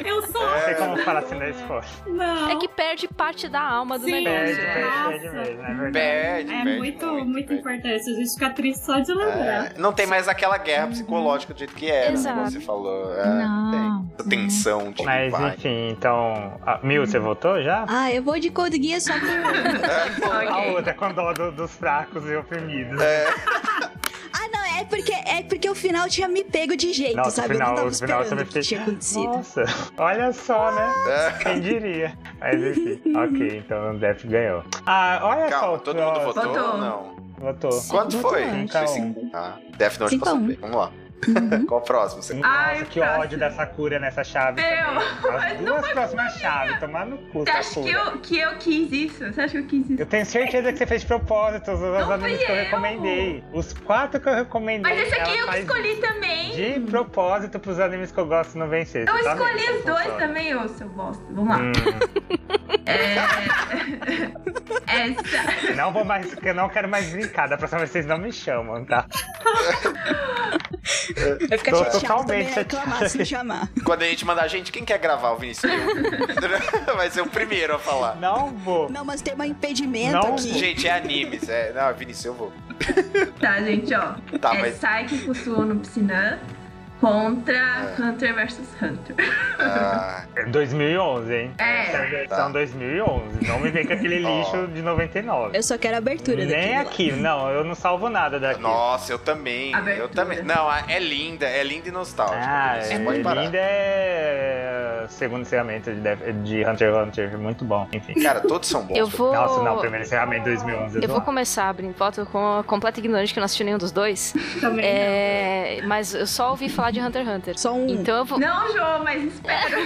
Eu sou. Não tem [laughs] como falar assim, né, sem dar spoiler. Não. É que perde parte da alma do Sim. negócio. né? Perde, Nossa. perde, perde mesmo, é verdade. Perde, É perde muito, muito, muito, perde. importante. A gente fica triste só de lembrar. É, não tem mais aquela guerra psicológica do jeito que era, né? Exato. Como você falou. É, Não. tem. Essa tensão de Mas vai. enfim, então. a- Mil, você votou já? Ah, eu vou de Code Geass [laughs] só por... A Ah, Ok. outra, com dó do- dos fracos e oprimidos. ah, não, é porque, é porque o final tinha me pego de jeito, Nossa, o sabe? final, eu não o final tava eu também esperando o que fiquei. tinha acontecido. Nossa, olha só, né? É, Quem diria? Mas enfim, ok, então o Death ganhou. Ah, olha só. Calma, o todo mundo próximo. votou? Votou. Não. Votou. Quanto votou, foi? acho. um. Foi cinco. Ah, Death Note Cinco a passou um. bem. Vamos lá. [laughs] Qual o próximo? [laughs] Você... Nossa, Ai, que Cássio. ódio da Sakura nessa chave. Meu, também. mas As não duas foi próximas chaves, tomar no cu, Você acha que Sakura. eu, que eu quis isso? Você acha que eu quis isso? tá Eu tenho certeza que você fez de propósito, os os fui animes que eu eu. recomendei. Os quatro que eu recomendei. Mas esse aqui ela eu que faz escolhi também. De propósito pros animes que eu gosto não vencer. Eu você tá escolhi vendo? os dois Funciona. também, ô seu bosta. Vamos lá. Hum, Essa. não vou mais, eu não quero mais brincar. Da próxima vez vocês não me chamam, tá? Vai ficar Tô chateado totalmente também, vai reclamar se [laughs] me chamar. Quando a gente mandar, gente, quem quer gravar o Vinicius? [laughs] Vai ser o primeiro a falar. Não vou. Não, mas tem um impedimento Não. aqui. Gente, é animes. É... Não, Vinicius, eu vou. tá, gente, ó. Tá, é mas- Psyche Kusuo no Piscinã contra Hunter vs Hunter. Ah, É 2011, hein? É. Essa é a versão Tá. 2011. Não me vem com aquele Ó. lixo de 99. Eu só quero a abertura Nem daquilo lá. aqui, não. Eu não salvo nada daqui. nossa, eu também. Eu Abertura. também. Não, a- é linda. É linda e nostálgica. Ah, Vinícius, é, pode parar. linda é segundo encerramento de, Death- de Hunter x Hunter, muito bom, enfim. Cara, todos são bons. Eu vou. Nossa, não, primeiro encerramento de 2011. Eu vou começar abrindo foto com a completa ignorante que eu não assisti nenhum dos dois. Também. É, mas eu só ouvi falar de Hunter x Hunter. Só um. Então eu vou. Não, João, mas espero.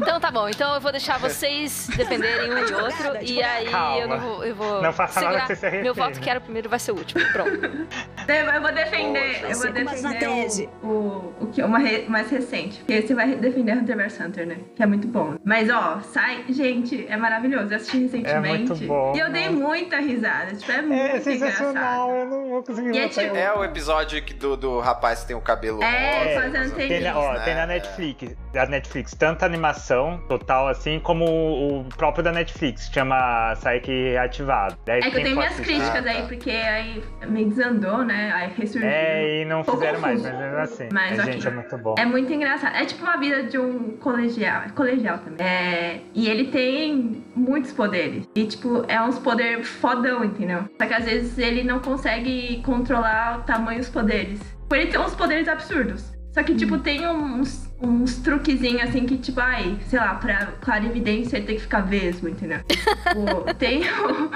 Então tá bom. Então eu vou deixar vocês defenderem um e outro. tipo, E aí eu não vou. Eu vou Não faça nada segurar. que você se arrependa. Meu voto que era o primeiro vai ser o último. Pronto. Então, Eu vou defender, Boa, eu vou João. Mas na defender tese. o, o, o que uma re- mais recente. Porque você vai defender Hunter vs Hunter, né? Que é muito bom. Mas ó, sai, gente, é maravilhoso. Eu assisti recentemente. muito bom, E eu dei nossa. muita risada. Tipo, é muito É sensacional, engraçado. eu não vou conseguir E é botar tipo- eu- É o episódio que do, do rapaz que tem o cabelo. É, rosa, fazendo mais ou tênis. Tem na, menos, ó, né? tem na É. Netflix, da Netflix, tanto a animação total assim, como o, o próprio da Netflix, que chama Psyche Ativado. Daí É que eu quem tenho for minhas assistir- críticas aí, porque aí meio desandou, né? Aí ressurgiu. É, e não Pouco fizeram mais, confuso. mas mesmo assim. Mas é, ok. gente, é muito bom. É muito engraçado. É tipo uma vida de um colegial. É colegial também. É, e ele tem muitos poderes. E, tipo, é uns poder fodão, entendeu? Só que às vezes ele não consegue controlar o tamanho dos poderes. Por ele tem uns poderes absurdos. Só que, Hum. tipo, tem uns, uns truquezinhos assim que, tipo, ai, sei lá, pra clarividência ele tem que ficar [laughs] vesgo, entendeu? tipo, tem, um-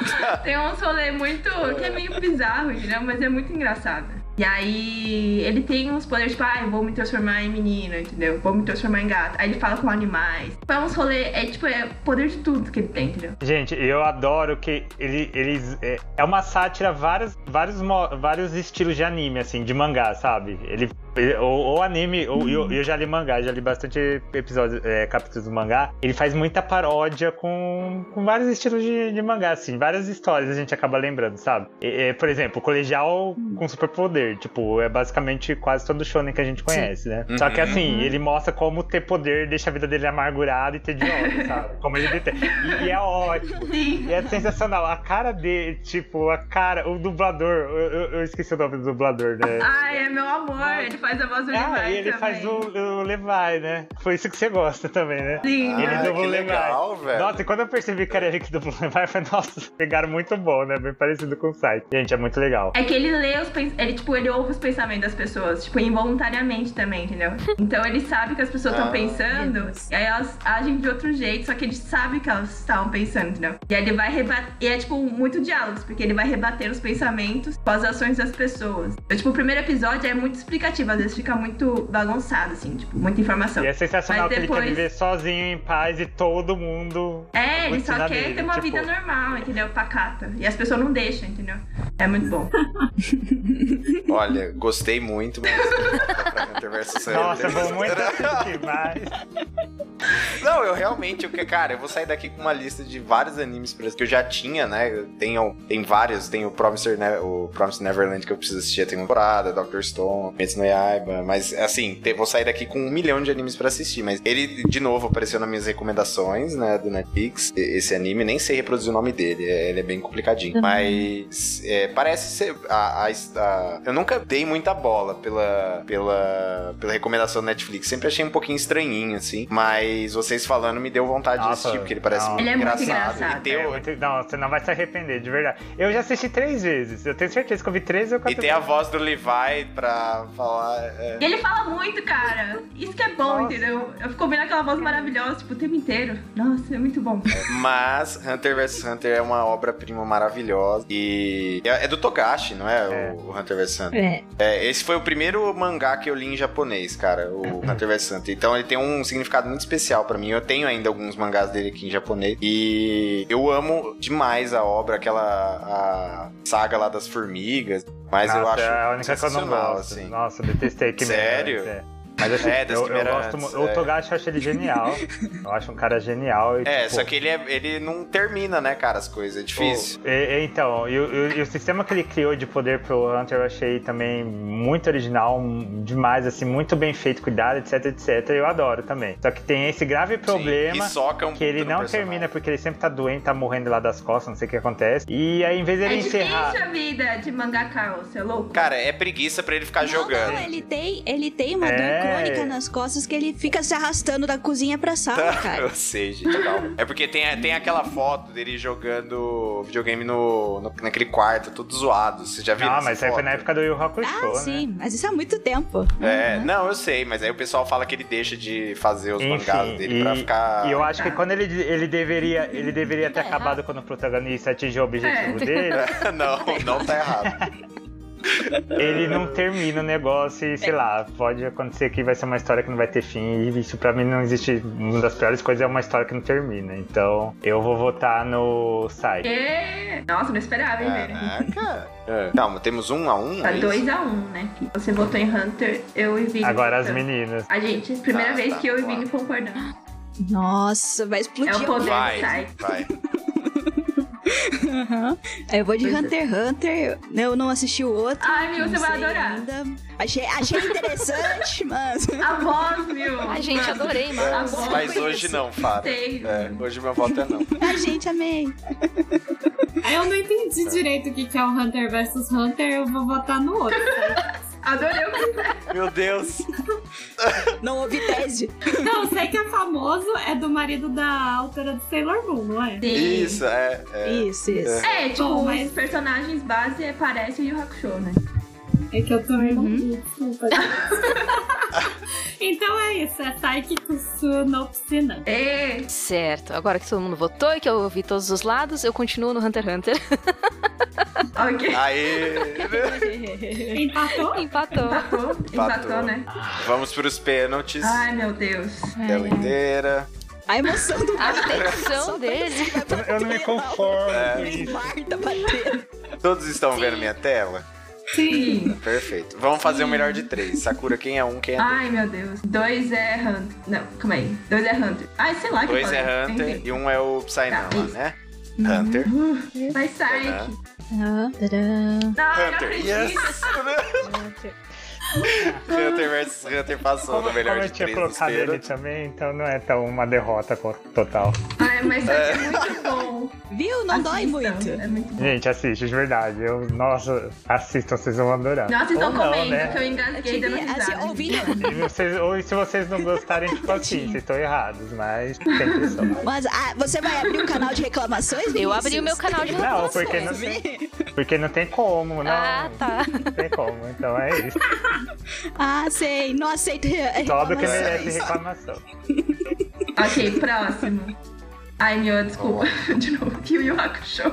tem uns rolê muito. que é meio bizarro, entendeu? Mas é muito engraçado. E aí ele tem uns poderes, tipo, ah, eu vou me transformar em menina, entendeu? Vou me transformar em gato. Aí ele fala com animais. Tipo, É uns rolê, é tipo, é poder de tudo que ele tem, entendeu? Gente, eu adoro que ele, eles. É, é uma sátira, vários, vários, mo- vários estilos de anime, assim, de mangá, sabe? Ele. ele- Ou, ou anime, ou eu, eu já li mangá, já li bastante episódios, é, capítulos do mangá. Ele faz muita paródia com, com vários estilos de, de mangá, assim, várias histórias a gente acaba lembrando, sabe? E- é, por exemplo, o colegial com superpoder, tipo, é basicamente quase todo shonen que a gente conhece, né? Só que assim, ele mostra como ter poder deixa a vida dele amargurada e tediosa, sabe? Como ele detesta. E, e é ótimo. Sim. E é sensacional. A cara dele, tipo, a cara, o dublador, eu, eu- eu esqueci o nome do dublador, né? Ai, é meu amor, ele faz a voz do Ah, Levi e ele também. faz o, o Levi, né? Foi isso que você gosta também, né? Sim. Ele Ah, dublou que o Levi. legal, velho. Nossa, e quando eu percebi que era ele que dublou o Levi, eu falei, nossa, pegaram muito bom, né? Bem parecido com o site. Gente, é muito legal. É que ele lê os pens... ele tipo ele ouve os pensamentos das pessoas, tipo involuntariamente também, entendeu? Então ele sabe que as pessoas estão Ah. Meu pensando, Deus. e aí elas agem de outro jeito, só que ele sabe que elas estavam pensando, entendeu? E aí ele vai rebater, e é tipo muito diálogos, porque ele vai rebater os pensamentos com as ações das pessoas. Então, tipo o primeiro episódio é muito explicativo, às vezes fica muito bagunçado assim, tipo muita informação. E é sensacional Mas que ele quer depois- viver sozinho, em paz, e todo mundo... É, ele só rotina quer dele, ter uma tipo- vida normal, entendeu? Pacata. E as pessoas não deixam, entendeu? É muito bom. Olha, gostei muito, mas. pra um Hunter versus Hunter. Nossa, vou muito assistir mais. Não, eu realmente, eu, que- cara, eu vou sair daqui com uma lista de vários animes pra- que eu já tinha, né? Tem, o- tem vários, tem o Promised, ne o Promised Neverland que eu preciso assistir a temporada, Doctor Stone, Metsu no Yaiba, mas assim, te- vou sair daqui com um milhão de animes pra assistir, mas ele, de novo, apareceu nas minhas recomendações, né, do Netflix, e- esse anime, nem sei reproduzir o nome dele, é- ele é bem complicadinho, Uhum. mas é, parece ser, a- a- a- eu nunca dei muita bola pela, pela, pela recomendação do Netflix, sempre achei um pouquinho estranhinho, assim, mas vocês falando me deu vontade de Nossa, assistir, porque ele parece não. muito Ele é muito engraçado, engraçado. e É tem, o- muito- Não, você não vai se arrepender, de verdade. Eu já assisti três vezes. Eu tenho certeza que eu vi três ou e quatro tem a voz do Levi pra falar... é. E ele fala muito, cara. Isso que é bom, Nossa. entendeu? Eu fico ouvindo aquela voz maravilhosa, tipo, o tempo inteiro. Nossa, é muito bom. Mas Hunter vs Hunter é uma obra-prima maravilhosa. E é É, é do Togashi, não é, É. O, o Hunter vs Hunter? É. É, esse foi o primeiro mangá que eu li em japonês, cara, o Hunter vs Hunter. Então ele tem um significado muito especial pra mim. Eu tenho ainda alguns mangás dele aqui em japonês. E eu amo demais a obra, aquela a saga lá das formigas. Mas eu Nossa, acho. é a única que eu não sensacional, assim. gosto. Nossa, detestei que Sério? merda, é. Mas assim, É, das eu, eu primeiras, gosto mu- é. O Togashi eu acho ele genial. Eu acho um cara genial. E, É, tipo, só que ele, é- ele não termina, né, cara, as coisas. É difícil. o- e- e então, e, o- e o sistema que ele criou de poder pro Hunter eu achei também muito original, um- demais, assim, muito bem feito, cuidado, etc, etc. Eu adoro também. Só que tem esse grave problema. é Sim, e soca um Que ele puta no não personagem. termina porque ele sempre tá doente, tá morrendo lá das costas, não sei o que acontece. E aí, em vez dele É encerrar. difícil a vida de mangaka, ô, seu louco. Cara, é preguiça pra ele ficar Não, jogando. não, [laughs] ele tem, ele tem uma É. dor crônica nas costas que ele fica se arrastando da cozinha pra sala, cara. Tá? [laughs] Eu sei, gente, calma. É porque tem, tem aquela foto dele jogando videogame no, no- naquele quarto, todo zoado. Você já viu? Ah, essa mas isso aí foi foto? na época do Yu Hakusho, Ah, né? sim, mas isso há muito tempo. É, Uhum. não, eu sei, mas aí o pessoal fala que ele deixa de fazer os mangás dele pra ficar. e [laughs] eu acho que quando ele, ele deveria, ele deveria ter Tá acabado quando o protagonista atingiu o objetivo É. dele, não, não tá errado. ele não termina o negócio e, sei lá, pode acontecer que vai ser uma história que não vai ter fim. E isso pra mim não existe. Uma das piores coisas é uma história que não termina. Então eu vou votar no Sai. Porque... Nossa, não esperava, hein, velho? Caraca. Calma, temos um a um? Tá é isso? 2x1, né? Você votou em Hunter, eu e Vini. Agora as votamos. meninas. Ah, A gente, primeira Tá, vez tá, que eu e vamos Vini concordamos. Nossa, vai explodir. É o poder Vai, do site. [laughs] vai. Aham. Aí Eu vou de Hunter x Hunter, né, eu não assisti o Ah, outro. Ai, Mil, é. não Ah, você vai sei adorar. ainda. Achei, achei interessante, [laughs] mas. A voz, Mil. Ai, gente, adorei, tá A mano. voz. Mas hoje assim, não, Fábio. Sei. É, hoje meu voto é não. [laughs] A gente amei. Aí eu não entendi direito o que que é o Hunter vs Hunter, eu vou votar no [laughs] outro. Adorei o que Meu Deus. Não houve [laughs] tese. Não, eu sei que é famoso, é do marido da autora de Sailor Moon, não é? Isso, é. é. Isso, isso. É, tipo, Bom, mas- os personagens base é- parece o Yu Hakusho, né? É que eu também não Uhum. vi, desculpa. gente. [laughs] então é isso, é Saiki Kusu no Piscina. É. Certo, agora que todo mundo votou e que eu ouvi todos os lados, eu continuo no Hunter x Hunter. [laughs] Ok. Ah, Aí. [laughs] Empatou? Empatou. Empatou, empatou, né? Vamos pros pênaltis. Ai, meu Deus. Tela inteira. A emoção [laughs] do A tensão dele. Eu não me conformo. Marta batendo. É, Todos estão vendo minha tela? Sim. Perfeito. Vamos fazer o melhor de três. Sakura, quem é um, quem é dois? Ai, meu Deus. Dois é Hunter. Não, calma aí. Dois é Hunter. Ai, sei lá que Dois eu falei. é Hunter Enfim. e um é o Psynan Tá, lá, isso. né? Hunter. Vai Psyche. Tá. Não, eu não Hunter. acredito. Yes! [laughs] Hunter versus Hunter passou Como, no melhor como eu de tinha três dos colocado ele pênaltis. também, então não é tão uma derrota co- total. Ai, mas é, muito bom. Viu? Não dói Assistam, muito. É muito bom. Gente, assiste, de verdade. Eu, nossa, assistam, vocês vão adorar. Nossa, vocês Ou estão comendo, né? que eu Eu engasguei dando tive, assim, risada. ouvindo. E vocês- ou se vocês não gostarem, tipo assim, vocês estão errados, mas tem que só. Mas ah, você vai abrir um canal de reclamações? Eu Vinícius? abri o meu canal de Não, porque não, reclamações. porque não tem como, não. Ah, tá. Não tem como, então é isso. Ah, sei. Não aceito re Só do que é merece reclamações. reclamação. Ok, próximo. Ai, meu, desculpa. [laughs] De novo, Yu Yu Hakusho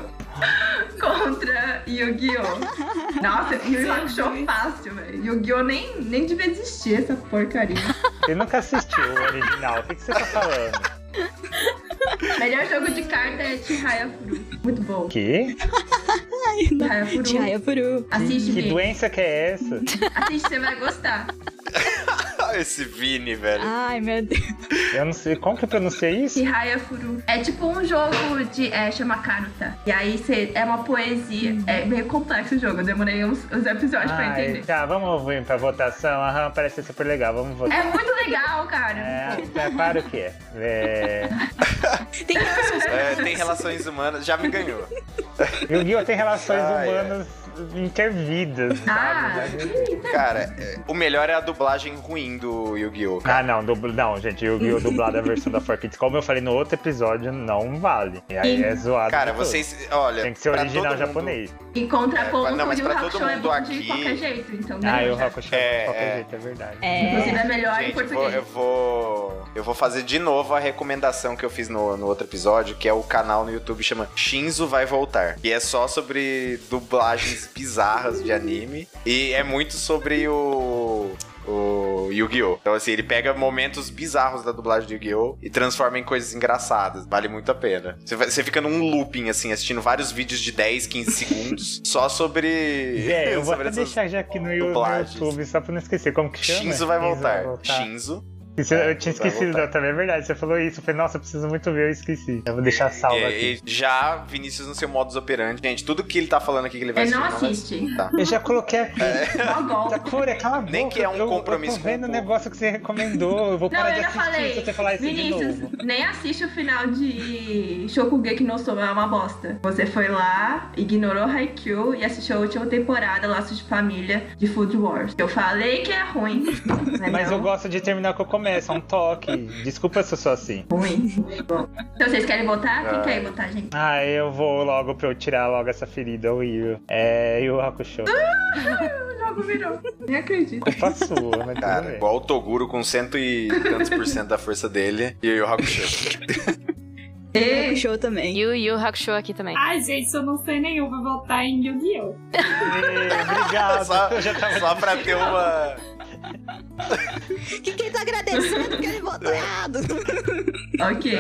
[laughs] contra Yu-Gi-Oh! Nossa, Yu Yu Hakusho fácil, velho. Yu-Gi-Oh! Nem, nem devia existir essa porcaria. Você nunca assistiu o original, o que, que você tá falando? Melhor jogo de carta é Chihaya Furu. Muito bom. Que? Chihaya Furu. Jaya Puru. Assiste, Que Vini. doença que é essa? Assiste, você vai gostar. Ah, [laughs] Esse Vini, velho. Ai, meu Deus. Eu não sei, como que eu pronunciei isso? Chihaya Furu. É tipo um jogo de. É, chama Karuta. E aí cê, é uma poesia. É meio complexo o jogo. Eu demorei uns, uns episódios pra Ah, é. Ai, entender. tá, vamos vir pra votação. Aham, parece super legal, vamos votar. É muito legal, cara. É, é claro que é. é. Tem relações É, tem relações humanas. Já me ganhou. Yu-Gi-Oh! tem relações Ah, é. humanas intervidas, tá, Ah, sabe? Cara, é, o melhor é a dublagem ruim do Yu-Gi-Oh! cara. Ah, não, dubl... não, gente, Yu-Gi-Oh! dublado a versão da Four Kids, como eu falei no outro episódio, não vale. E aí é zoado. Cara, de tudo. vocês. Olha. Tem que ser pra original todo mundo- japonês. e contraponto, É, não, mas e o pra Hakusho todo é mundo bom aqui- de qualquer jeito, então Ah, e o né? Hakusho É, de qualquer é. jeito, é verdade. É. Inclusive é melhor em Gente, eu vou, português. eu vou. eu vou fazer de novo a recomendação que eu fiz no, no outro episódio, que é o canal no YouTube chama Shinzo Vai Voltar. E é só sobre dublagens [laughs] bizarras de anime. E é muito sobre o. O Yu-Gi-Oh! Então, assim, ele pega momentos bizarros da dublagem do Yu-Gi-Oh! e transforma em coisas engraçadas. Vale muito a pena. Você vai- Você fica num looping, assim, assistindo vários vídeos de 10, 15 [laughs] segundos só sobre. É, eu vou sobre até essas deixar já aqui no, Yu- no dublagens. YouTube, só pra não esquecer. Como que chama? Shinzo vai voltar. Shinzo Isso, eu tinha Vai esquecido, voltar. também é verdade. Você falou isso. Eu falei, nossa, eu preciso muito ver, eu esqueci. Eu vou deixar salvo aqui. É, E- e já Vinícius no seu modus operandi, gente, tudo que ele tá falando aqui que ele vai Ele É não assistir, vai assiste. assistir, tá? Eu já coloquei aqui. Só golpe. Sakura, cala a boca. É. Nem que é um eu- compromisso Eu tô vendo com o o negócio que você recomendou. Eu vou Não, parar de eu já assistir se falei. você falar isso de Vinícius, novo. nem assiste o final de Shokugeki no Soma, é uma bosta. Você foi lá, ignorou Haikyuu e assistiu a última temporada, Laços de Família, de Food Wars. Eu falei que é [laughs] ruim. Mas, Mas não, eu gosto de terminar que eu começo, é um toque. Desculpa se eu sou assim. ruim. Bom, então vocês querem votar? Quem quer ir votar, gente? Ah, eu vou logo pra eu tirar logo essa ferida, o Yu. É, e o Hakusho. O jogo virou. Nem [laughs] acredito. [laughs] Culpa sua, mas tudo Cara, bem. igual o Toguro com cento e tantos por cento da força dele e o Hakusho. O show também. E o Yu Hakusho aqui também. Ah, Ai, gente, se eu não sei nenhum, vou voltar em Yu-Gi-Oh! Ei, Obrigado. só, eu já tava só pra ter uma. Que quem tá agradecendo que ele votou errado. [laughs] Ok.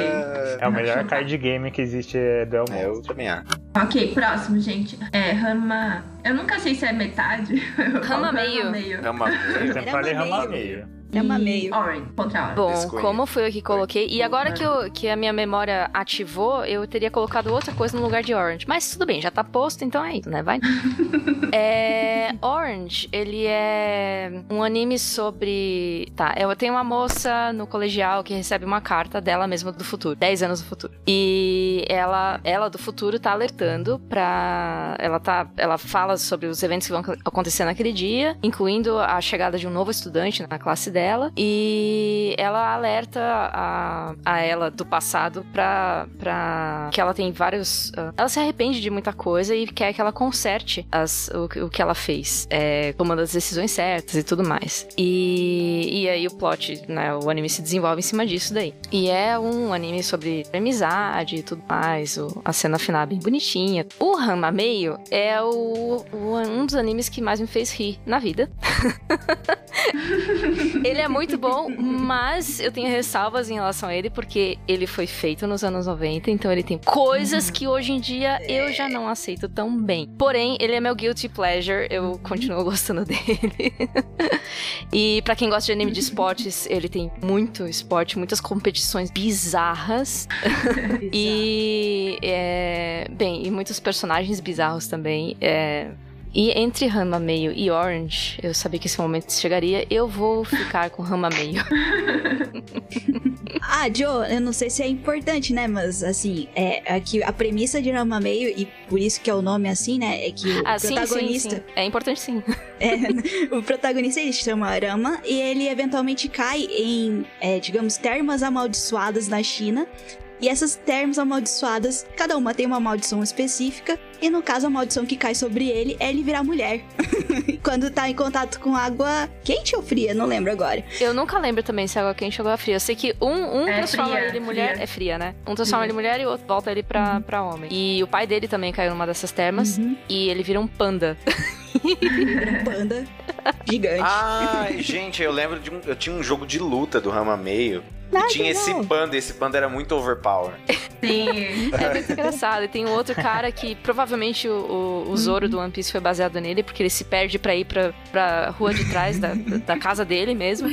É o melhor card game que existe é Duel É, eu Monsters. também acho. Ok, próximo, gente. É, Rama. Eu nunca sei se é metade. [laughs] Eu falo Rama meio. meio. É uma. Eu Era sempre falei uma Ramameio. É uma E- meio. Orange, contra Orange. Bom, Desconheço. como foi eu que coloquei, e agora que, eu- que a minha memória ativou, eu teria colocado outra coisa no lugar de Orange. Mas tudo bem, já tá posto, então é isso, né? Vai. É, Orange, ele é um anime sobre. Tá, eu tenho uma moça no colegial que recebe uma carta dela mesma do futuro, 10 anos do futuro. E ela, ela do futuro tá alertando pra. Ela, tá, ela fala sobre os eventos que vão acontecer naquele dia, incluindo a chegada de um novo estudante na classe dela. E ela alerta a, a ela do passado pra, pra. que ela tem vários. ah, ela se arrepende de muita coisa e quer que ela conserte as, o, que- o que ela fez, é, tomando as decisões certas e tudo mais. E, e aí o plot, né, o anime se desenvolve em cima disso daí. E é um anime sobre amizade e tudo mais, o- a cena final é bem bonitinha. O Ranma Meio é o- o, um dos animes que mais me fez rir na vida. Ele é muito bom, mas eu tenho ressalvas em relação a ele, porque ele foi feito nos anos 90, então ele tem coisas que hoje em dia eu já não aceito tão bem. Porém, ele é meu guilty pleasure, eu continuo gostando [laughs] dele. e pra quem gosta de anime de esportes, ele tem muito esporte, muitas competições bizarras. E. é, bem, e muitos personagens bizarros também. é. e entre Rama Meio e Orange, eu sabia que esse momento chegaria, eu vou ficar com Rama [laughs] Meio. Ah, Joe, eu não sei se é importante, né? Mas assim, é, é que a premissa de Rama Meio, e por isso que é o nome assim, né? É que o Ah, sim, sim, protagonista. sim. É importante sim. É, o protagonista ele se chama Rama e ele eventualmente cai em, é, digamos, termas amaldiçoadas na China. E essas termas amaldiçoadas, cada uma tem uma maldição específica. E no caso, a maldição que cai sobre ele é ele virar mulher. [laughs] Quando tá em contato com água quente ou fria, não lembro [laughs] agora. Eu nunca lembro também se é água quente ou água fria. Eu sei que um, um É transforma fria, ele em mulher. fria. Uhum. É fria, né? Um transforma ele em mulher e o outro volta ele pra, pra homem. E o pai dele também caiu numa dessas termas. Uhum. E ele vira um panda. [laughs] Um panda gigante. Ah, Ai, gente, eu lembro de um. Eu tinha um jogo de luta do Rama Meio. E tinha esse panda, esse panda era muito overpower. Sim. É muito engraçado. E tem um outro cara que provavelmente o, Uhum. o, o Zoro do One Piece foi baseado nele, porque ele se perde pra ir pra, pra rua de trás da, da casa dele mesmo.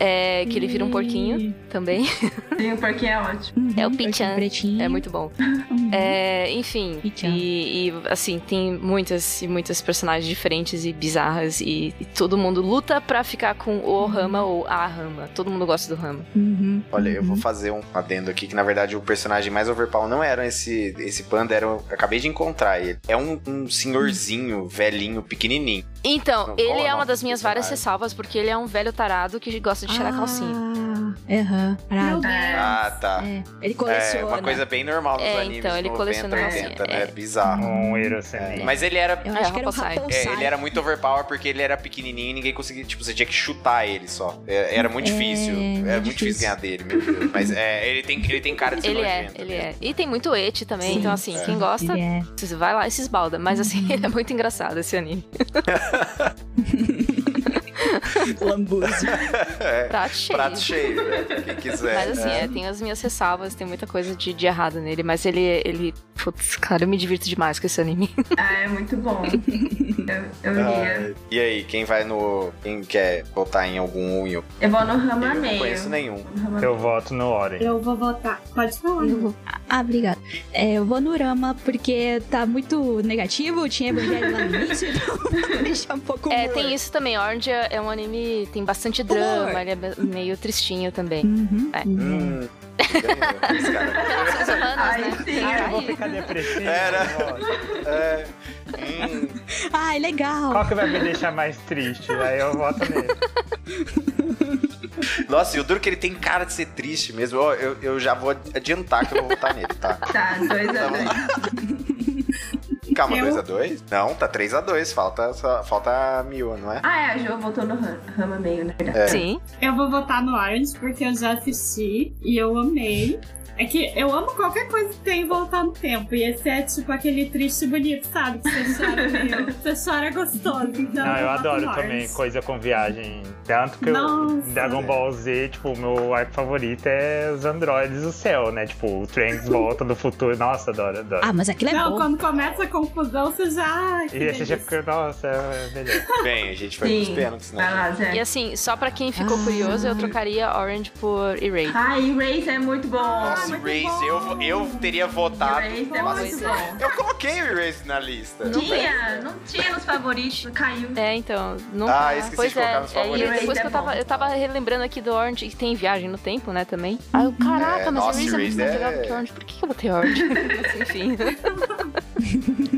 É, que ele vira um porquinho também. Sim, porque é ótimo. É o Pichan. Uhum. Pretinho. [laughs] É muito bom. Uhum. É, enfim, E tchau. e, e, assim, tem muitas e muitas personagens diferentes e bizarras e, e todo mundo luta pra ficar com o Rama ou a Rama. Todo mundo gosta do Rama. Uhum. Olha, eu vou Uhum. fazer um adendo aqui, que na verdade o personagem mais overpower não era esse, esse panda, era, o- eu acabei de encontrar ele. É um, um senhorzinho, velhinho, pequenininho. Então, Não, qual ele é o é uma nome das do minhas várias personagem? ressalvas porque ele é um velho tarado que gosta de tirar calcinha. Ah, aham. Meu Pra- Deus. Ah, tá. é, Ele É, coleciona. uma coisa bem normal nos É, animes então, ele 90, coleciona 80, assim, né? é. Bizarro. Um Erosemi. Mas ele era. Eu É, acho que era Hum, um Raposai. rapão é, sai. ele era muito overpower porque ele era pequenininho e ninguém conseguia. Tipo, você tinha que chutar ele só. É, era muito É, difícil. Era muito difícil difícil. ganhar dele, meu Deus. Mas é, ele, tem, ele tem cara de ser Ele é, nojento né? ele mesmo. é. E tem muito ete também, Sim, então assim, sim, quem gosta, ele é. Uhum. você vai lá e se esbalda. Mas assim, [laughs] ele é muito engraçado esse anime. Lambuza. [laughs] É, Prato Tá cheio. Prato cheio, né? Pra [laughs] Quem quiser. Mas assim, é, tem as minhas ressalvas, tem muita coisa de, de errado nele, mas ele, ele. Putz, cara, eu me divirto demais com esse anime. Ah, é muito bom. Eu, eu iria. Ah, e aí, quem vai no. Quem quer votar em algum unho? Eu vou no Eu Rama não Meio. conheço nenhum. No Rama Eu voto no Oren. Eu vou votar. Pode falar. [laughs] Ah, obrigada. É, eu vou no Rama porque tá muito negativo, tinha evangelho lá no início, então [laughs] vou deixar um pouco [laughs] É, humor. tem isso também. Orange é um anime, tem bastante drama, ele é be- meio tristinho também. Uhum. É. Uhum. Hum. ganhou esse cara. [laughs] Relações Ai, humanas, sim. né? Ah, eu vou ficar depressivo. Era. eu voto. É. Hum. Ai, legal. Qual que vai me deixar mais triste? Aí eu voto nele. Nossa, e o duro que ele tem cara de ser triste mesmo. Ó, Eu, eu já vou adiantar que eu vou votar nele, tá? Tá, dois a dois. Calma, Eu? 2x2? Não, tá 3x2. Falta, só- falta a Miu, não [laughs] é? Ah, é, a Jo voltou no Ra- Rama Meio, né? na verdade. Sim. Eu vou votar no Orange porque eu já assisti e eu amei. É que eu amo qualquer coisa que tem voltar no tempo. E esse é tipo aquele triste bonito, sabe? Que você chora [laughs] meio. Você chora gostoso. Não, Então vou Ah, eu votar no adoro Orange. também coisa com viagem. Tanto que eu, Nossa. Dragon Ball Z, tipo, o meu arco favorito é os androides do céu, né? Tipo, o Trunks volta do futuro. Nossa, adoro, adoro. Ah, mas aquilo é Não, bom. quando começa a confusão, você já. Ai, que e esse já delícia. fica, nossa, é melhor. Bem, a gente foi pros Sim. pênaltis, Vai né? lá, Zé. E assim, só pra quem ficou Ah. curioso, eu trocaria Orange por Erase. Ai, Race é muito bom. Nossa, muito Race, bom. eu, vou- eu teria votado. Race é Nossa, muito bom. Eu coloquei o Race na lista. Não Tinha, não tinha nos favoritos, caiu. É, então, não. Ah, esqueci pois de colocar é, nos é, e favoritos. depois que eu tava, eu tava relembrando aqui do Orange, que tem viagem no tempo, né, também. Aí eu, caraca, É, mas nossa, Erase é muito mais Erase legal é- que Orange. Por que que eu botei [laughs] Orange? Mas, Enfim. [laughs]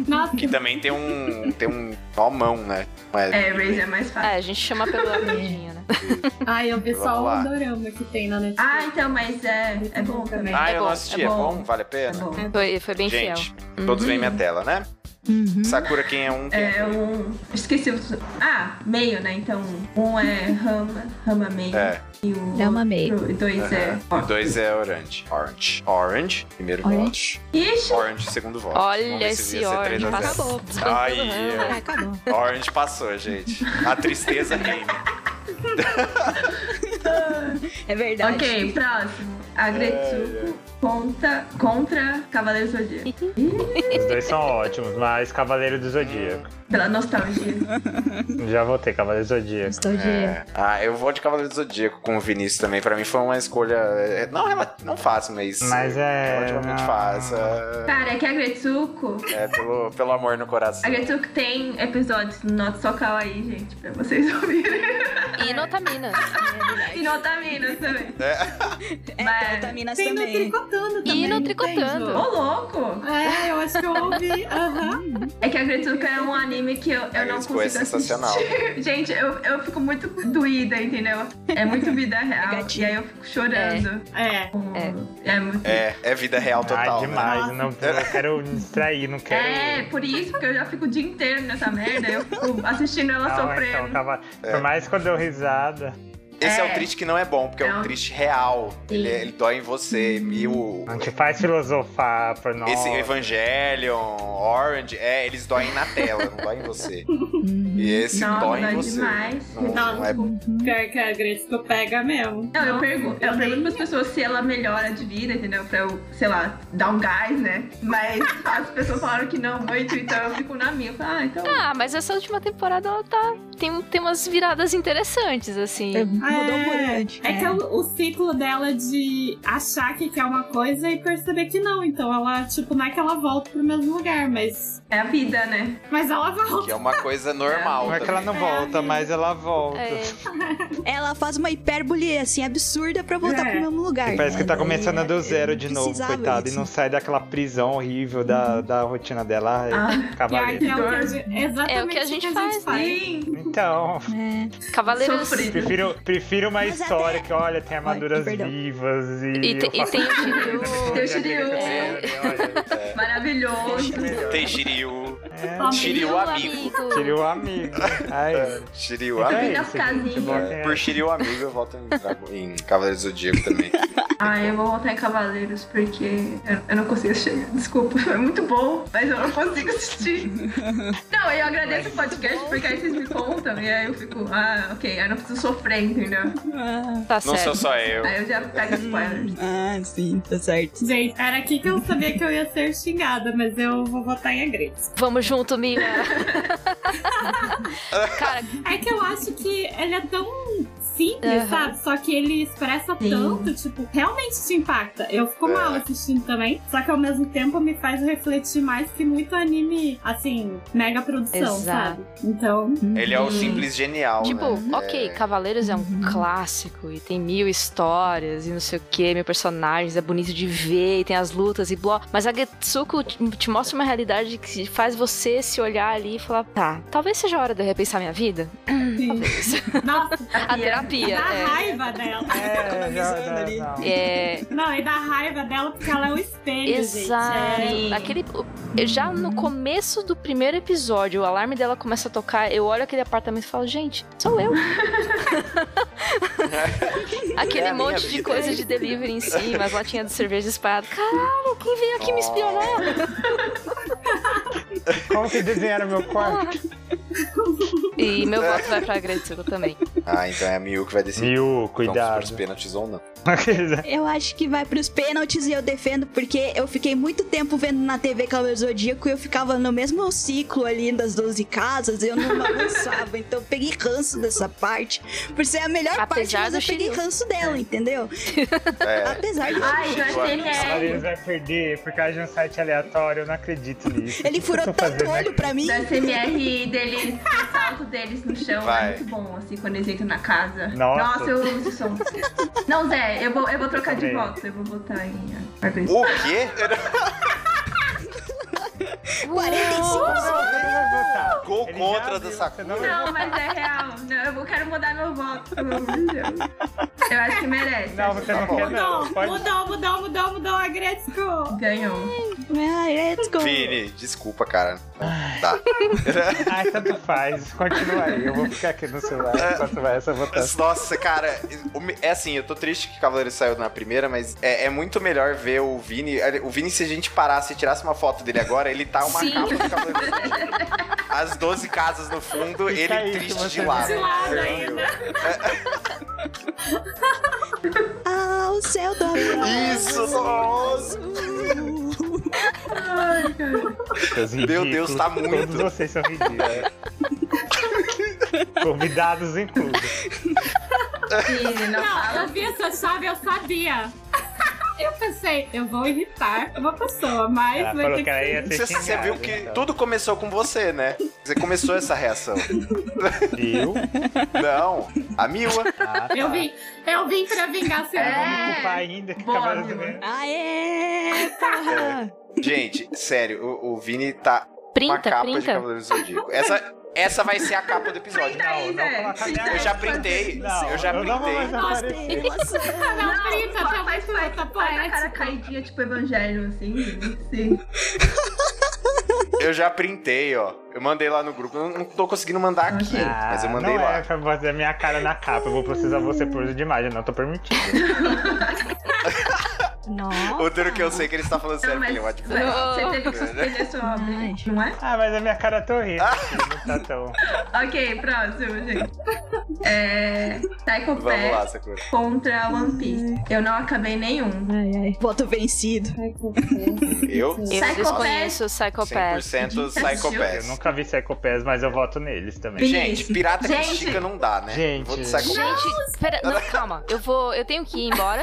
Nossa, Que também tem um. tem um ó mão, né? Mas, É, Race é mais fácil. É, a gente chama pelo apelidinho, né? ai, eu vi só Vamos lá. o dorama que tem na Netflix. Ah, então, mas é, é bom também. Ah, É eu bom, não assisti. é É bom. bom? Vale a É pena? bom. Foi, foi bem fiel. Gente, todos veem minha tela, né? Uhum. Sakura, quem é um? Quem É um. um. Esqueci o. Ah, meio, né? Então, um é Rama, Rama meio. É, E o. Rama meio. outro- E dois é. e dois é Orange. Orange. Orange, primeiro voto. Orange. Ixi, Orange, segundo voto. Vamos Olha ver se esse ia ser Orange. 3 a 0. Passou. Ai, Ah, acabou. Orange passou, gente. A tristeza reina. É verdade. ok, próximo. Agretsuko conta, contra Cavaleiro Zodíaco. Os dois são ótimos, mas Cavaleiro do Zodíaco. Pela nostalgia. Já votei, Cavaleiro do Zodíaco. Estou de... É. Ah, eu vou de Cavaleiro do Zodíaco com o Vinícius também. Pra mim foi uma escolha. é, Não, rela- não fácil, mas. Mas é- Relativamente fácil. É, Cara, é que a Gretsuko. é pelo, pelo amor no coração. A [laughs] Gretsuko tem episódios no Not Socal aí, gente, pra vocês [laughs] ouvirem. E Notamina. E no Otaminas também. É, Mas- Taminas tem no também. Tricotando também. no não tem, Tricotando. Ô, Jô? louco! É, eu acho que eu [laughs] ouvi. Aham. É que a Gretsuko é um anime que eu, eu não Gretsuko consigo é assistir. sensacional. [laughs] Gente, eu, eu fico muito doída, entendeu? É muito vida real. gatilho. e aí eu fico chorando. É. É, muito... é. É, é vida real total. Ai, né? Ah, demais. Não, eu quero me distrair, não quero. É, por isso que eu já fico o dia inteiro nessa merda. Eu fico assistindo ela Não, tá sofrendo. então, cava... É. Por mais que eu dou risada. Esse é. É. o triste que não é bom, porque é Não. um triste real. Ele, é, ele dói em você. E o. Não te faz filosofar por nós. Esse Evangelion, Orange, é, eles doem na tela, não doem em você. E esse Nossa, dói dói em você. demais. Não, não é- Pior que a Gretchen pega mesmo. Não, eu pergunto, eu pergunto pras pessoas se ela melhora de vida, entendeu? Pra eu, sei lá, dar um gás, né? Mas as pessoas falaram que não muito, então eu fico na minha. Eu falo, ah, então. Ah, mas essa última temporada ela tá. Tem, tem umas viradas interessantes, assim. É, mudou É, bastante. É que é o, o ciclo dela de achar que quer uma coisa e perceber que não. Então ela, tipo, não é que ela volta pro mesmo lugar, mas. É a vida, né? Mas ela volta. Que é uma coisa normal. Não é que ela não também. volta, mas ela volta. É, Ela faz uma hipérbole assim absurda pra voltar É. pro mesmo lugar. E parece que tá Mano, começando é- do zero de eu novo, precisava coitado. E disso. Uhum. não sai daquela prisão horrível da, da rotina dela. Ai, Ah, Pior cavaleiro. que é o que a gente- exatamente É o que a gente faz, sim. Então, É. Cavaleiros. Sofrido. prefiro, prefiro uma Mas história até- que, olha, tem armaduras perdão. vivas e. E, te- eu e tem o Shiryu. Tem o Shiryu. É, [laughs] Maravilhoso. Tem Shiryu. É, Shiryu amigo. Tire o um amigo. Ai, Shiryu é amigo. das isso, gente, casinhas. bom, É, é. Por Shiryu amigo, eu volto em, Drago- em Cavaleiros do Zodíaco também. Ah, eu vou voltar em Cavaleiros porque eu, eu não consigo chegar. Desculpa, é muito bom, mas eu não consigo assistir. Não, eu agradeço o podcast porque aí vocês me contam e aí eu fico, ah, ok, aí eu não preciso sofrer, entendeu? Tá Não sou certo. só eu. Aí eu já pego spoilers. Ah, sim, tá certo. Gente, era aqui que eu sabia que eu ia ser xingada, mas eu vou votar em a Gretchen. Vamos junto, Mia. Cara, É que eu acho que ele é tão simples, Aham. sabe? Só que ele expressa Sim. tanto, tipo, realmente te impacta. Eu fico É. mal assistindo também, só que ao mesmo tempo me faz refletir mais que muito anime, assim, mega produção, Exato. sabe? Então, Ele é o simples genial. Tipo, né? ok, É, Cavaleiros é um clássico e tem mil histórias e não sei o que, mil personagens, é bonito de ver e tem as lutas e blá. Mas a Getsuko te te mostra uma realidade que faz você se olhar ali e falar: tá, talvez seja a hora de eu repensar minha vida. [laughs] assim, nossa, A [laughs] terapia. dá é. raiva dela. É, já, já, Tá ali. não. É, Não, e dá raiva dela porque ela é um espelho, exato. gente. Sim. Aquele, eu já no começo do primeiro episódio, o alarme dela começa a tocar, eu olho aquele apartamento e falo, gente, [laughs] sou eu. aquele É a minha monte de vida. coisa de delivery em cima, as latinhas de cerveja espalhadas. Caralho, quem veio aqui me espionar? É. Como que desenharam meu [laughs] quarto? E meu voto vai pra Gretsuko também. Ah, então é a Miyu que vai decidir. Miu, Vamos cuidado. pros pênaltis ou não. [laughs] Eu acho que vai pros pênaltis e eu defendo porque eu fiquei muito tempo vendo na TV Cavaleiro Zodíaco e eu ficava no mesmo ciclo ali das 12 casas e eu não avançava. então eu peguei ranço dessa parte. Por ser a melhor parte, Apesar mas do eu peguei Shiryu. ranço dela, entendeu? É. Apesar de... Ai, eu achei ele é. Cavaleiros vai perder por causa de um site aleatório, eu não acredito nisso. Ele furou Eu tô tanto fazendo olho pra mim. Do SMR deles, o salto deles no chão Vai. é muito bom, assim, quando eles entram na casa. Nossa. eu amo esse som. Não, Zé, eu vou, eu vou trocar de Também. voto, eu vou votar em. ah, Margaret. O quê? 45 Não, você não vai votar. Gol Ele já contra viu, da você Sakura. não vai Não, mas é real. Não, eu vou, quero mudar meu voto, pelo amor de Deus. Eu acho que merece. Não, você não Tá bom. quer não. Mudou, Pode... mudou, mudou, mudou, mudou a Gretzko. Ganhou. Ai, let's go. Vini, desculpa, cara. Não dá. Ai, tanto Ah, faz. Continua aí. Eu vou ficar aqui no celular É. enquanto vai essa votação. Nossa, cara, o me- é assim, eu tô triste que o Cavaleiro saiu na primeira, mas é, é muito melhor ver o Vini. é, O Vini, se a gente parasse e tirasse uma foto dele agora, ele tá uma Sim. capa do Cavaleiro. As 12 casas no fundo, Fica ele aí que triste você de vê. lado. De lado Entendeu? Ah, o céu do amor. Isso, nossa! Seus Meu Deus, ridículos. tá muito. Todos vocês são ridículos. Convidados inclusos. Sim, não Não, eu fala. vi essa chave, eu sabia. Eu pensei, eu vou irritar uma pessoa, mas Ela vai Ah, falou ter que ela ia que. Você, ser você xingada, viu que então. tudo começou com você, né? Você começou essa reação. Viu? Não, a Mila. Ah, tá. Eu vim, eu vim pra vingar seu É. Vou nome. me culpar ainda que Boa, Cavaleiros Mila. do- Aê, porra. Gente, sério, o, o Vini tá uma Printa, capa de printa. Cavaleiros do Zodíaco. Essa, essa vai ser a capa do episódio. Printa aí, Não, não Zé. coloca Printa nada. Eu já aí, printei. Não, eu já não vou mais printei. aparecer. Gostei, nossa. Não, Não, Brita, tá faz, muito faz, faz tá a cara poético. caidinha, tipo evangelho, assim. Sim. Eu já printei, ó. Eu mandei lá no grupo. Eu não tô conseguindo mandar aqui, Ah, mas eu mandei não lá. É pra fazer a minha cara na capa. Eu vou precisar você por uso de imagem, não tô permitindo. Nossa. Útero que eu sei é que ele está falando sério, porque mas ele vai te mas falar. Não. você teve que suspender sua Ai. obra, não é? Ah, mas a minha cara tá horrível. Ah. Não tá tão. Ok, próximo, gente. É, Psycho Vamos lá, Pass Sakura. contra One Piece. Eu não acabei nenhum. Ai, ai. Voto vencido. Eu? Eu Psycho desconheço o Psychopath. 100% Eu Psychopass. nunca vi Psycho Pass, mas eu voto neles também. Gente, pirata que Gente. estica não dá, né? Gente. Vou de Psychopass. Gente, pera, não, calma. Eu vou, eu tenho que ir embora.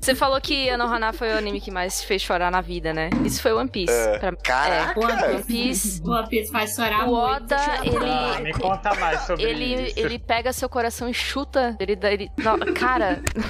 Você falou que Anohana foi o anime que mais te fez chorar na vida, né? Isso foi One Piece. pra- Caraca! É, One Piece. One Piece faz chorar O Oda, Ah, me ele, conta mais sobre ele, isso. ele pega seu coração e chuta. Ele, dá- ele não, cara. [laughs]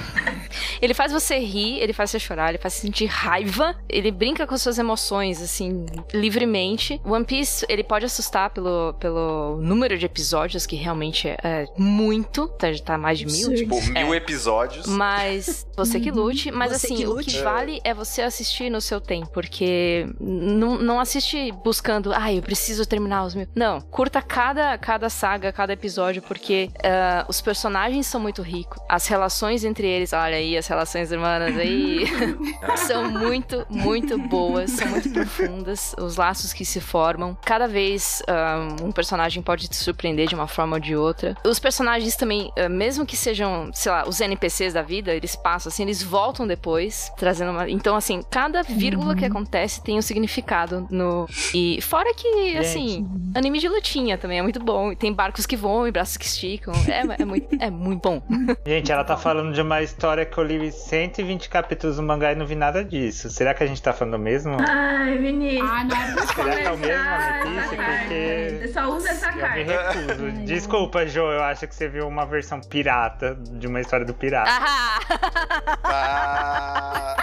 Ele faz você rir, ele faz você chorar, ele faz você sentir raiva, ele brinca com suas emoções, assim, livremente. One Piece, ele pode assustar pelo, pelo número de episódios, que realmente é, é muito, tá, tá mais de mil, Absurdo. Tipo, mil episódios. mas você que lute. Mas Você assim, que o lute. que vale é você assistir no seu tempo. Porque não, não assiste buscando, ai, eu preciso terminar os meus. Não, curta cada, cada saga, cada episódio, porque ah, os personagens são muito ricos. As relações entre eles, olha aí, as relações irmãs aí. [laughs] são muito, muito boas, são muito profundas. Os laços que se formam. Cada vez ah, um personagem pode te surpreender de uma forma ou de outra. Os personagens também, ah, mesmo que sejam, sei lá, os NPCs da vida, eles passam assim, eles voltam depois, trazendo uma. Então, assim, cada vírgula que acontece tem um significado no. E fora que, assim, anime de lutinha também é muito bom. E tem barcos que voam e braços que esticam. É, é muito, é muito bom. Gente, ela tá falando de uma história que eu li 120 capítulos do mangá e não vi nada disso. Será que a gente tá falando do mesmo? Ai, Vinícius. Ah, não é Será que é o mesmo One começar Piece? essa carta. Você Porque. só usa essa Eu me carta. recuso. Desculpa, Jo, eu acho que você viu uma versão pirata de uma história do pirata. Ah, [laughs] Ah,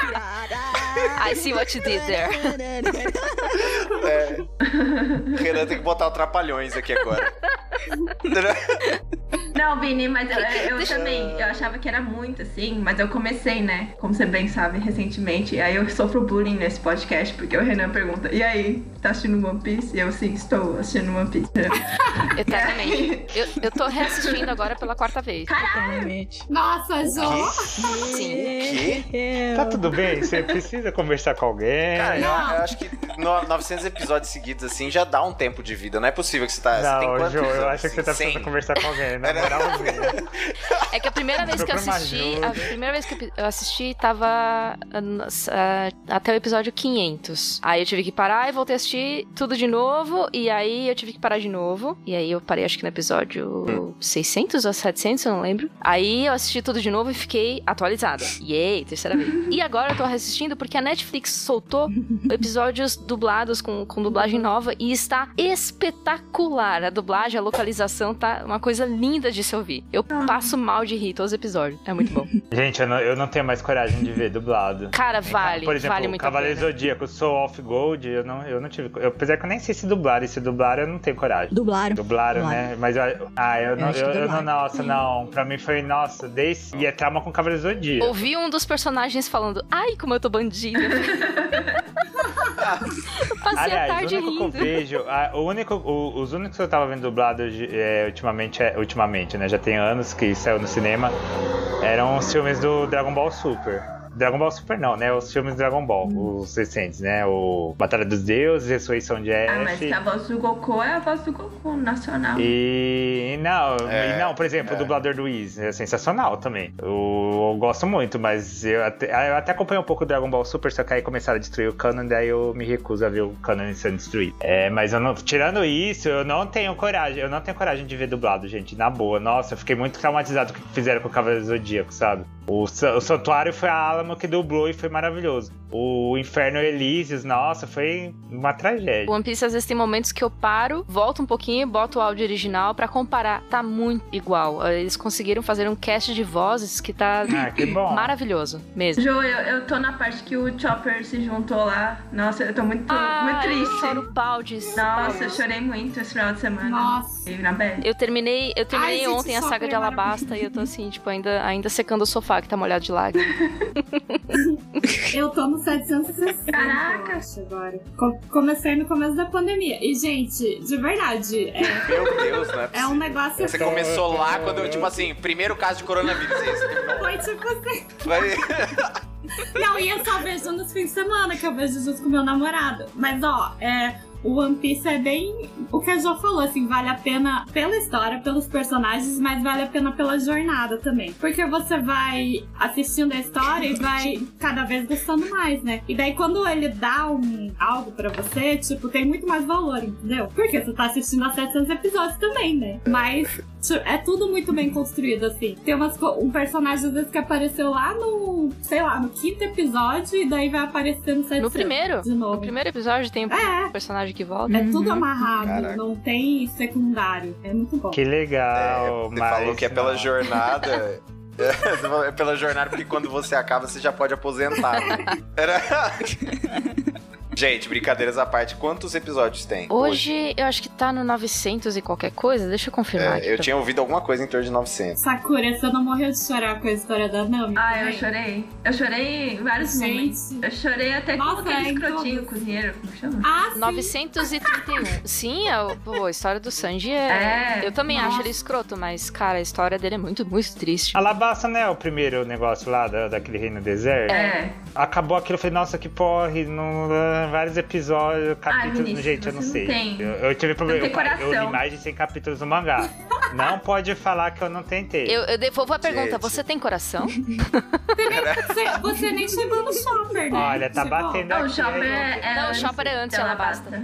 I see what you did there. é. Renan tem que botar o Trapalhões aqui agora. Não, Vini, mas eu, É eu Deixa- também. Eu achava que era muito assim, mas eu comecei, né? Como você bem sabe, recentemente. E aí eu sofro bullying nesse podcast, porque o Renan pergunta: E aí, tá assistindo One Piece? E eu sim, estou assistindo One Piece. É, Eternamente. Eu, eu tô reassistindo agora pela quarta vez. Realmente. Nossa, Jo! Sim. Ah. Tá tudo bem? Você precisa conversar com alguém. Cara, eu, Não. eu acho que no- 900 episódios seguidos, assim, já dá um tempo de vida. Não é possível que você tá... você tem não, quantos Jo, eu anos, acho que você assim? tá precisando 100? conversar com alguém. Na [laughs] moralzinha. É que a primeira vez que eu Programa assisti, ajuda. a primeira vez que eu assisti tava ah, nossa, ah, até o episódio 500. Aí eu tive que parar e voltei a assistir tudo de novo e aí eu tive que parar de novo. E aí eu parei acho que no episódio 600 ou 700, eu não lembro. Aí eu assisti tudo de novo e fiquei atualizada. Yay, terceira vez. E agora eu tô reassistindo porque a Netflix soltou episódios dublados com, com dublagem nova e está espetacular. A dublagem, a localização tá uma coisa linda de se ouvir. Eu passo mal de rir todos os episódios. É [laughs] muito bom. Gente, eu não, eu não tenho mais coragem de ver dublado. Cara, vale. Por exemplo, vale muito Cavaleiro a pena. Zodíaco, Soul of Gold, eu não, eu não tive. Eu, apesar que eu nem sei se dublaram, e se dublaram eu não tenho coragem. Dublaram. Dublaram, Dublaram. né? Mas eu. Ah, eu não. acho Eu, que eu não dublaram. nossa, não. Pra mim foi, nossa, desse. E é trauma com Cavaleiro Zodíaco. Ouvi um dos personagens falando, ai, como eu tô bandida. eu passei é a Aliás, tarde o único que eu rindo. vejo, a- o único, o- os únicos que eu tava vendo dublado de- é, ultimamente, é- ultimamente, né? Já tem anos que saiu no cinema, eram os filmes do Dragon Ball Super. Dragon Ball Super não, né? Os filmes do Dragon Ball, Hum. os recentes, né? O Batalha dos Deuses, Ressurreição de Ah, mas Ash. que a voz do Goku é a voz do Goku nacional. E não, É, e não, por exemplo, o dublador do Whis é sensacional também. Eu, eu gosto muito, mas eu até, eu até acompanho um pouco o Dragon Ball Super, só que aí começaram a destruir o canon, daí eu me recuso a ver o canon sendo destruído. É, mas eu não, tirando isso, eu não tenho coragem, eu não tenho coragem de ver dublado, gente, na boa. Nossa, eu fiquei muito traumatizado com o que fizeram com o Cavaleiro Zodíaco, sabe? O, Sa- o Santuário foi a Alamo que dublou e foi maravilhoso. O Inferno Elíseos, nossa, foi uma tragédia. One Piece às vezes tem momentos que eu paro, volto um pouquinho e boto o áudio original pra comparar. Tá muito igual. Eles conseguiram fazer um cast de vozes que tá Ah, que bom. maravilhoso mesmo. Jo, eu, eu tô na parte que o Chopper se juntou lá. Nossa, eu tô muito, muito Ah, Eu triste. choro baldes. Nossa, eu chorei muito esse final de semana. Nossa. E na bad. Eu terminei, eu terminei Ai, gente, ontem a só saga de foi maravilhoso. Alabasta e eu tô assim, tipo, ainda, ainda secando o sofá que tá molhado de lágrimas. Eu tô no 760 Caraca. eu acho, agora. Co- comecei no começo da pandemia. E, gente, de verdade, é, Meu Deus, né? é um negócio. Você começou lá quando, tipo assim, primeiro caso de coronavírus. é esse. Foi tipo assim. Vai- Não, e eu só vejo nos fins de semana, que eu vejo junto com meu namorado. Mas, ó, é. O One Piece é bem o que a Jo falou, assim, vale a pena pela história, pelos personagens, mas vale a pena pela jornada também. Porque você vai assistindo a história e vai cada vez gostando mais, né? E daí quando ele dá um algo pra você, tipo, tem muito mais valor, entendeu? Porque você tá assistindo a 700 episódios também, né? Mas Tipo, É tudo muito bem construído, assim. Tem umas, co- um personagem, às vezes, que apareceu lá no, sei lá, no quinto episódio e daí vai aparecendo no No primeiro? De novo. No primeiro episódio tem um É, personagem que volta. é tudo Uhum. amarrado, Caraca. não tem secundário. É muito bom. Que É, legal, você mas falou que é pela não. jornada. É, você falou, é pela jornada, porque quando você acaba, você já pode aposentar. né? Era- Gente, brincadeiras à parte, quantos episódios tem? Hoje eu acho que tá no 900 e qualquer coisa, deixa eu É, confirmar. aqui eu pra- tinha ouvido alguma coisa em torno de 900. Sakura, você não morreu de chorar com a história da Nami? Ah, eu também? chorei. Eu chorei em vários momentos. Gente. Eu chorei até com Nossa, aquele é em escrotinho, todos. cozinheiro, como chama? Ah, sim. 931. Sim, a, pô, a história do Sanji É, é. eu também nossa. acho ele escroto, mas, cara, a história dele é muito, muito triste. Alabasta, né? O primeiro negócio lá da, daquele reino deserto. É. Acabou aquilo, eu falei, nossa, que porra. Não, vários episódios, capítulos. Vinícius, gente, eu não você sei. não tem. Eu, eu tive problema. Não tem eu- Eu, coração. li mais de 100 capítulos no [laughs] mangá. não pode falar que eu não tentei. Eu, eu devolvo a pergunta: Gente. você [laughs] tem coração? Você, [laughs] você nem chegou no shopper, né? Olha, tá Chegou. batendo Não, o aqui. Chopper aí, é, é Não, o Chopper é antes, da ela basta. É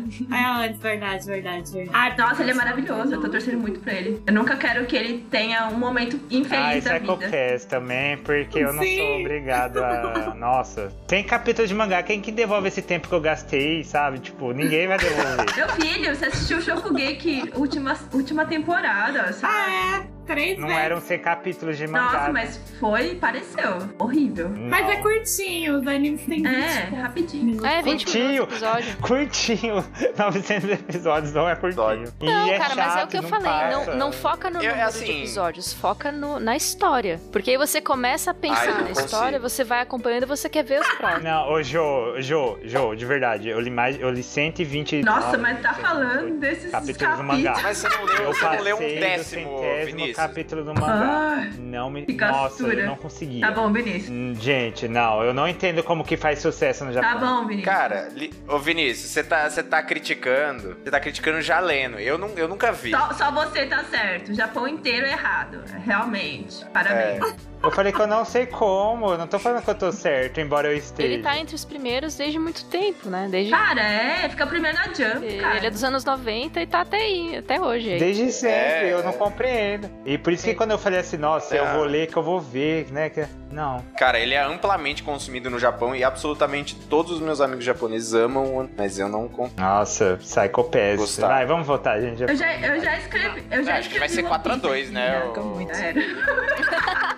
antes, verdade, verdade, verdade. Ah, Nossa, ele é maravilhoso, eu tô torcendo muito pra ele. Eu nunca quero que ele tenha um momento Ah, e infeliz da Psycho vida. Pass também, porque eu não sou Sim. obrigado a. Nossa. Tem capítulo de mangá, quem que devolve esse tempo que eu gastei, sabe? Tipo, ninguém vai [laughs] devolver. Meu filho, você assistiu o Shokugeki última, última temporada, sabe? Ah, é. Três Não vezes. eram 100 capítulos de mangá. Nossa, mas foi, pareceu. Horrível. Mas um Não. é curtinho, os animes têm 20 É, rapidinho. É, 20 Curtinho. minutos de episódio. Curtinho. [laughs] 900 episódios não é curtinho. Episódio. E Não, é cara, mas é o chato, que eu não falei. passa. Não, não foca no Eu- é número de assim- episódios, foca no- na história. Porque aí você começa a Ai, pensar eu na não consigo. história, você vai acompanhando você quer Ah, ver os próximos. Não, ô Jô, Jô, Jô, de verdade, eu li mais, eu li 120 Nossa, mas tá falando desses capítulos do mangá. capítulos. Mas você não leu, você Eu não passei leu um do décimo, centésimo Vinícius. capítulo do mangá. Ah, não me, que nossa, eu gastura. não consegui. Hum, Tá bom, Vinícius. Gente, não, eu não entendo como que faz sucesso no Tá Japão. bom, Vinícius. Cara, li... ô Vinícius, você tá, você tá criticando. Você tá criticando já lendo. Eu, não, eu nunca vi. Só, só você tá certo. O Japão inteiro é errado. Realmente. Parabéns. Eu falei que eu não sei como, eu não tô falando que eu tô certo, embora eu esteja. Ele tá entre os primeiros desde muito tempo, né? Desde. Ah, Cara, é. Fica primeiro na Jump, cara. Ele é dos anos 90 e tá até aí, até hoje. aí. Desde sempre, É. eu não compreendo. E por isso que quando eu falei assim, nossa, eu Não. vou ler que eu vou ver, né? que- Não. Cara, ele é amplamente consumido no Japão e absolutamente todos os meus amigos japoneses amam, One Piece, mas eu não consigo. Nossa, Psychopass. Gostar. Vai, vamos votar, gente. Eu já, eu já escrevi. Eu já É, acho que escrevi vai ser uma 4 a 2, né? Fica o- muito. pizza. Era.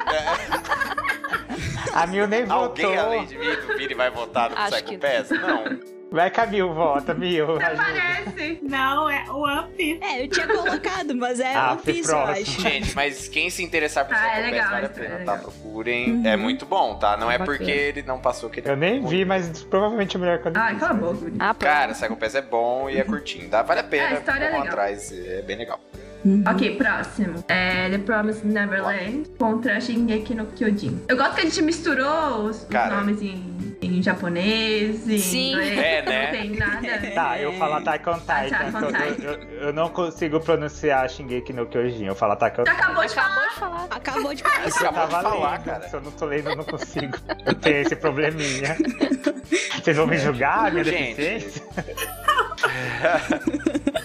A Mil nem votou. [laughs] Alguém além de mim e do Vini vai votar no Acho Psycho que- Pass? Não. Vai que a Mil vota, Mil. Até ajuda. parece. Não, é o One Piece. É, eu tinha colocado, mas [laughs] é Ah, One fui Piece, eu próximo. acho. Gente, mas quem se interessar por Ah, Psycho é legal, Pass, vale a isso é pena, tá? legal. Uhum. Procurem. É muito bom, tá? Não é Bacana. porque ele não passou que ele é Eu nem ruim. vi, mas provavelmente é melhor que eu Ai, cala a boca. Vinícius. Ah, pronto. Cara, Psycho Pass é bom e é curtinho, tá? Vale a pena, É, a história é vão legal. atrás, é bem legal. Ok, próximo. É The Promised Neverland contra Shingeki no Kyojin. Eu gosto que a gente misturou os, os Cara. nomes em, em japonês, em Sim. inglês. É, né? Não tem [laughs] nada. Tá, eu falo Attack on Titan. Attack on que eu- Titan. Eu, eu não consigo pronunciar Shingeki no Kyojin. Eu falo Attack on Já acabou de falar. Acabou de falar. Acabou de falar. Você Eu acabou de tava falar, lendo, cara. né? Se eu não tô lendo, eu não consigo. Eu tenho esse [laughs] probleminha. Vocês vão me julgar, a Ah, minha Gente. deficiência? [laughs]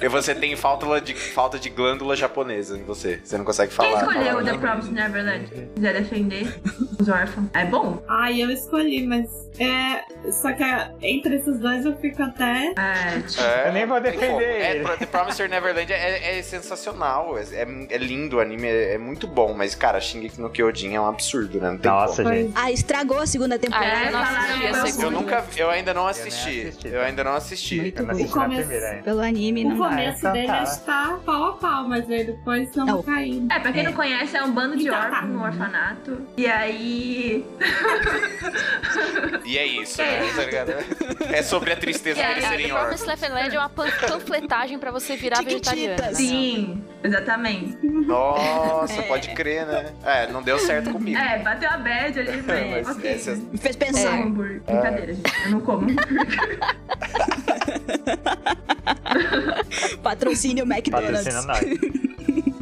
E você tem falta de, falta de glândula japonesa em você. Você não consegue falar. Quem escolheu falar The japonês. Promised Neverland? Se quiser defender os órfãos. É bom? Ai, eu escolhi, mas. É. Só que é, entre esses dois eu fico até. É, tipo, É, Eu nem vou tem defender como. É, ele. Pro- The Promised Neverland é, é- é sensacional, é, é- é lindo o anime, é, é muito bom, mas, cara, Shingeki no Kyojin é um absurdo, né? Não tem Nossa, como. gente. Ah, estragou a segunda Ah, temporada. eu falaram não assisti a pra Eu segunda. nunca, vi- eu ainda não nem assisti, assisti, tá? eu ainda não assisti. Eu não bom. assisti na Começo- primeira ainda. Pelo anime, O né? começo então dele tá. acho que tá pau a pau, mas aí depois Não. não caindo. É, pra tá. quem não conhece, é um bando de Então tá. órfãos no orfanato. E aí. E é isso, né? Tá ligado? É sobre a tristeza É, de a serem Promised órfãos. Neverland é uma pan- panfletagem pra você virar né? vegetariano. Tiquititas. Sim, exatamente. Nossa, pode crer, né? É, não deu certo comigo. É, bateu a bad ali, [laughs] falei, Mas é ok. essas- Me fez Não pensar. como hambúrguer. É. Brincadeira, gente. Eu [laughs] não como hambúrguer. Patrocínio McDonald's. Patrocina nós.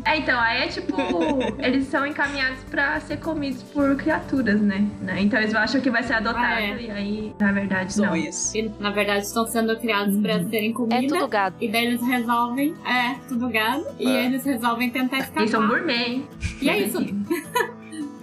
É, então, aí é tipo... Eles são encaminhados pra ser comidos por criaturas, né? Né? Então eles acham que vai ser adotado. Ah, é. E aí, na verdade, não. Sonhos. E, na verdade, estão sendo criados pra serem comida. É tudo gado. E daí eles resolvem. É, tudo gado. E É. eles resolvem tentar escapar. Eles são gourmet, hein? Tá. E é isso.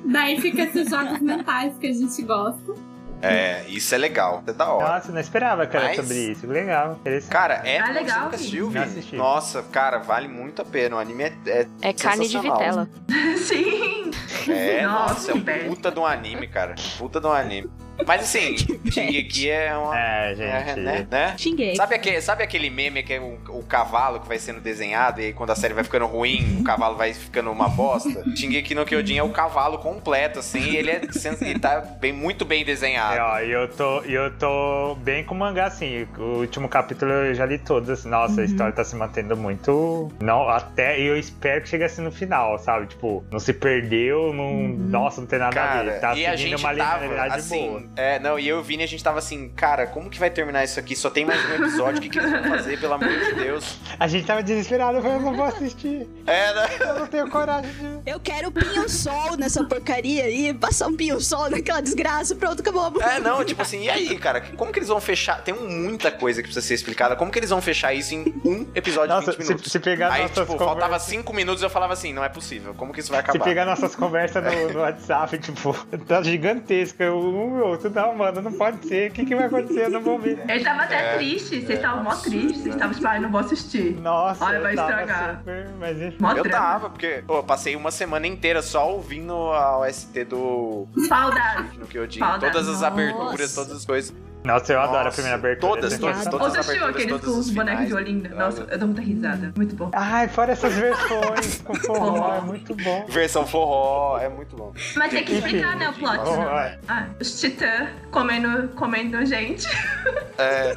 Daí fica esses jogos mentais que a gente gosta. É, isso é legal. É da hora. Nossa, não esperava que era Mas- sobre isso. Legal, interessante. Cara, é Ah, você legal, nunca assistiu, Vini. Já Vini? assisti. Nossa, cara, vale muito a pena. O anime é. É, É carne de sensacional. vitela. [laughs] Sim. é, [laughs] Nossa, nossa, é que um merda. puta de um anime, cara. Puta de um anime. Mas [laughs] assim, Shingeki é uma. É, é, gente. né? né? Xinguei. Sabe aquele, sabe aquele meme que é o, o cavalo que vai sendo desenhado e aí quando a série vai ficando ruim, o cavalo vai ficando uma bosta? Shingeki no Kyojin é o cavalo completo, assim, e ele, é, sendo- ele tá bem, muito bem É, desenhado. ó, e eu tô, e eu tô bem com o mangá, assim. O último capítulo eu já li todos. Assim, nossa, Uhum. a história tá se mantendo muito. Não, até eu espero que chegue assim no final, sabe? Tipo, não se perdeu, não. Uhum. Nossa, não tem nada a ver. Tá e seguindo a gente uma tava linearidade assim. boa. É, não, e eu e o Vini, a gente tava assim, cara, como que vai terminar isso aqui? Só tem mais um episódio, o que, que eles vão fazer, pelo amor de Deus? A gente tava desesperado, eu falei, eu não vou assistir. É, né? Eu não tenho coragem de. Eu quero pinho-sol nessa porcaria aí. Passar um pinho-sol naquela desgraça. Pronto, acabou. É, não, tipo assim, e aí, cara, como que eles vão fechar? Tem muita coisa que precisa ser explicada. Como que eles vão fechar isso em um episódio Nossa, de 20 se, minutos? se pegar Aí, nossas tipo, conversas- faltava 5 minutos e eu falava assim, não é possível, como que isso vai Se acabar? pegar nossas conversas no, no WhatsApp, [laughs] tipo, tá gigantesca. Um e outro, não, mano, não pode ser. O que, que vai acontecer? Eu não vou ver. Ele tava É. até triste. Vocês estavam mó tristes. Vocês estavam tipo, ah, não vou assistir. Nossa, Olha, vai eu tava estragar. super, mas é- enfim. [laughs] Mó Eu drama. tava, porque, pô, eu passei uma semana inteira só ouvindo a OST do Saudades. no Kyojin. Fala da- Todas as Nossa. aberturas, todas as coisas. Nossa, eu adoro a Nossa, primeira abertura. Todas, né? todas, todas. Ou as você achou aberturas, aqueles todas com os as bonecos de finais. Olinda? Nossa, eu dou muita risada. Muito bom. Ai, fora essas versões com forró, é muito bom. Versão forró, é muito bom. Mas tem que explicar, né, o plot. Vamos senão- lá. Ah, os titã comendo, comendo gente.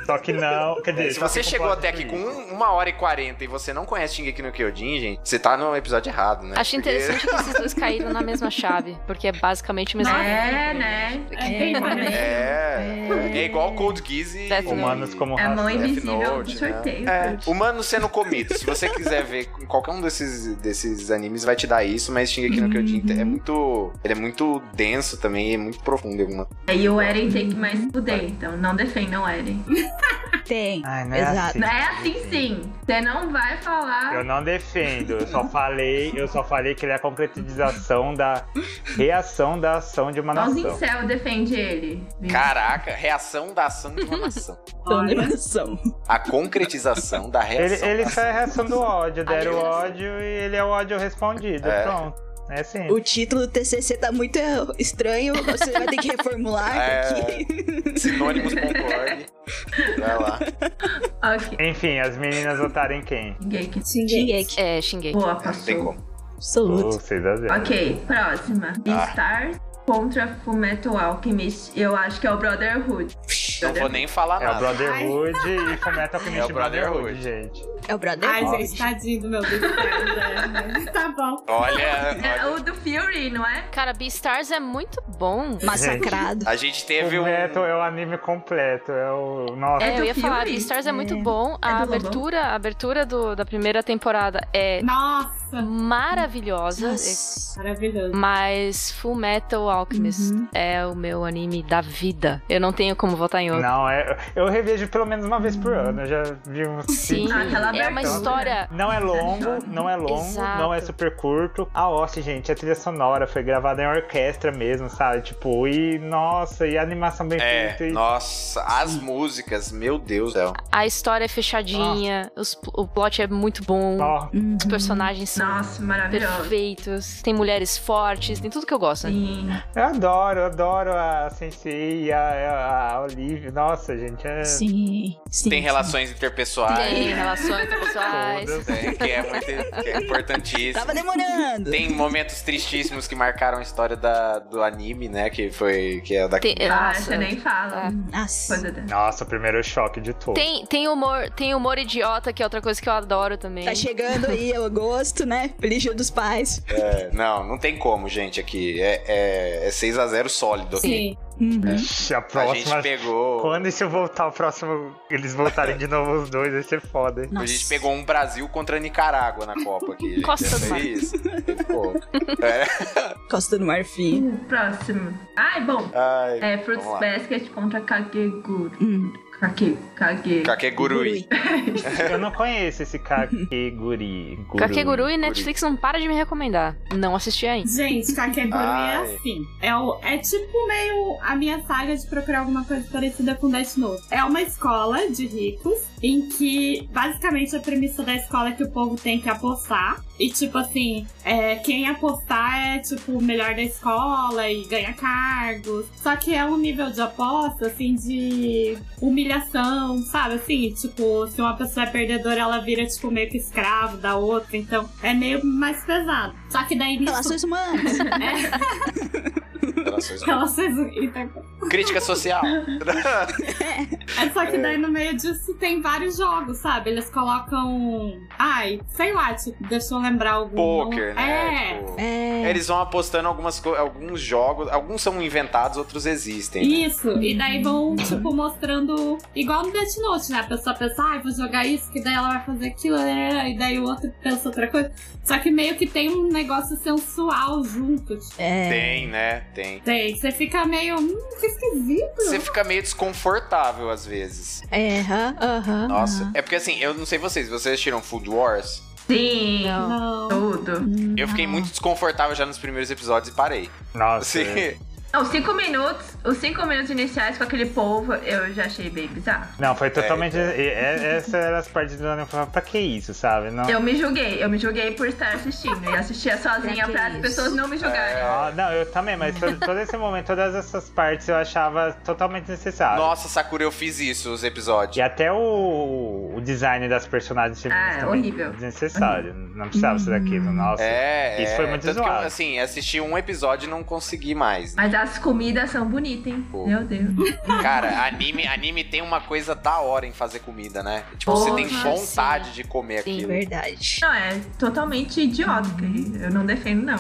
Só que não, quer dizer... tipo, Se só você que chegou pode até ser aqui com isso. um- uma hora e quarenta e você não conhece Shingeki no Kyojin, gente, você tá no episódio errado, né? Acho Porque- interessante que esses dois caíram na mesma chave, porque é basicamente o mesmo. É, né? É bem maneiro. É. É igual Cold Geass e... Death Note. Humanos como É a mão raça. Death invisível do Note, né? sorteio. É, humano sendo comido. Se você quiser ver [laughs] em qualquer um desses, desses animes, vai te dar isso, mas Shingeki no Kyojin Uhum. é muito. Ele é muito denso também, é muito profundo. em alguma- É, E o Eren tem que mais se fuder, então não defendam o Eren. Tem. Ai, não é Exato. assim. Não é assim sim. Você não vai Eu falar. não defendo, eu só falei, eu só falei que ele é a concretização da reação da ação de uma Só os nação. incel defende ele. viu? Caraca, reação da ação [laughs] de uma nação. Então, animação. A concretização da Ele, reação. ele da só é a reação do ódio, deram o ódio e ele é o ódio respondido, É. pronto. É assim. O título do TCC tá muito estranho. Você vai ter que [laughs] reformular. É. porque- Sinônimos.org. Vai lá. Ok. Enfim, as meninas votaram em quem? Ninguém que Shingeki. É, xinguei. Boa, Não tem passou. como. Uh, Absoluto. 6 a 0. Ok, próxima. Ah. Stars contra Fullmetal Alchemist. Eu acho que é o Brotherhood. Não vou nem falar É o nada. Brotherhood e Fullmetal É Alchemist o Brotherhood. Brotherhood, gente. É o brother? Ai, gente, tadinho, meu Deus. do céu, né? [laughs] Mas Tá bom. Olha, É olha. o do Fury, não é? Cara, Beastars é muito bom. Massacrado. A gente teve um. Fullmetal é o anime completo, é o... Nossa, É, do eu ia falar, Fury? Beastars é, É. muito bom. É A do Lobão? abertura, a abertura do- da primeira temporada é Nossa, maravilhosa. Nossa. maravilhoso. Mas Full Metal Alchemist Uhum. é o meu anime da vida. Eu não tenho como votar em outro. Não, é, eu revejo pelo menos uma vez por ano. Eu já vi uns Sim, cinco, Ah, aquela é abertura. uma né? história. Não é longo, não é longo, Exato. não é super curto. A Ossi, gente, a trilha sonora foi gravada em orquestra mesmo, sabe? Tipo, e nossa, e a animação bem feita. É, e- nossa, as músicas, meu Deus do céu. A história é fechadinha, os- o plot é muito bom, Ó, os personagens são Nossa, maravilhoso. Perfeitos. Tem mulheres fortes, tem tudo que eu gosto. Né? Sim. Eu adoro, eu adoro a Sensei e a, a Olivia. Nossa, gente, é. Sim, sim. Tem sim. relações interpessoais. Tem relações pessoais. Todas. Tem, que é muito que é importantíssimo. Tava demorando. Tem momentos tristíssimos que marcaram a história da, do anime, né? Que foi. Que é da. Tem, Ah, nossa. você nem fala. Hum, Nossa. Coisa dessa. Nossa, o primeiro choque de todos. Tem, tem humor, tem humor idiota, que é outra coisa que eu adoro também. Tá chegando aí agosto, né? Feliz Dia dos Pais. é, não, não tem como, gente, aqui. É, é, é 6x0 sólido aqui. Sim. Ixi, a A gente próxima. pegou. Quando isso voltar, o próximo. Eles voltarem de novo os dois, vai ser [laughs] foda, hein? A gente Nossa. pegou um Brasil contra Nicarágua na Copa aqui. Gente. Costa do Foi Marfim. isso. Pô. É. Costa do Marfim. Próximo. Ai, bom. Ai, É Fruits vamos lá. Basket contra Kakeguru. Hum. Kake, Kage. é Kakegurui. Eu não conheço esse Kakeguri. Guru. Kakeguru e Netflix não para de me recomendar. Não assisti ainda. Gente, Kakegurui Ai. é assim. É, o- é tipo meio a minha saga de procurar alguma coisa parecida com Death Note. É uma escola de ricos em que basicamente a premissa da escola é que o povo tem que apostar. E tipo assim, é, quem apostar é tipo o melhor da escola e ganha cargos. Só que é um nível de aposta, assim, de humilhação, sabe? Assim, tipo, se uma pessoa é perdedora, ela vira tipo meio que escravo da outra. Então é meio mais pesado. Só que daí nisso Relações humanas. Relações- [laughs] Relações interpessoais. Crítica social. tá- É só que daí no meio disso tem vários jogos, sabe? Eles colocam. Ai, sei lá, tipo, deixa eu lembrar algum. Poker, É. né? Tipo, É. Eles vão apostando algumas co- alguns jogos, alguns são inventados, outros existem. né? É, Isso, e daí vão, tipo, mostrando. Igual no Death Note, né? A pessoa pensa, ai, vou jogar isso, que daí ela vai fazer aquilo, né? e daí o outro pensa outra coisa. Só que meio que tem um negócio sensual junto. tipo. É. Tem, né? Tem. Tem, você fica meio. Hum, que esquisito. Você fica meio desconfortável às vezes. É, aham, aham. Nossa. É porque assim, eu não sei vocês, vocês assistiram Food Wars? Sim. Não. Tudo. Eu fiquei muito desconfortável já nos primeiros episódios e parei. Nossa. Assim, Os cinco minutos, os cinco minutos iniciais com aquele povo, eu já achei bem bizarro. Não, foi totalmente. então. é- é- Essas eram as partes do anime. Eu falava, pra que isso, sabe? Não, Eu me julguei, eu me julguei por estar assistindo. E assistia sozinha que pra as isso? pessoas não me julgarem. É, Ah, não, eu também, mas todo, todo esse momento, todas essas partes eu achava totalmente necessário. nossa, Sakura, eu fiz isso, os episódios. E até o, o design das personagens femininas Ah, é Uhum. também horrível. desnecessário. Não precisava ser daquilo, nossa. É, Isso é. foi muito Tanto que eu, zoado. assim, assisti um episódio e não consegui mais. Mas as comidas são bonitas, hein? Pô. Meu Deus. Cara, anime, anime tem uma coisa da hora em fazer comida, né? Tipo, você tem Porra, vontade sim. de comer Sim. aquilo. Verdade. Não, é totalmente idiota. que Eu não defendo, não.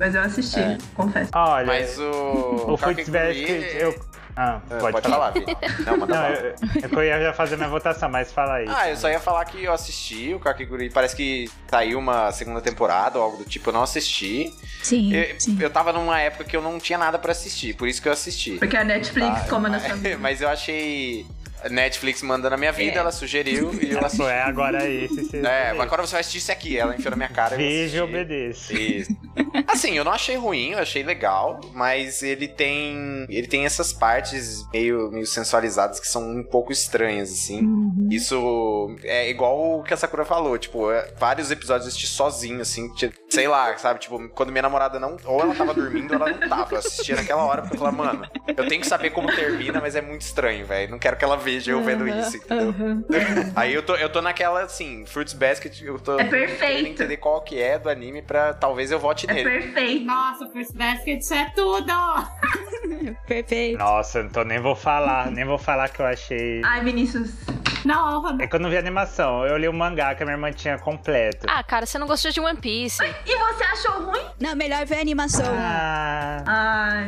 Mas eu assisti, É. confesso. Olha, Mas o. o Fruits Kakegurui, Basket, é- eu... Ah, é, pode, pode falar, falar. Vitor. Não, manda Não, falar. eu, é que eu ia já fazer minha votação, mas fala aí. Ah, eu só ia falar que eu assisti o Kakegurui. Parece que saiu uma segunda temporada ou algo do tipo. Eu não assisti. Sim, Eu, sim. eu tava numa época que eu não tinha nada pra assistir, por isso que eu assisti. Porque a Netflix Tá, coma na mas, sua [laughs] vida. É. mas eu achei a Netflix mandando a minha vida, ela sugeriu e [laughs] eu Pô, assisti. é agora esse. esse É, agora você vai assistir isso aqui. Ela enfiou na minha cara. eu Veja e assisti. obedeça. Isso. Assim, eu não achei ruim, eu achei legal, mas ele tem ele tem essas partes meio, meio sensualizadas que são um pouco estranhas, assim. Isso é igual o que a Sakura falou, tipo, é, vários episódios eu assisti sozinho, assim, tipo, sei lá, sabe? Tipo, quando minha namorada não. Ou ela tava dormindo ou ela não tava. Eu assistia naquela hora porque eu falava, mano, eu tenho que saber como termina, mas é muito estranho, velho. Não quero que ela veja eu vendo isso, entendeu? Aí eu tô, eu tô naquela, assim, Fruits Basket, eu tô. É querendo perfeito. entender qual que é do anime pra talvez eu vote É nele. perfeito. Nossa, First Basket é tudo! Perfeito. Nossa, então nem vou falar, nem vou falar que eu achei. Ai, Vinícius. Na honra É que eu não vi animação, eu li o mangá que a minha irmã tinha completo. Ah, cara, você não gostou de One Piece? E você achou ruim? Não, melhor ver a animação. Ah, Ai,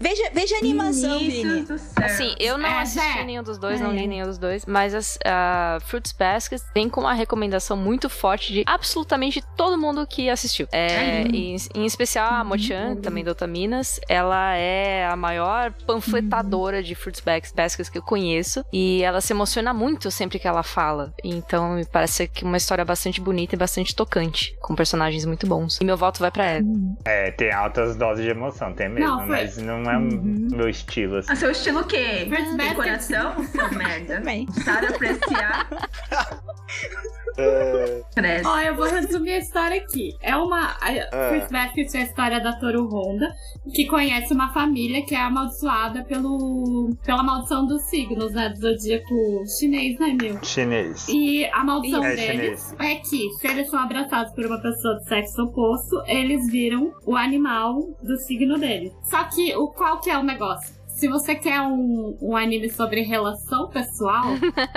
Veja, veja a animação, Vini. Vinícius do céu. Assim, eu não É, assisti Zé. nenhum dos dois, É. não li nenhum dos dois, mas as, a Fruits Basket vem com uma recomendação muito forte de absolutamente todo mundo que assistiu. É, em, em especial a Mochan, também da Otaminas, ela é a maior panfletadora de Fruits Bas- Baskets que eu conheço e ela se emociona muito sempre que ela fala. Então, me parece que uma história bastante bonita e bastante tocante, com personagens muito bons. E meu voto vai pra ela. é, tem altas doses de emoção, tem mesmo, Não, foi- mas não é o meu estilo. Assim. Ah, seu estilo o quê? First Tem Basket. coração? Seu merda. Também. Sabe apreciar? Credo. Ó, eu vou resumir a história aqui. É uma. A Chris Baskets é a história da Toru Honda, que conhece uma família que é amaldiçoada pelo, pela maldição dos signos, né? Do zodíaco chinês, né, meu? Chinês. E a maldição É deles é que, se eles são abraçados por uma pessoa do sexo oposto, eles viram o animal do signo deles. Só que o qual que é o negócio? Se você quer um, um anime sobre relação pessoal,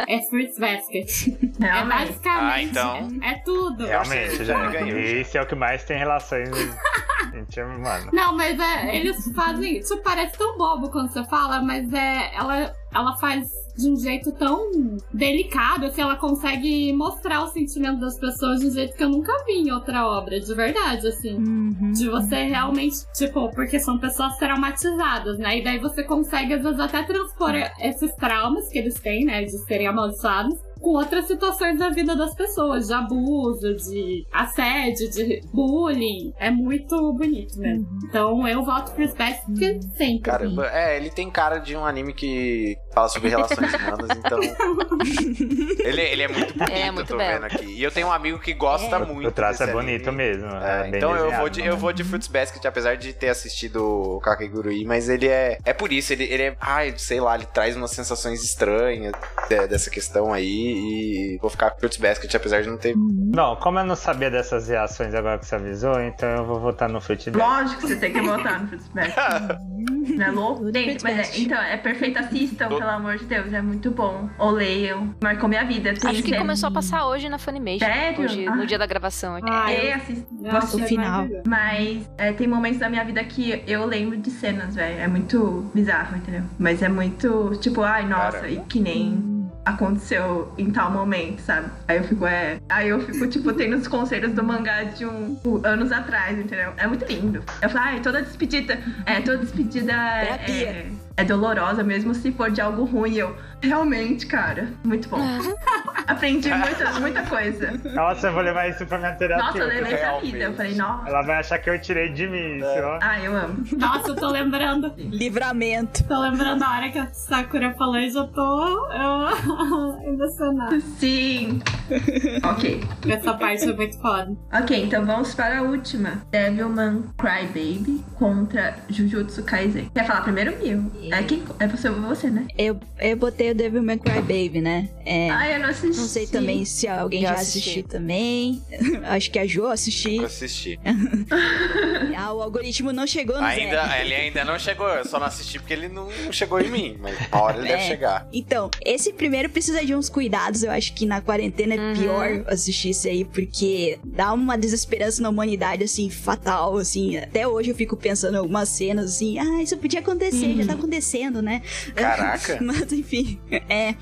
é Fruits Basket. É Realmente. basicamente. Ah, então. É tudo. Realmente, já. Ganhou. Esse é o que mais tem relações. Gente, mano. Não, mas é, eles fazem. Isso parece tão bobo quando você fala, mas é. Ela, ela faz de um jeito tão delicado, assim, ela consegue mostrar o sentimento das pessoas de um jeito que eu nunca vi em outra obra, de verdade, assim. De você realmente, tipo, porque são pessoas traumatizadas, né? E daí você consegue, às vezes, até transpor esses traumas que eles têm, né? De serem amaldiçoados. Com outras situações da vida das pessoas, de abuso, de assédio, de bullying. É muito bonito mesmo. Uhum. Então eu voto pro Space sempre. Caramba, é, ele tem cara de um anime que fala sobre [laughs] relações humanas, então. ele, ele é muito bonito, É, muito eu tô belo. vendo aqui. E eu tenho um amigo que gosta muito. O traço é desse anime. bonito mesmo. É, É, bem então eu desenhado, vou, de, eu vou de Fruits Basket, apesar de ter assistido o Kakegurui, mas ele é. É por isso, ele, ele é. Ai, sei lá, ele traz umas sensações estranhas de- dessa questão aí. E vou ficar com Fruits Basket, apesar de não ter. Uhum. Não, como eu não sabia dessas reações agora que você avisou, então eu vou votar no Fruit Basket. Lógico que você tem que votar no Fruitsbest. Não é Uhum. louco? Gente, mas é, Fruitsbasket. então, é perfeito. Assistam, pelo amor de Deus. É muito bom. Ou leiam. Marcou minha vida. assim, Tem Acho que ser- começou a passar hoje na Funimation. Sério? Hoje, Ah. no dia da gravação aqui. Ah, É, eu- assisti. Nossa, O é final. maravilhoso. Mas é, tem momentos da minha vida que eu lembro de cenas, velho. É muito bizarro, entendeu? Mas é muito, tipo, ai, nossa, Caramba. e que nem aconteceu em tal momento, sabe? Aí eu fico, é. Aí eu [laughs] fico, tipo, tendo os conselhos do mangá de um tipo, anos atrás, entendeu? É muito lindo. Eu falo, ai, toda despedida. É, toda despedida é. Terapia. é- é dolorosa, mesmo se for de algo ruim. Eu, realmente, cara, muito bom. [laughs] Aprendi muita, muita [laughs] coisa. Nossa, eu vou levar isso pra minha terapia. Nossa, eu levei pra realmente. vida. Eu falei, nossa. Ela vai achar que eu tirei de mim É. isso, ó. Ai, eu amo. Nossa, eu tô lembrando. Livramento. Tô lembrando a hora que a Sakura falou e já tô eu, [laughs] emocionada. Sim. [laughs] ok. Essa parte é muito foda. Ok, então vamos para a última. Devilman Crybaby contra Jujutsu Kaisen. Quer falar primeiro, Mil? É, quem, é você, você, né? Eu, eu botei o Devil May Cry Baby, né? É, Ai, eu não assisti. não sei também se alguém Eu já assisti. assistiu também. [laughs] Acho que a Jo Eu assistiu. assisti. Ah, o algoritmo não chegou no Zé. Ainda, ele ainda não chegou, eu só não assisti porque ele não chegou em mim, mas a hora ele deve É. chegar. Então, esse primeiro precisa de uns cuidados. Eu acho que na quarentena é pior assistir isso aí, porque dá uma desesperança na humanidade, assim, fatal, assim. Até hoje eu fico pensando em algumas cenas, assim, ah, isso podia acontecer, já tá acontecendo, né? Caraca. [laughs] Mas, enfim, é.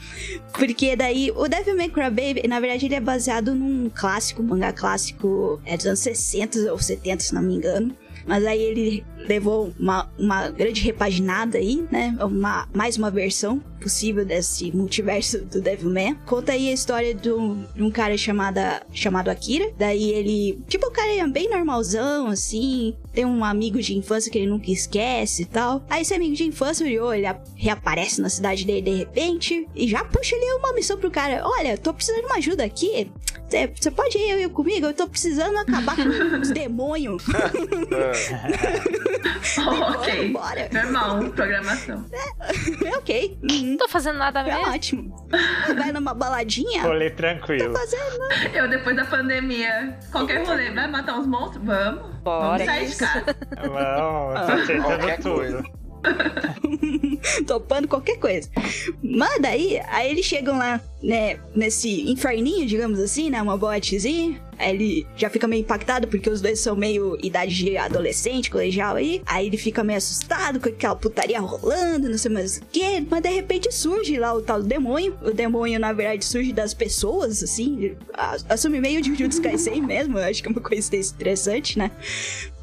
Porque daí, o Devil May Cry Baby, na verdade, ele é baseado num clássico, mangá clássico, é dos anos 60 ou 70, se não me engano. Mas aí ele levou uma, uma grande repaginada aí, né? Uma, mais uma versão possível desse multiverso do Devilman. Conta aí a história do- de um cara chamada, chamado Akira. Daí ele... Tipo, o cara é bem normalzão, assim. Tem um amigo de infância que ele nunca esquece e tal. Aí esse amigo de infância, o Ryo, ele a- reaparece na cidade dele de repente. E já puxa ali uma missão pro cara. Olha, tô precisando de uma ajuda aqui. Você pode ir eu- comigo? Eu tô precisando acabar com os [laughs] demônios. [laughs] ok. Bora. Normal, programação. É ok. Uhum. Não tô fazendo nada É mesmo. ótimo. [laughs] Vai numa baladinha? Rolê [laughs] tranquilo. Fazendo. Eu, depois da pandemia, qualquer rolê, vai matar uns monstros? Vamos. Vamos Bora. sair de casa. Não, tá acertando Ah, Qualquer tudo. Topando qualquer coisa. Mas daí, aí eles chegam lá, né? Nesse inferninho, digamos assim, né? Uma botezinha. Aí ele já fica meio impactado porque os dois são meio idade de adolescente, colegial aí. Aí ele fica meio assustado com aquela putaria rolando, não sei mais o que. Mas de repente surge lá o tal do demônio. O demônio, na verdade, surge das pessoas, um assim. a- Assume meio de Jujutsu Kaisen mesmo. Eu acho que é uma coisa interessante, né?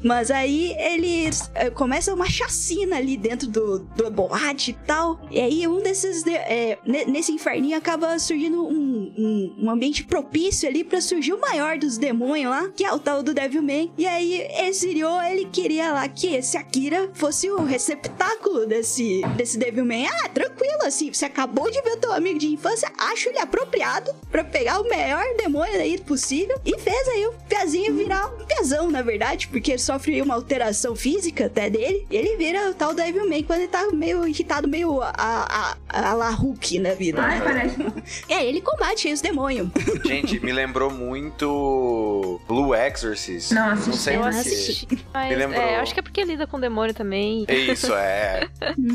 Mas aí eles eh, começa uma chacina ali dentro do, do boate e tal. E aí um desses. de- eh, ne- nesse inferninho acaba surgindo um, um- um ambiente propício ali pra surgir o maior dos demônios lá, que é o tal do Devilman. E aí esse Ryo, ele queria lá que esse Akira fosse o receptáculo desse, desse Devilman. Ah, tranquilo, assim, você acabou de ver o teu amigo de infância, acho ele apropriado pra pegar o melhor demônio aí possível. E fez aí o Piazinho virar um Piazão, na verdade, porque ele sofre uma alteração física até dele. Ele vira o tal Devilman quando ele tá meio irritado, meio a, a, a, a la Hulk na vida. Ai, parece. [laughs] É, ele combate aí os demônios. Gente, me lembrou muito Blue Exorcist. Não Não assisti. sei Eu por quê. assisti. Mas, Me lembrou. é, acho que é porque lida com demônio também. Isso, é. [laughs]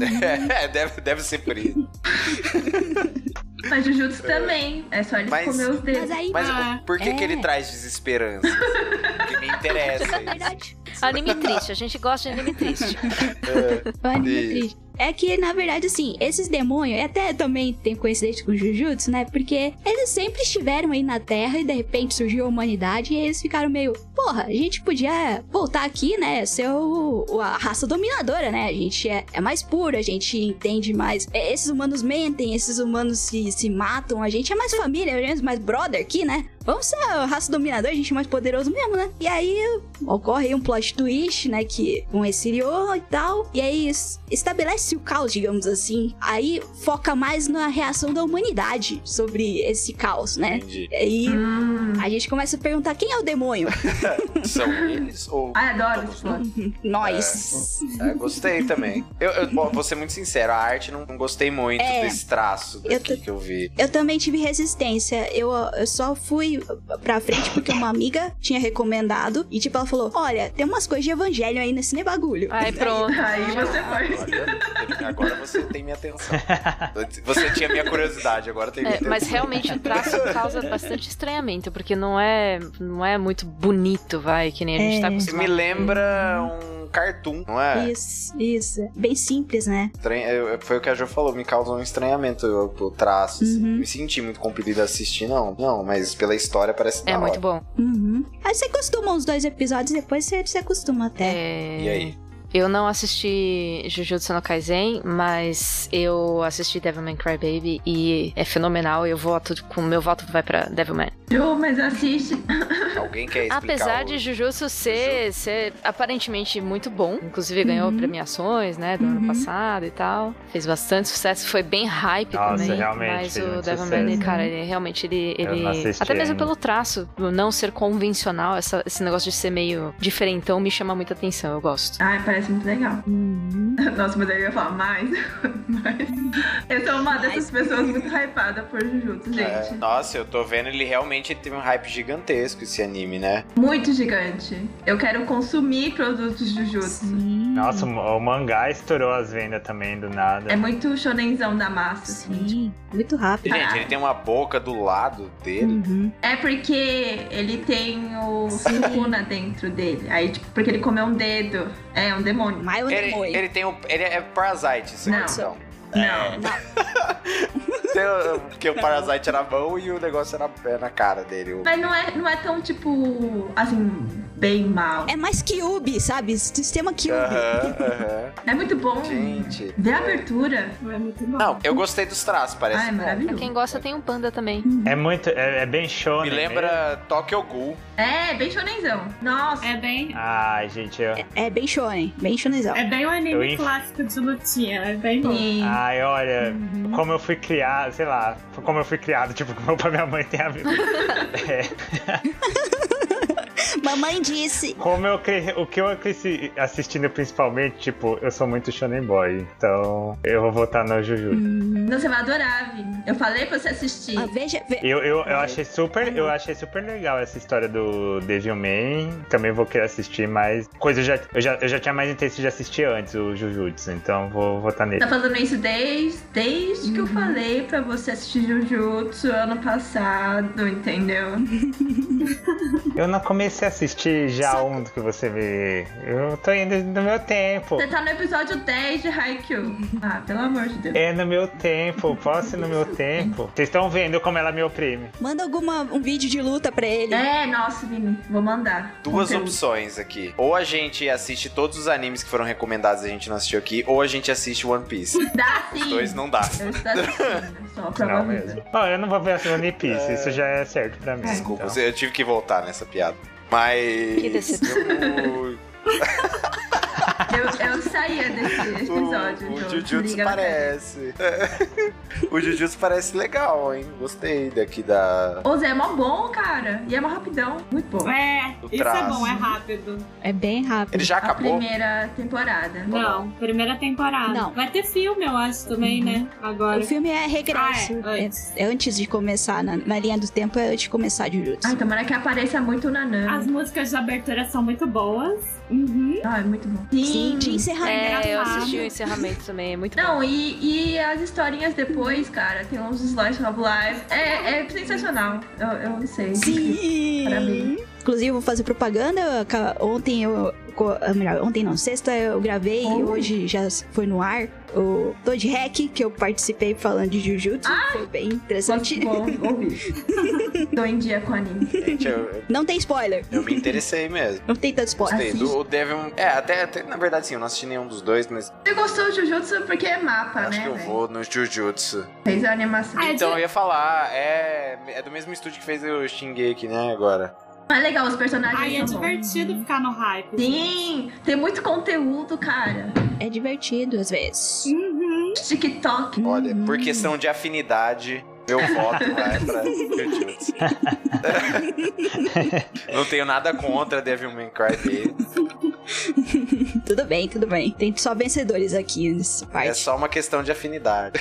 É, deve, deve ser por isso. Mas Jujutsu também. É só eles Mas- comer os dedos. Mas é aí. Mas Ah, por que, que é. ele traz desesperança? Que me interessa. é na verdade, Anime triste, a gente gosta de anime triste. o anime é Isso. triste. É que, na verdade, assim, esses demônios, e até também tem coincidência com o Jujutsu, né? Porque eles sempre estiveram aí na Terra e de repente surgiu a humanidade e eles ficaram meio, porra, a gente podia voltar aqui, né? Ser o, o- a raça dominadora, né? A gente é, é mais puro, a gente entende mais. É, esses humanos mentem, esses humanos se, se matam, a gente é mais família, a gente é mais brother aqui, né? Vamos ser a raça dominadora, a gente é mais poderoso mesmo, né? E aí ocorre aí um plot twist, né? Que um é Sirio e tal. E aí es- estabelece o caos, digamos assim. Aí foca mais na reação da humanidade sobre esse caos, né? Entendi. E aí Hum. a gente começa a perguntar quem é o demônio? São eles ou. Ai, adoro Somos esse plot. Nós. É, gostei também. Eu, eu- bom, vou ser muito sincero, a arte não, não gostei muito É. desse traço Eu daqui que eu vi. Eu também tive resistência. Eu, eu só fui pra frente porque uma amiga tinha recomendado. E tipo, ela falou: Olha, tem umas coisas de evangelho aí nesse bagulho. [laughs] Ai, pronto. Aí você foi. Olha, agora você tem minha atenção. Você tinha minha curiosidade, agora tem minha É, atenção. mas realmente [laughs] o traço causa bastante estranhamento, porque não é, não é muito bonito, vai, que nem a gente É. tá Isso acostumado. me lembra um cartoon, não é? Isso, isso. Bem simples, né? Estranha- eu- Foi o que a Jo falou, me causou um estranhamento eu- o traço. assim. Uhum. Me senti muito compelido a assistir, não. Não, mas pela história parece É da muito hora. bom. Uhum. Aí você acostuma os dois episódios, depois você se acostuma até. É, E aí? Eu não assisti Jujutsu no Kaisen, mas eu assisti Devilman Crybaby e é fenomenal. Eu voto com meu voto vai pra Devilman. Ju, mas assiste. Alguém quer explicar? Apesar o- de Jujutsu ser, ser aparentemente muito bom, inclusive ganhou Uhum. premiações, né, do ano Uhum. passado e tal. Fez bastante sucesso, foi bem hype Nossa, também. realmente, mas fez o muito Devilman, sucesso. cara, ele realmente ele, Eu ele não assisti até mesmo ainda. pelo traço, do não ser convencional, essa- esse negócio de ser meio diferentão me chama muita atenção, eu gosto. Ai, parece muito legal. Uhum. [laughs] Nossa, mas aí eu ia falar mais. [laughs] mas... Eu sou uma dessas pessoas muito hypada por Jujutsu, É, gente. nossa, eu tô vendo, ele realmente teve um hype gigantesco esse anime, né? Muito gigante. Eu quero consumir produtos de Jujutsu. Nossa, o o mangá estourou as vendas também do nada. É muito shonenzão da massa, assim. Sim, muito rápido. Gente, ele tem uma boca do lado dele. Hum. Uhum. É porque ele tem o Sukuna dentro dele. Aí, tipo, porque ele comeu um dedo. É, um demônio. Mas eu Ele, não ele tem o. Ele é Parasite, isso Não. aqui, então. Não. Tem o- Porque o Parasite era bom e o negócio era é na cara dele. o- Mas não é, não é tão, tipo, assim, bem mal. É mais Kyubi, sabe? Sistema Kyubi. Aham, aham. É muito bom. Gente. Vê a Ah, abertura. é muito bom. Não, eu gostei dos traços, parece. Ai, é bom. Pra maravilhoso. quem gosta, tem um panda também. É muito. É, é bem show, Me lembra Tokyo Ghoul. É, bem shonenzão. Nossa. É bem. Ai, gente, eu. É bem shonen, bem shonenzão. É bem um Eu anime inf- clássico de lutinha, é bem bom. E- Ai, olha, como eu fui criado, sei lá, como eu fui criado, [laughs] tipo, como meu pai e minha mãe tem a ver. É, Mamãe disse. como eu cre... o que eu cresci assistindo principalmente, tipo, eu sou muito shonen boy, então eu vou votar no Jujutsu. Não, você vai adorar, Vini. Eu falei pra você assistir. Ah, veja, ve- Eu, eu, eu achei super, eu achei super legal essa história do Devilman. Também vou querer assistir, mas coisa eu já, eu já, eu já tinha mais interesse de assistir antes o Jujutsu, então vou votar nele. Tá fazendo isso desde, desde que eu falei pra você assistir Jujutsu ano passado, entendeu? Eu não comecei a assistir já um do que você vê. Eu tô indo no meu tempo. Você tá no episódio 10 de Haikyuu. Ah, pelo amor de Deus. É no meu tempo, posse no meu tempo. Vocês estão vendo como ela me oprime. Manda alguma, um vídeo de luta pra ele. É, nossa, Vini, vou mandar. Duas Conteúdo. opções aqui. Ou a gente assiste todos os animes que foram recomendados e a gente não assistiu aqui, ou a gente assiste One Piece. Dá sim. Os dois não dá. Eu estou assistindo, só pra Não uma mesmo. vida. Ó, eu não vou ver a One Piece, isso já é certo pra mim. Desculpa, então. eu tive que voltar nessa piada. Mas. Que decepção. eu- Eu, eu saía desse [laughs] episódio. então. O, o do Jujutsu Liga da Justiça. parece. [laughs] o Jujutsu parece legal, hein? Gostei daqui da. O Zé é mó bom, cara. E é mó rapidão. Muito bom. É, Do isso é traço. bom, é rápido. É bem rápido. Ele já A acabou? primeira temporada. Não, primeira temporada. Não. Vai ter filme, eu acho, também, né? Agora. O filme é regresso. Ah, é, é, antes. é antes de começar, na, na linha do tempo é antes de começar Jujutsu. Ai, tomara que apareça muito o As Nanami. músicas de abertura são muito boas. Uhum. Ah, é muito bom. Sim, de encerramento. É, eu engraçado. assisti o encerramento também, é muito bom. Não, e, e as historinhas depois, cara, tem uns slice love live. É, é sensacional. Eu, eu não sei. Sim! Parabéns. Inclusive, eu vou fazer propaganda. Eu aca- Ontem eu. co- ah, Melhor, ontem não, sexta eu gravei e Oh. hoje já foi no ar o Tô de Hack, que eu participei falando de Jujutsu. Foi bem interessante. Bom, [laughs] ouvi. Tô em dia com anime. Gente, É, tipo, eu, Não tem spoiler. eu me interessei mesmo. Não tem tanto spoiler. Gostei. Do, o Devil. É, até, até- Na verdade, sim, eu não assisti nenhum dos dois, mas Você gostou do Jujutsu porque é mapa, acho né? que eu velho? vou no Jujutsu. Fez a animação. Ah, é Então, de- eu ia falar, é, é do mesmo estúdio que fez o Shingeki, né, agora. Mas é legal, os personagens Aí é são bons. divertido ficar no hype. Sim, tem muito conteúdo, cara. É divertido às vezes. Uhum. TikTok. Olha, por questão de afinidade, meu voto vai [laughs] pra Jujutsu. Não tenho nada contra Devilman Crybaby. Tudo bem, tudo bem. Tem só vencedores aqui nessa É parte. só uma questão de [laughs] afinidade.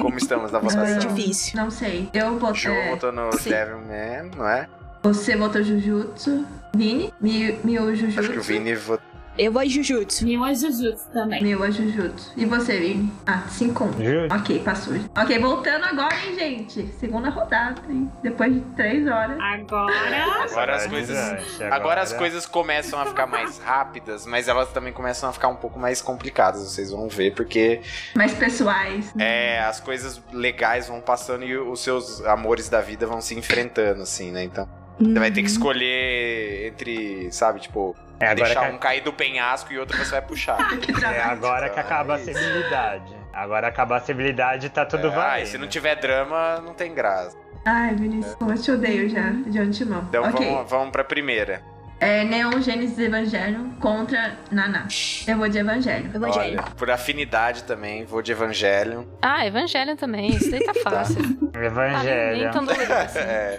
Como estamos na É votação? difícil. Não sei. Eu vou é, Show votou no Sim. Devilman, não é? Você votou Jujutsu. Vini? Mi- Miu Jujutsu. Acho que o Vini votou. Eu vou em Jujutsu. E o Jujutsu também. Miu é Jujutsu. E você, Vini? Ah, 5 1. Ju- Ok, passou. Ok, voltando agora, hein, gente? Segunda rodada, hein? Depois de três horas. [laughs] Agora. Agora as Verdade, coisas. gente, Agora as coisas começam a ficar mais rápidas, mas elas também começam a ficar um pouco mais complicadas, vocês vão ver, porque Mais pessoais. É, as coisas legais vão passando e os seus amores da vida vão se enfrentando, assim, né? Então, você vai ter Uhum. que escolher entre, sabe, tipo, É agora, deixar que, um cair do penhasco e outro você vai puxar. [laughs] Que é dramático. agora que acaba a Isso. acessibilidade. Agora acaba a acessibilidade tá tudo É, ah, vai. e se não tiver drama, não tem graça. Ai, Vinícius, como eu te odeio já, de antemão. Então ok. vamos, vamos pra primeira. É Neon Genesis Evangelho contra Naná. Eu vou de Evangelho. Evangelho. Olha, por afinidade também, vou de Evangelho. Ah, Evangelho também, isso daí tá fácil. Ah, nem Evangelho. tão dolorido assim. [laughs] É,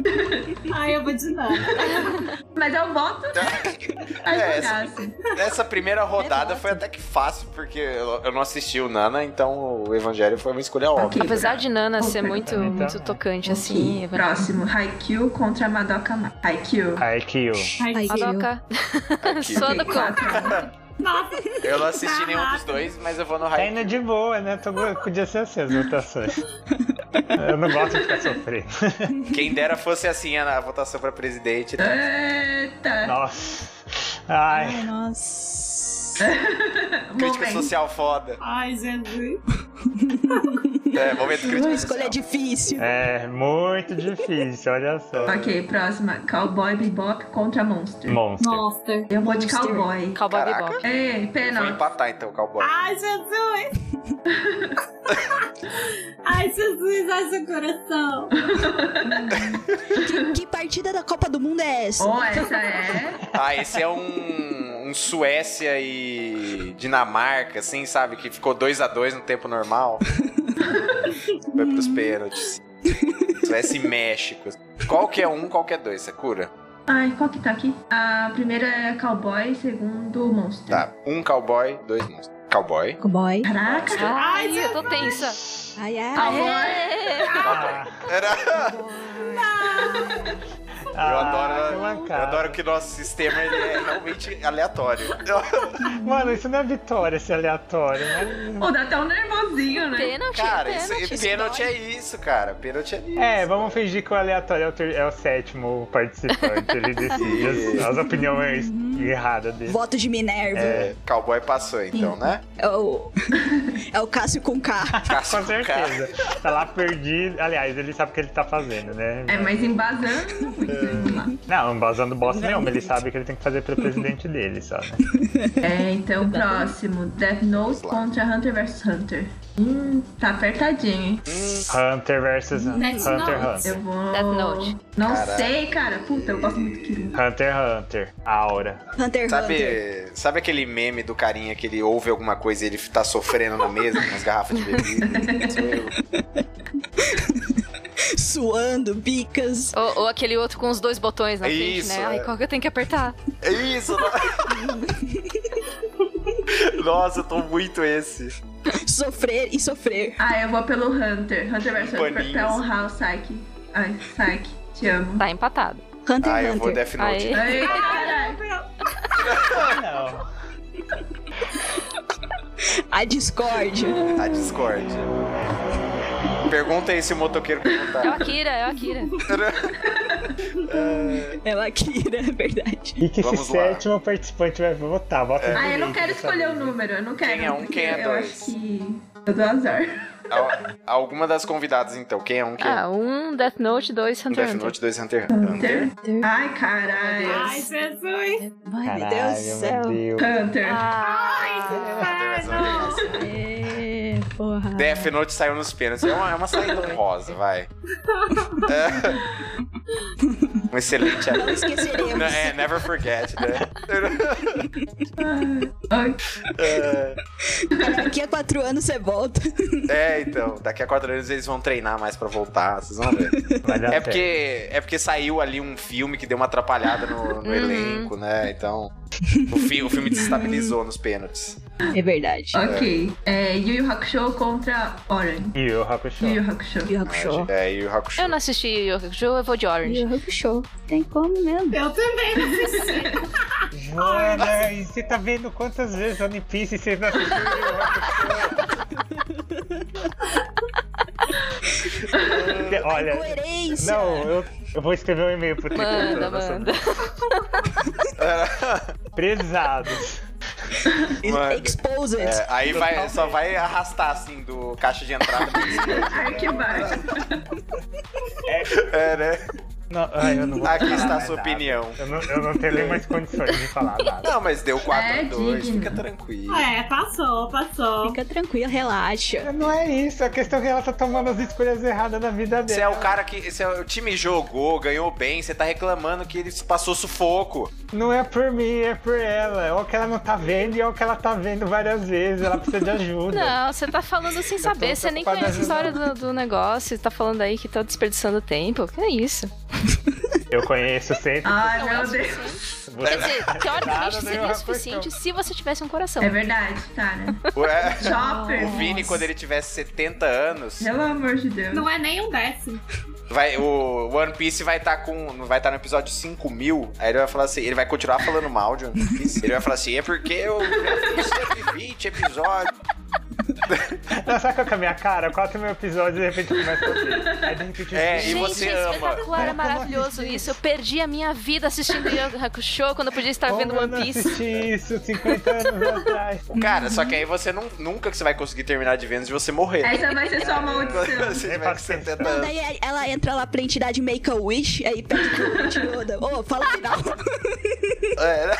Ai, eu vou de novo. Mas eu voto a É, jogar, essa É primeira rodada foi até que fácil, porque eu eu não assisti o Nana, então o Evangelho foi uma escolha óbvia. Apesar de Nana ser muito, Então, muito tocante, assim. Evan- Próximo, Haikyuu contra Madoka Mai. Haikyuu. Haikyuu. Ai, Ai, Madoka, Aqui. sou do contra. nossa, Eu não assisti nenhum dos dois, mas eu vou no Tá Haikyuu. indo de boa, né? Tô, podia ser assim as votações. [laughs] Eu não gosto de ficar sofrendo. [laughs] Quem dera fosse assim a a votação pra presidente. né? Eita. Nossa. Ai. Ai, nossa. Crítica É, Momento. social foda. ai, Jesus. É, momento crítica Uma social. escolha difícil. É muito difícil, olha só. Ok, próxima. Cowboy Bebop contra Monster. Monster. Monster. eu vou de Monster. Cowboy. Cowboy Caraca. Bebop. Ei, Vou pena. empatar então, cowboy. Ah. Ai, Jesus. ai, Jesus, ai, seu coração. Que partida da Copa do Mundo é essa? Oh, essa é. Ah, esse é um, um Suécia e Dinamarca, assim, sabe? Que ficou 2 a 2 no tempo normal. Foi pros pênaltis. Suécia e México. Qualquer um, qualquer dois, Sakura. Ai, qual que tá aqui? A primeira é Cowboy, segundo Monster. Tá, um cowboy, dois monstros. Cowboy. Cowboy. Caraca. Ai, é eu tô tensa. Ai, ai. Cowboy. Era... eu, Ah, que adoro, eu mancada. adoro que nosso sistema ele é realmente aleatório. [laughs] Mano, isso não é vitória, esse aleatório, né? Ou dá até um nervosinho, né? Pênalti, cara, é isso, pênalti. pênalti, isso dói. é isso, cara. Pênalti é isso. É, vamos fingir que o aleatório é o, ter- é o sétimo participante. Ele decide as, as opiniões erradas dele. Voto de Minerva. É, É, cowboy passou então, né? o... [laughs] é o Cássio com K. Cássio [laughs] Com certeza. Tá lá perdido. Aliás, ele sabe o que ele tá fazendo, né? É, mas embasando. [laughs] não muito, né? vamos lá. Não, embasando bosta nenhuma. Ele sabe o que ele tem que fazer pelo presidente dele, só, né? É, então próximo. Death Note contra Hunter vs Hunter. Hum, tá apertadinho, hein? Hunter versus é Next Hunter note. Hunter. Eu vou. Death Note. Não sei, cara. Puta, eu gosto muito do Kirin. [laughs] Hunter Hunter. Aura. Hunter Hunter. Sabe, sabe aquele meme do carinha que ele ouve alguma coisa e ele tá sofrendo na mesa com as garrafas de bebida? Sou eu. Suando, bicas. Ou, ou aquele outro com os dois botões na É frente, isso, né? é. Ai, qual que eu tenho que apertar? [laughs] É isso! não- Nossa, eu tô muito esse. Sofrer e sofrer. Ah, eu vou pelo Hunter. Hunter vs Hunter Paninhos. pra honrar o Psyche. Ai, Psyche, te amo. Tá empatado. Hunter Ah, eu vou Hunter. Death Note. Aê. [laughs] Ai, caralho. Não. A discórdia. A Discord. Pergunta aí se o motoqueiro É o [laughs] perguntar. Akira, é o Akira. Ela Kira, [laughs] é verdade. E que esse Vamos lá. É. sétimo participante vai votar. Vota Ah, eu direito, não quero sabe? escolher o número, eu não quero. Quem é um, porque quem é Eu dois? acho que eu dou azar. Al- Alguma das convidadas, então. Quem é um? Quem é Ah, um Death Note, dois um? Hunter Death x Hunter. Note, dois Hunter x Hunter. Ai, caralho. Ai, Jesus! Ai, meu Deus do céu. Caralho, meu Deus. Hunter. Ah, Hunter x Hunter. É, porra. Death Note saiu nos pênaltis. É uma, é uma saída honrosa, [laughs] vai. É. Um excelente Não aviso. esqueceremos. Não, É, never forget, [laughs] né? Ai, Daqui a quatro anos você volta. É, então. Daqui a quatro anos eles vão treinar mais pra voltar, vocês vão ver. Vai dar É certo. porque, é porque saiu ali um filme que deu uma atrapalhada no, no elenco, né? Então, o, fi- o filme desestabilizou nos pênaltis. É verdade. ok. É, Yu Yu Hakusho contra Orange. E o Hakusho. Yu Yu Hakusho. E o Hakusho. É, e o Hakusho. eu não assisti Yu Yu Hakusho, eu vou de E Orange. o Hakusho. Tem como mesmo. Eu também não assisti. Joana, e você tá vendo quantas vezes One Piece você não assistiu? Olha, é. Coerência. não, eu, eu vou escrever um e-mail pro Manda, Tricolor. manda. Prezados. Mano, Exposed. é, aí vai, só vai arrastar, assim, do caixa de entrada. Arquivar. É, né? Não, ai, eu não vou Aqui falar está a mais sua nada. opinião. Eu não, eu não tenho nem mais condições de falar nada. Não, mas deu 4x2, digno. fica tranquilo. É, passou, passou. Fica tranquilo, relaxa. Não é isso, a questão é que ela tá tomando as escolhas erradas na vida Você dela. é o cara que. Você é, o time jogou, ganhou bem, você tá reclamando que ele passou sufoco. Não é por mim, é por ela. Ou que ela não tá vendo, e ou que ela tá vendo várias vezes. Ela precisa de ajuda. Não, você tá falando sem Então saber, você nem preocupada conhece a ajudar. história do, do negócio, tá falando aí que tá desperdiçando tempo. Que é isso? Eu conheço sempre. Ai, Não é o Ah, meu Deus. suficiente. Quer Você- dizer, Nada teoricamente nenhuma seria o suficiente se você tivesse um coração. É verdade, cara. Ué, Chopper. o Vini, quando ele tivesse 70 anos, Pelo amor de Deus. Não é nem um décimo. Vai, o One Piece vai estar com. Vai estar no episódio 5000. Aí ele vai falar assim. Ele vai continuar falando mal de One Piece. Ele vai falar assim: é porque eu já fiz 120 episódios. Não, sabe qual que é a minha cara? Quatro mil episódios e de repente começa a ver. Aí de repente. É, e Gente, você é ama. espetacular, é maravilhoso isso. Eu perdi a minha vida assistindo Yu Hakusho quando eu podia estar Como tá assim? vendo eu One não Piece. assisti isso 50 anos atrás. Cara, só que aí você não, nunca que você vai conseguir terminar de Vênus de você morrer. Essa vai ser sua maldição. [laughs] Você vai com 70 anos. Daí ela entra lá pra entidade Make a Wish, aí pede pro Yoda. Ô, fala o final. [laughs] É, né?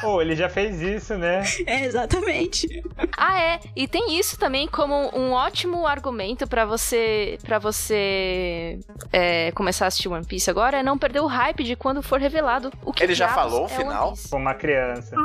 Pô, ele já fez isso, né? É, exatamente. Ah, é. E tem isso também como um ótimo argumento pra você para você é, começar a assistir One Piece agora é não perder o hype de quando for revelado o que Ele já diabos falou o é final? One Piece. Com Tipo, uma criança.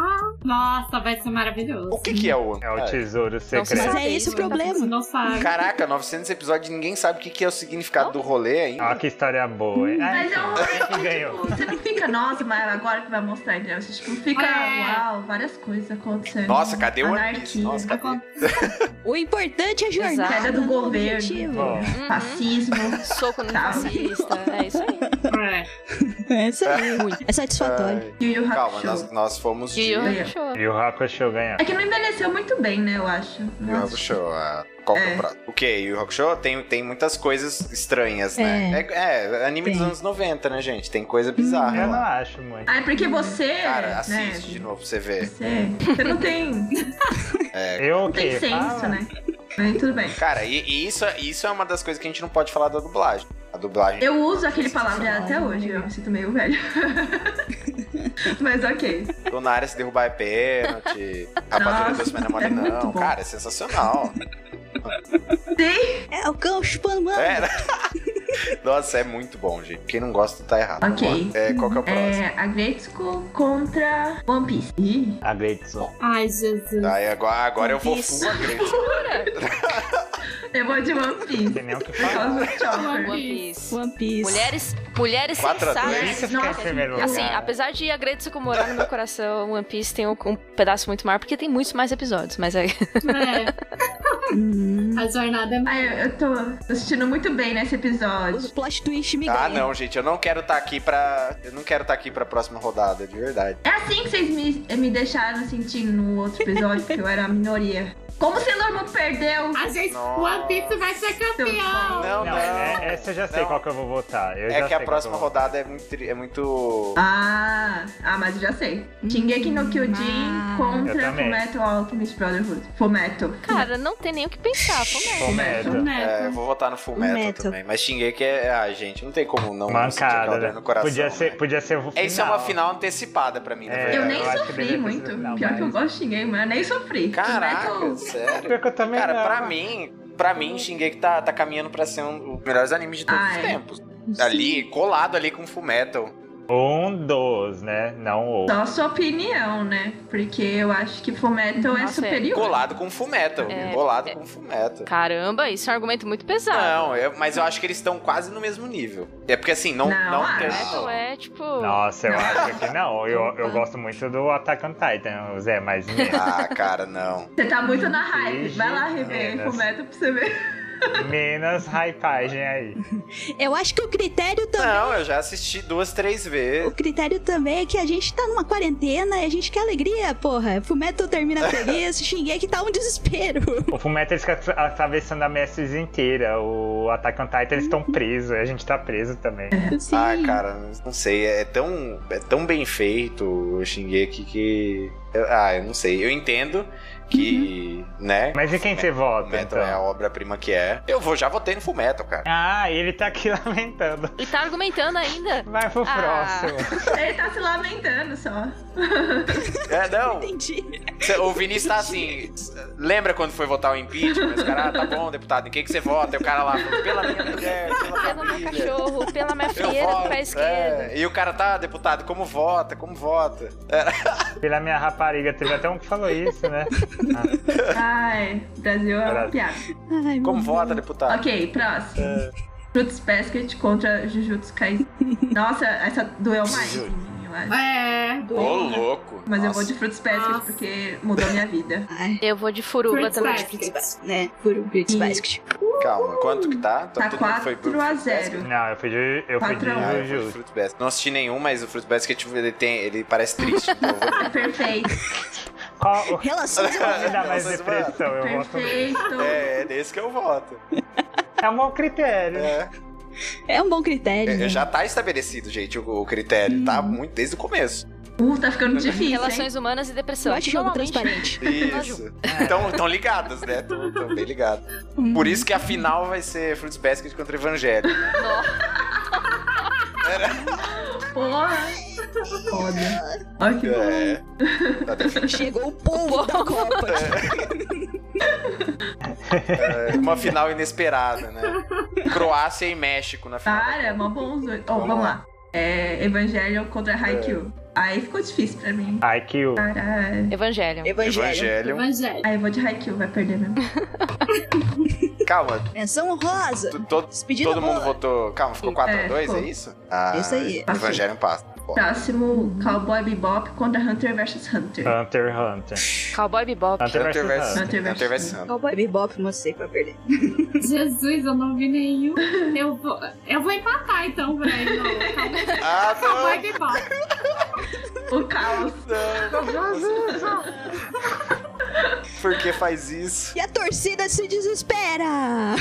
Nossa, vai ser O maravilhoso. que, que é o One É o tesouro Mas secreto. sabe. é esse o Você problema. não [laughs] sabe. Caraca, 900 episódios e ninguém sabe o que, que é o significado do rolê ainda. Ó, que história boa. hein? Ah, Mas é um enfim, quem tipo, ganhou? você não fica, nossa, mas agora que vai mostrar, entendeu? Você tipo, fica, É. uau, várias coisas acontecendo. Nossa, cadê o One Piece? Anarquia. Nossa, cadê? O importante é a jornada. Queda do não o governo. objetivo. Bom, Uhum. Fascismo. Soco no Tá. fascista. É isso aí. É. É isso aí. É satisfatório. Yu Yu Calma, Hakusho. nós, nós fomos de Yu Yu Yu Hakusho. E o Hakusho ganhar. É que não envelheceu muito bem, né, eu acho. Nossa. Hakusho. ah, Qual que é É. o prato? O que? Yu Hakusho tem, tem muitas coisas estranhas, né? É, é, anime dos Tem. anos 90, né, gente? Tem coisa bizarra Eu não lá. acho muito. Ah, Uhum. é porque você. Uhum. Cara, né, assiste de novo pra você ver. Você, você não tem, não Eu o É. tem quê? senso, Fala. né? Mas tudo bem. Cara, e, e isso, isso é uma das coisas que a gente não pode falar da dublagem. A dublagem. Eu uso aquele palavra até hoje, eu me sinto meio velho. [laughs] Mas ok. Donária se derrubar é pênalti. Rapadura Nossa, doce, mas não é mole, é muito não. bom. Cara, é sensacional. Sim! É o cão chupando manga. É. né? [laughs] Nossa, é muito bom, gente. Quem não gosta tá errado. Ok. Vamos lá. É, qual que é o próximo? É, a Great School contra One Piece. Ih, A Great Zone. Ai, Jesus. É. Aí agora, agora eu vou Isso. full agrete. eu vou de One Piece. [laughs] Tem nem o que Por falar. causa do Chopper. One Piece. One Piece. Mulheres, mulheres Quatro a dois. sensatas. Isso fica em Nossa, primeiro lugar. Assim, apesar de a Gretsuko morar no meu coração, One Piece tem um, um pedaço muito maior, porque tem muitos mais episódios, mas é. [laughs] É, Hum. a jornada é Ah, eu, eu tô tô assistindo muito bem nesse O episódio. plot twist me ganha. Ah, não, gente, eu não quero estar aqui pra. Eu não quero estar aqui pra próxima rodada, de verdade. É assim que vocês me, me deixaram sentindo no outro episódio, que eu era a minoria. Como o Sailor Moon perdeu? A gente, Nossa. One Piece vai ser campeão! Não, não. Não, é, essa eu já sei Não. qual que eu vou votar. Eu É já que a sei qual próxima eu vou votar. rodada é muito. tri- É muito... Ah, ah, mas eu já sei. Shingeki no Kyojin Ah. Eu contra também. Fumetto Alchemist Brotherhood. Fumetto. Cara, não tem nem o que pensar. Como é? Comédia. É, eu vou votar no Full Metal, Metal. também. Mas xinguei que é. Ah, gente, não tem como não não sentir aquela Mancada, dor né? é no coração. podia, ser, né? podia ser o É, final. Isso é uma final antecipada pra mim, na É, verdade. Eu nem eu acho que sofri deveria ter muito. sido não, Pior que eu mas- gosto de Shingeki, mas eu nem sofri. Caraca, Fullmetal- sério. Pior que eu também Cara, não. pra mim. Pra mim, Shingeki tá, tá caminhando pra ser um dos melhores animes de todos Ah, os é. tempos. Ali, colado ali com Full Metal. Um dos, né? Não o outro. Só sua opinião, né? Porque eu acho que Fumetto é Nossa, é. superior. Colado com Full Metal. É, colado é. com Full Metal. Caramba, isso é um argumento muito pesado. Não, eu- mas eu acho que eles estão quase no mesmo nível. É porque assim, não, Não, não, acho. tem. Metal é tipo. Nossa, eu acho que não. Eu, eu gosto muito do Attack on Titan, Zé, mas [laughs] menos. Ah, cara, [laughs] não. Você tá muito na hype. Vai lá rever Meninas. Fumetto pra você ver. [laughs] menos hypagem aí. Eu acho que o critério também. Não, eu já assisti duas, três vezes. O critério também é que a gente tá numa quarentena e a gente quer alegria, porra. [laughs] Fumeto termina feliz, xinguei que tá um desespero. O Fullmetal eles atra- atravessando a Mestres inteira. O Attack on Titan eles estão presos. A gente tá preso também. Sim. Ah, cara, não sei. É tão, é tão bem feito o Shingeki que. eu- ah, eu não sei. Eu entendo que. Né? Mas e quem você vota, Fullmetal então? é a obra-prima que é. Eu vou, já votei no Fullmetal, [laughs] cara. Ah, ele tá aqui [laughs] lamentando. E tá argumentando ainda. Vai pro Ah. próximo. Ele tá se lamentando só. É, não. Entendi. cê- O Vinícius tá assim. Lembra quando foi votar o impeachment? Os caras, ah, tá bom, deputado, em quem que você vota? E o cara lá, pela minha mulher, pela Pelo meu família. cachorro, pela minha Eu frieira do voto, pé é. esquerdo. E o cara tá, deputado, como vota? Como vota? É, Pela minha rapariga, teve até um que falou isso, né? Ai, Brasil é uma Caralho. piada. Ai, Como meu vota, deputado? Uhum. Ok, próximo. É. Fruits Basket contra Jujutsu Kaisen. Nossa, essa doeu mais. em mim, eu acho. É. Ô, louco. Mas eu Nossa. vou de Fruits Basket Nossa. porque mudou minha vida. Ai, Eu vou de furuba Fruits também. Basket. né? Por um Brits Basket. Calma, quanto que tá? Tá Todo mundo foi pro 4 a Fruit Basket? 0 Não, eu fui de, eu fui de Quatro a um. Ah, eu fui Juju. Fruit Basket. Não assisti nenhum, mas o Fruit Basket tipo, ele tem, ele parece [laughs] triste. então eu vou- Perfeito, Qual o [laughs] que Relações me dá mais Vocês depressão? Eu voto nele. perfeito. É, é nesse que eu voto. É um bom critério. É. é um bom critério. É, né? já tá estabelecido, gente, o, o critério. Tá Uhum. muito desde o começo. Uh, tá ficando difícil, hein? Relações humanas e Eu depressão. acho jogo Normalmente- [laughs] transparente. Isso. Estão tão ligados, né? Tão, tão bem ligados. Uhum. Por isso que a final vai ser Fruits Basket contra Evangelho. Nossa, Porra. Foda. Olha que bom. É. Tá definido. Chegou o povo da Copa. É, Uma final inesperada, né? Croácia e México na final. Cara, mó bom os dois. Ó, Vamos vamos lá. lá. É, Evangelho contra Haikyuu. Aí ficou difícil pra mim. Ai, que o. Caralho. [laughs] Evangelho. Evangelho. É, Evangelho. Evangelho. Aí eu vou de Haikyuu, vai perder mesmo. Calma, Menção honrosa. tu- todo, Despedida Todo mundo boa. votou. Calma, ficou Sim. 4x2, É, é, ficou. isso? Ah, Isso aí. Evangelho passa. Bebop. Próximo, Cowboy Bebop contra Hunter vs Hunter. Hunter x Hunter. Cowboy Bebop. Hunter vs Hunter vs. Hunter. Hunter vs. Hunter. Cowboy Bebop, mostrei pra perder. Jesus, eu não vi nenhum. Eu vou, eu vou empatar então, velho. Não, Ah, Cowboy não, Bebop. O caos. por que faz isso? E a torcida se desespera!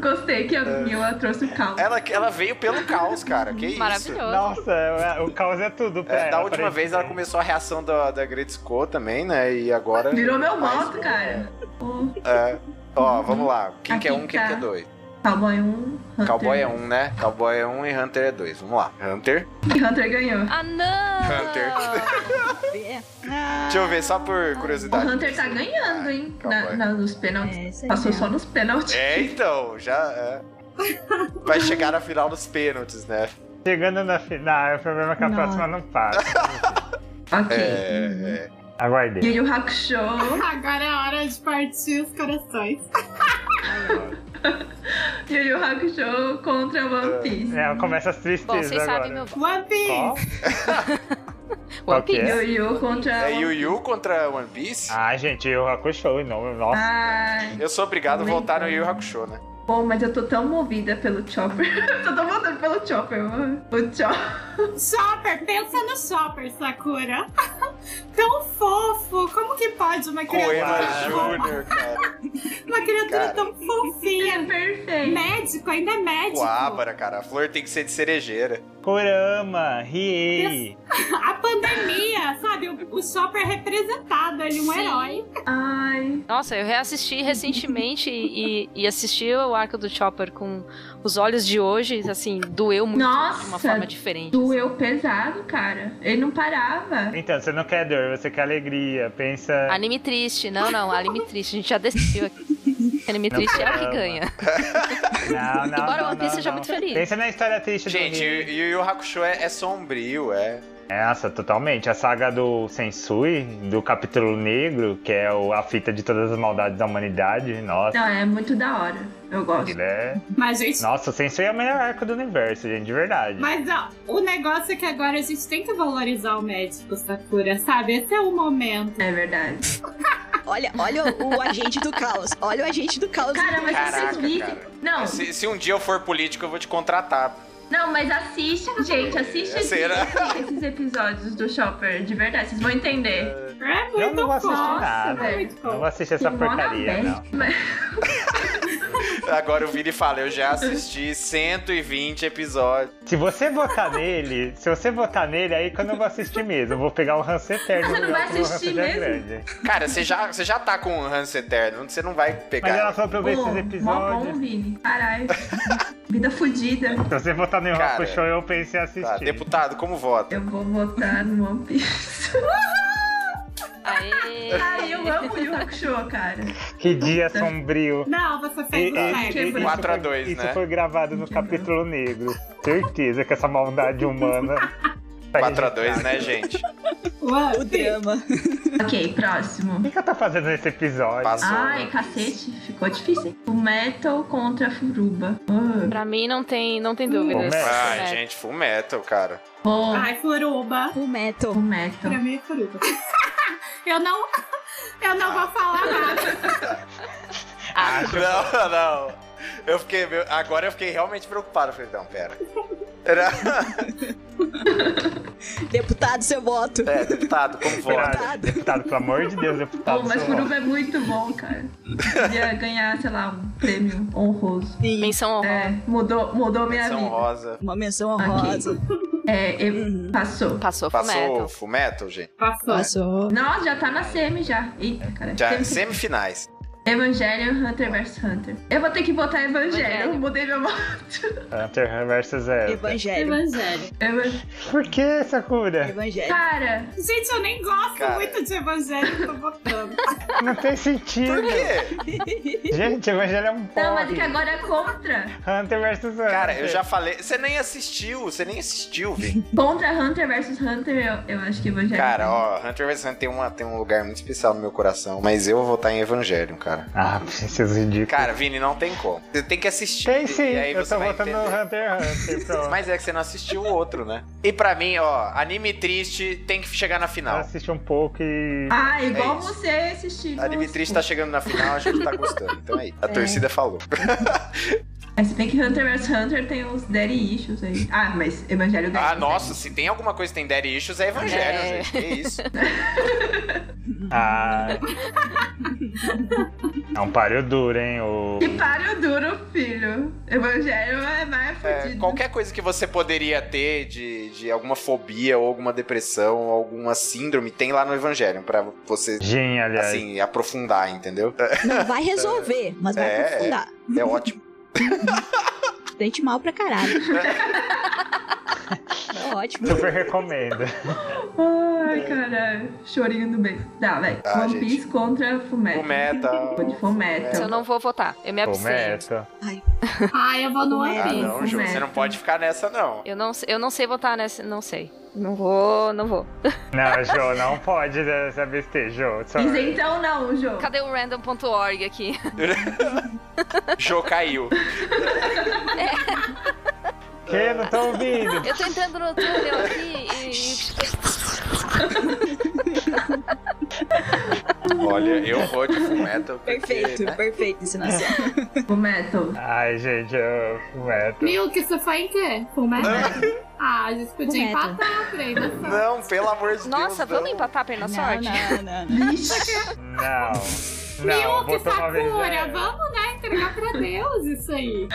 Gostei que a Mila trouxe o caos. Ela, ela veio pelo caos, cara. Que isso? Maravilhoso. Nossa, o caos é tudo pra É, ela, da última vez ela aparentemente. começou a reação da, da Gretzko também, né? E agora. Virou meu mais voto, um, cara. O É. Ó, vamos lá. Quem que é Aqui um, quem tá. que é dois? Cowboy 1, Hunter. Cowboy é um, né? Cowboy é um e Hunter é dois. Vamos lá. Hunter. E Hunter ganhou. Ah, não! Tá Hunter. É, Deixa eu ver, só por O curiosidade. Hunter tá ganhando, hein? Ah, Na, Cowboy. na- nos pênaltis. É, isso aí Passou mesmo. só nos pênaltis. É, então, já. é. Vai chegar na final dos pênaltis, né? Chegando na final, o problema é que a Não. próxima não passa. Ok. É. é. Aguardei. [laughs] Yu Yu Hakusho. Agora é hora de partir os corações. Yu Yu Hakusho contra One Piece. É, começa as Bom, tristezas vocês agora. sabem meu voto. One Piece. Ó, One Qual que Piece. é? Yu Yu contra É One Yu Yu contra One Piece? Ah, gente, eu Hakusho, não, nossa. Ai, Eu sou obrigado a voltar no Yu Yu Hakusho, [laughs] né? bom, mas eu tô tão movida pelo Chopper. [laughs] eu tô tão movida pelo Chopper, mano. O Chopper. Shopper, pensa no Shopper, Sakura. [laughs] Tão fofo. Como que pode uma Coema criatura, Júnior, [laughs] Tipo. cara. uma criatura Cara. tão Ele é fofinha? perfeito. Médico, ainda é médico. Coabra, cara. A flor tem que ser de cerejeira. Kurama, Riei. A pandemia, sabe? O, o Shopper representado ali, um Sim. herói. Ai, Nossa, eu reassisti recentemente e, e assisti o arco do Chopper com os olhos de hoje, assim, doeu muito de uma Nossa, forma diferente. assim. doeu pesado, cara. Ele não parava. Então, você não quer dor, você quer alegria. Pensa. Anime triste, não, não, anime triste, a gente já decidiu aqui. Anime triste é o que Não, ganha. [laughs] Não, não. Embora não, o One Piece não, seja não. muito feliz. Pensa na história triste Gente, do Rio. Yu Yu Hakusho é, é sombrio, é. Nossa, totalmente. A saga do Sensui, do capítulo negro, que é o- a fita de todas as maldades da humanidade. Nossa, Não, é muito da hora. Eu gosto. ele é. Mas, gente, Nossa, o Sensui é o melhor arco do universo, gente, de verdade. Mas ó, o negócio é que agora a gente tem que valorizar o médico, Sakura, sabe? Esse é o momento. É verdade. Olha, olha o, o agente do caos. Olha o agente do caos. Cara, mas Caraca, vocês cara. viram. Não, Se, se um dia eu for político, eu vou te contratar. não, mas assiste, gente. Assiste esse- Será? esse- esses episódios do Shopper, de verdade. Vocês vão entender. É Eu muito não vou assistir fofo, nada. é muito Não fofo. vou assistir essa Que mó na porcaria, bad. não. Agora o Vini fala, eu já assisti 120 episódios. Se você votar nele, se você votar nele, aí que eu não vou assistir mesmo. Eu vou pegar o Hans Eterno. Você não do vai Goku, o Hans assistir já é mesmo? grande. Cara, você já, você já tá com o Hans Eterno, você não vai pegar. Mas ela falou pra eu ver Pô, esses mó bom, episódios. Vini. Caralho. [laughs] Vida fodida. Se você votar no Cara, Rock Show, eu pensei em assistir. Tá, deputado, como vota? Eu vou votar no One [laughs] Piece. Aê! Ai, eu amo Yu Hakusho, cara. Que dia sombrio. Não, você fez o certo. Quebrou. isso 4 a foi- 2, Isso né? foi gravado no capítulo negro. Certeza que essa maldade [laughs] humana. tá 4x2, registrada. né, gente? Ué, O drama. Ok, próximo. O que, que ela tá fazendo nesse episódio? Passou. Ai, né? cacete, ficou difícil. hein? O Metal contra a Furuba. Ah, Pra mim não tem, não tem dúvidas. Bom, Ai, É. gente, full metal, cara. Bom, Ai, Furuba. O metal. o Metal. Pra mim é Furuba. [laughs] eu não. Eu não vou falar nada. Ah, Não, não. Eu fiquei. eu- Agora eu fiquei realmente preocupado. Eu falei, não, pera. Era- Deputado, seu voto. É, deputado, como vota? Deputado, deputado, pelo amor de Deus, deputado. Bom, mas Tá seu voto. Furuba é muito bom, cara. [laughs] Queria ganhar, sei lá, um prêmio honroso. Sim. menção honrosa. É, mudou, mudou minha São vida. Rosa. Uma menção honrosa. É, e- passou. Passou, foi Passou metal. full metal, gente? Passou. Passou. Nossa, já tá na semi já. Eita, cara. um Já, é é Semi- semifinais. Evangelho, Hunter vs Hunter. Eu vou ter que votar Evangelho. Evangelho. Eu mudei meu voto. [laughs] Hunter versus Eva. Evangelho. Evangelho. Evan- Por que, Sakura? Evangelho. Cara, Gente, eu nem gosto Cara. muito de evangelho, tô votando. Não tem sentido. Por [laughs] quê? Gente, Evangelho é um pobre. não, mas é que agora é contra. Hunter vs Hunter. Cara, eu já falei. Você nem assistiu, você nem assistiu, Vini. Contra Hunter vs Hunter, eu, eu acho que Evangelho. Cara, ó, Hunter vs Hunter tem, uma, tem um lugar muito especial no meu coração, mas eu vou votar em Evangelion, cara. cara. Ah, princesa ridícula. Cara, Vini, não tem como. Você tem que assistir. Tem e sim, aí eu você tô vai votando no entender. Hunter x [laughs] Hunter. Pronto. Mas é que você não assistiu o outro, né? E pra mim, ó, anime triste tem que chegar na Eu final. assisti um pouco e. Ah, igual É isso. você assistiu. Anime triste tá chegando na final, a gente tá gostando. Então aí, a torcida falou. Mas se bem que Hunter vs Hunter tem uns daddy issues aí. Ah, mas Evangelho Ah, ganha. nossa, se tem alguma coisa que tem Daddy Issues, é Evangelho, É. gente. Que isso. Ah. é um páreo duro, hein? O... Que páreo duro, filho. Evangelho é mais É, fudido. qualquer coisa que você poderia ter de, de alguma fobia ou alguma depressão ou alguma síndrome, tem lá no Evangelho, pra você, Jin, aliás. assim, aprofundar, entendeu? Não vai resolver, mas vai É, é. aprofundar. É ótimo. Dente mal pra caralho. Ótimo. Super recomendo. Ai, caralho. Chorinho do bem. Tá, vai. É. Ah, One gente. Piece contra Fullmetal. O metal. Vou de Fullmetal. Então eu não vou votar. Eu me É abstenho. Começa. Ai, eu vou no One Ah, Piece. não, Ju, você não pode ficar nessa, não. Eu não, eu não sei votar nessa. Não sei. Não vou, não vou. Não, Jo, não pode dessa besteira, Jo. Só... Isentão então não, Jô. Cadê o random.org aqui? [laughs] Jô caiu. Que? Não tô ouvindo. Eu tô entrando no túnel aqui e. Olha, eu vou de full metal. porque, Perfeito, né? perfeito ensinação. Fullmetal. Ai, gente, eu fumeto. Milk, você foi em quê? Fullmetal? Ah, a gente podia Fullmetal. empatar, peraí, né? Não, pelo amor de Deus. Nossa, vamos não. empatar pela sorte? não, não, não. Vixe. Não. Não, Milk, vou tomar Sakura, vergonha. vamos, né, entregar pra Deus isso aí.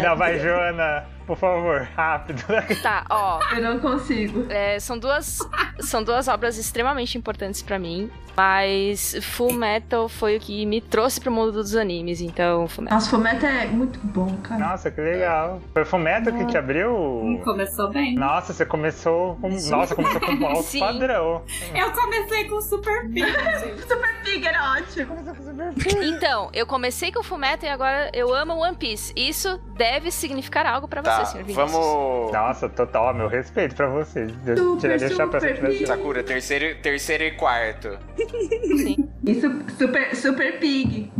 Não, vai, Joana. Por favor, rápido. [laughs] Tá, ó. Eu não consigo. É, são duas são duas obras extremamente importantes pra mim, mas Full Metal foi o que me trouxe pro mundo dos animes, então Full Metal. Nossa, Fullmetal é muito bom, cara. Nossa, que legal. Foi Fumeto que te Hum, abriu? Começou bem. Nossa, você começou com. Nossa, começou com um alto Sim. padrão. Eu comecei com Super Pick. Super Pig era ótimo. Então, eu comecei com Full Metal e agora eu amo One Piece. Isso deve significar algo pra você, Tá, senhor Vinícius. vamos. Nossa, total, meu respeito pra você. Eu Super, tiraria o chapéu super se eu tivesse- Sakura, terceiro, terceiro e quarto. E su- super, super Pig.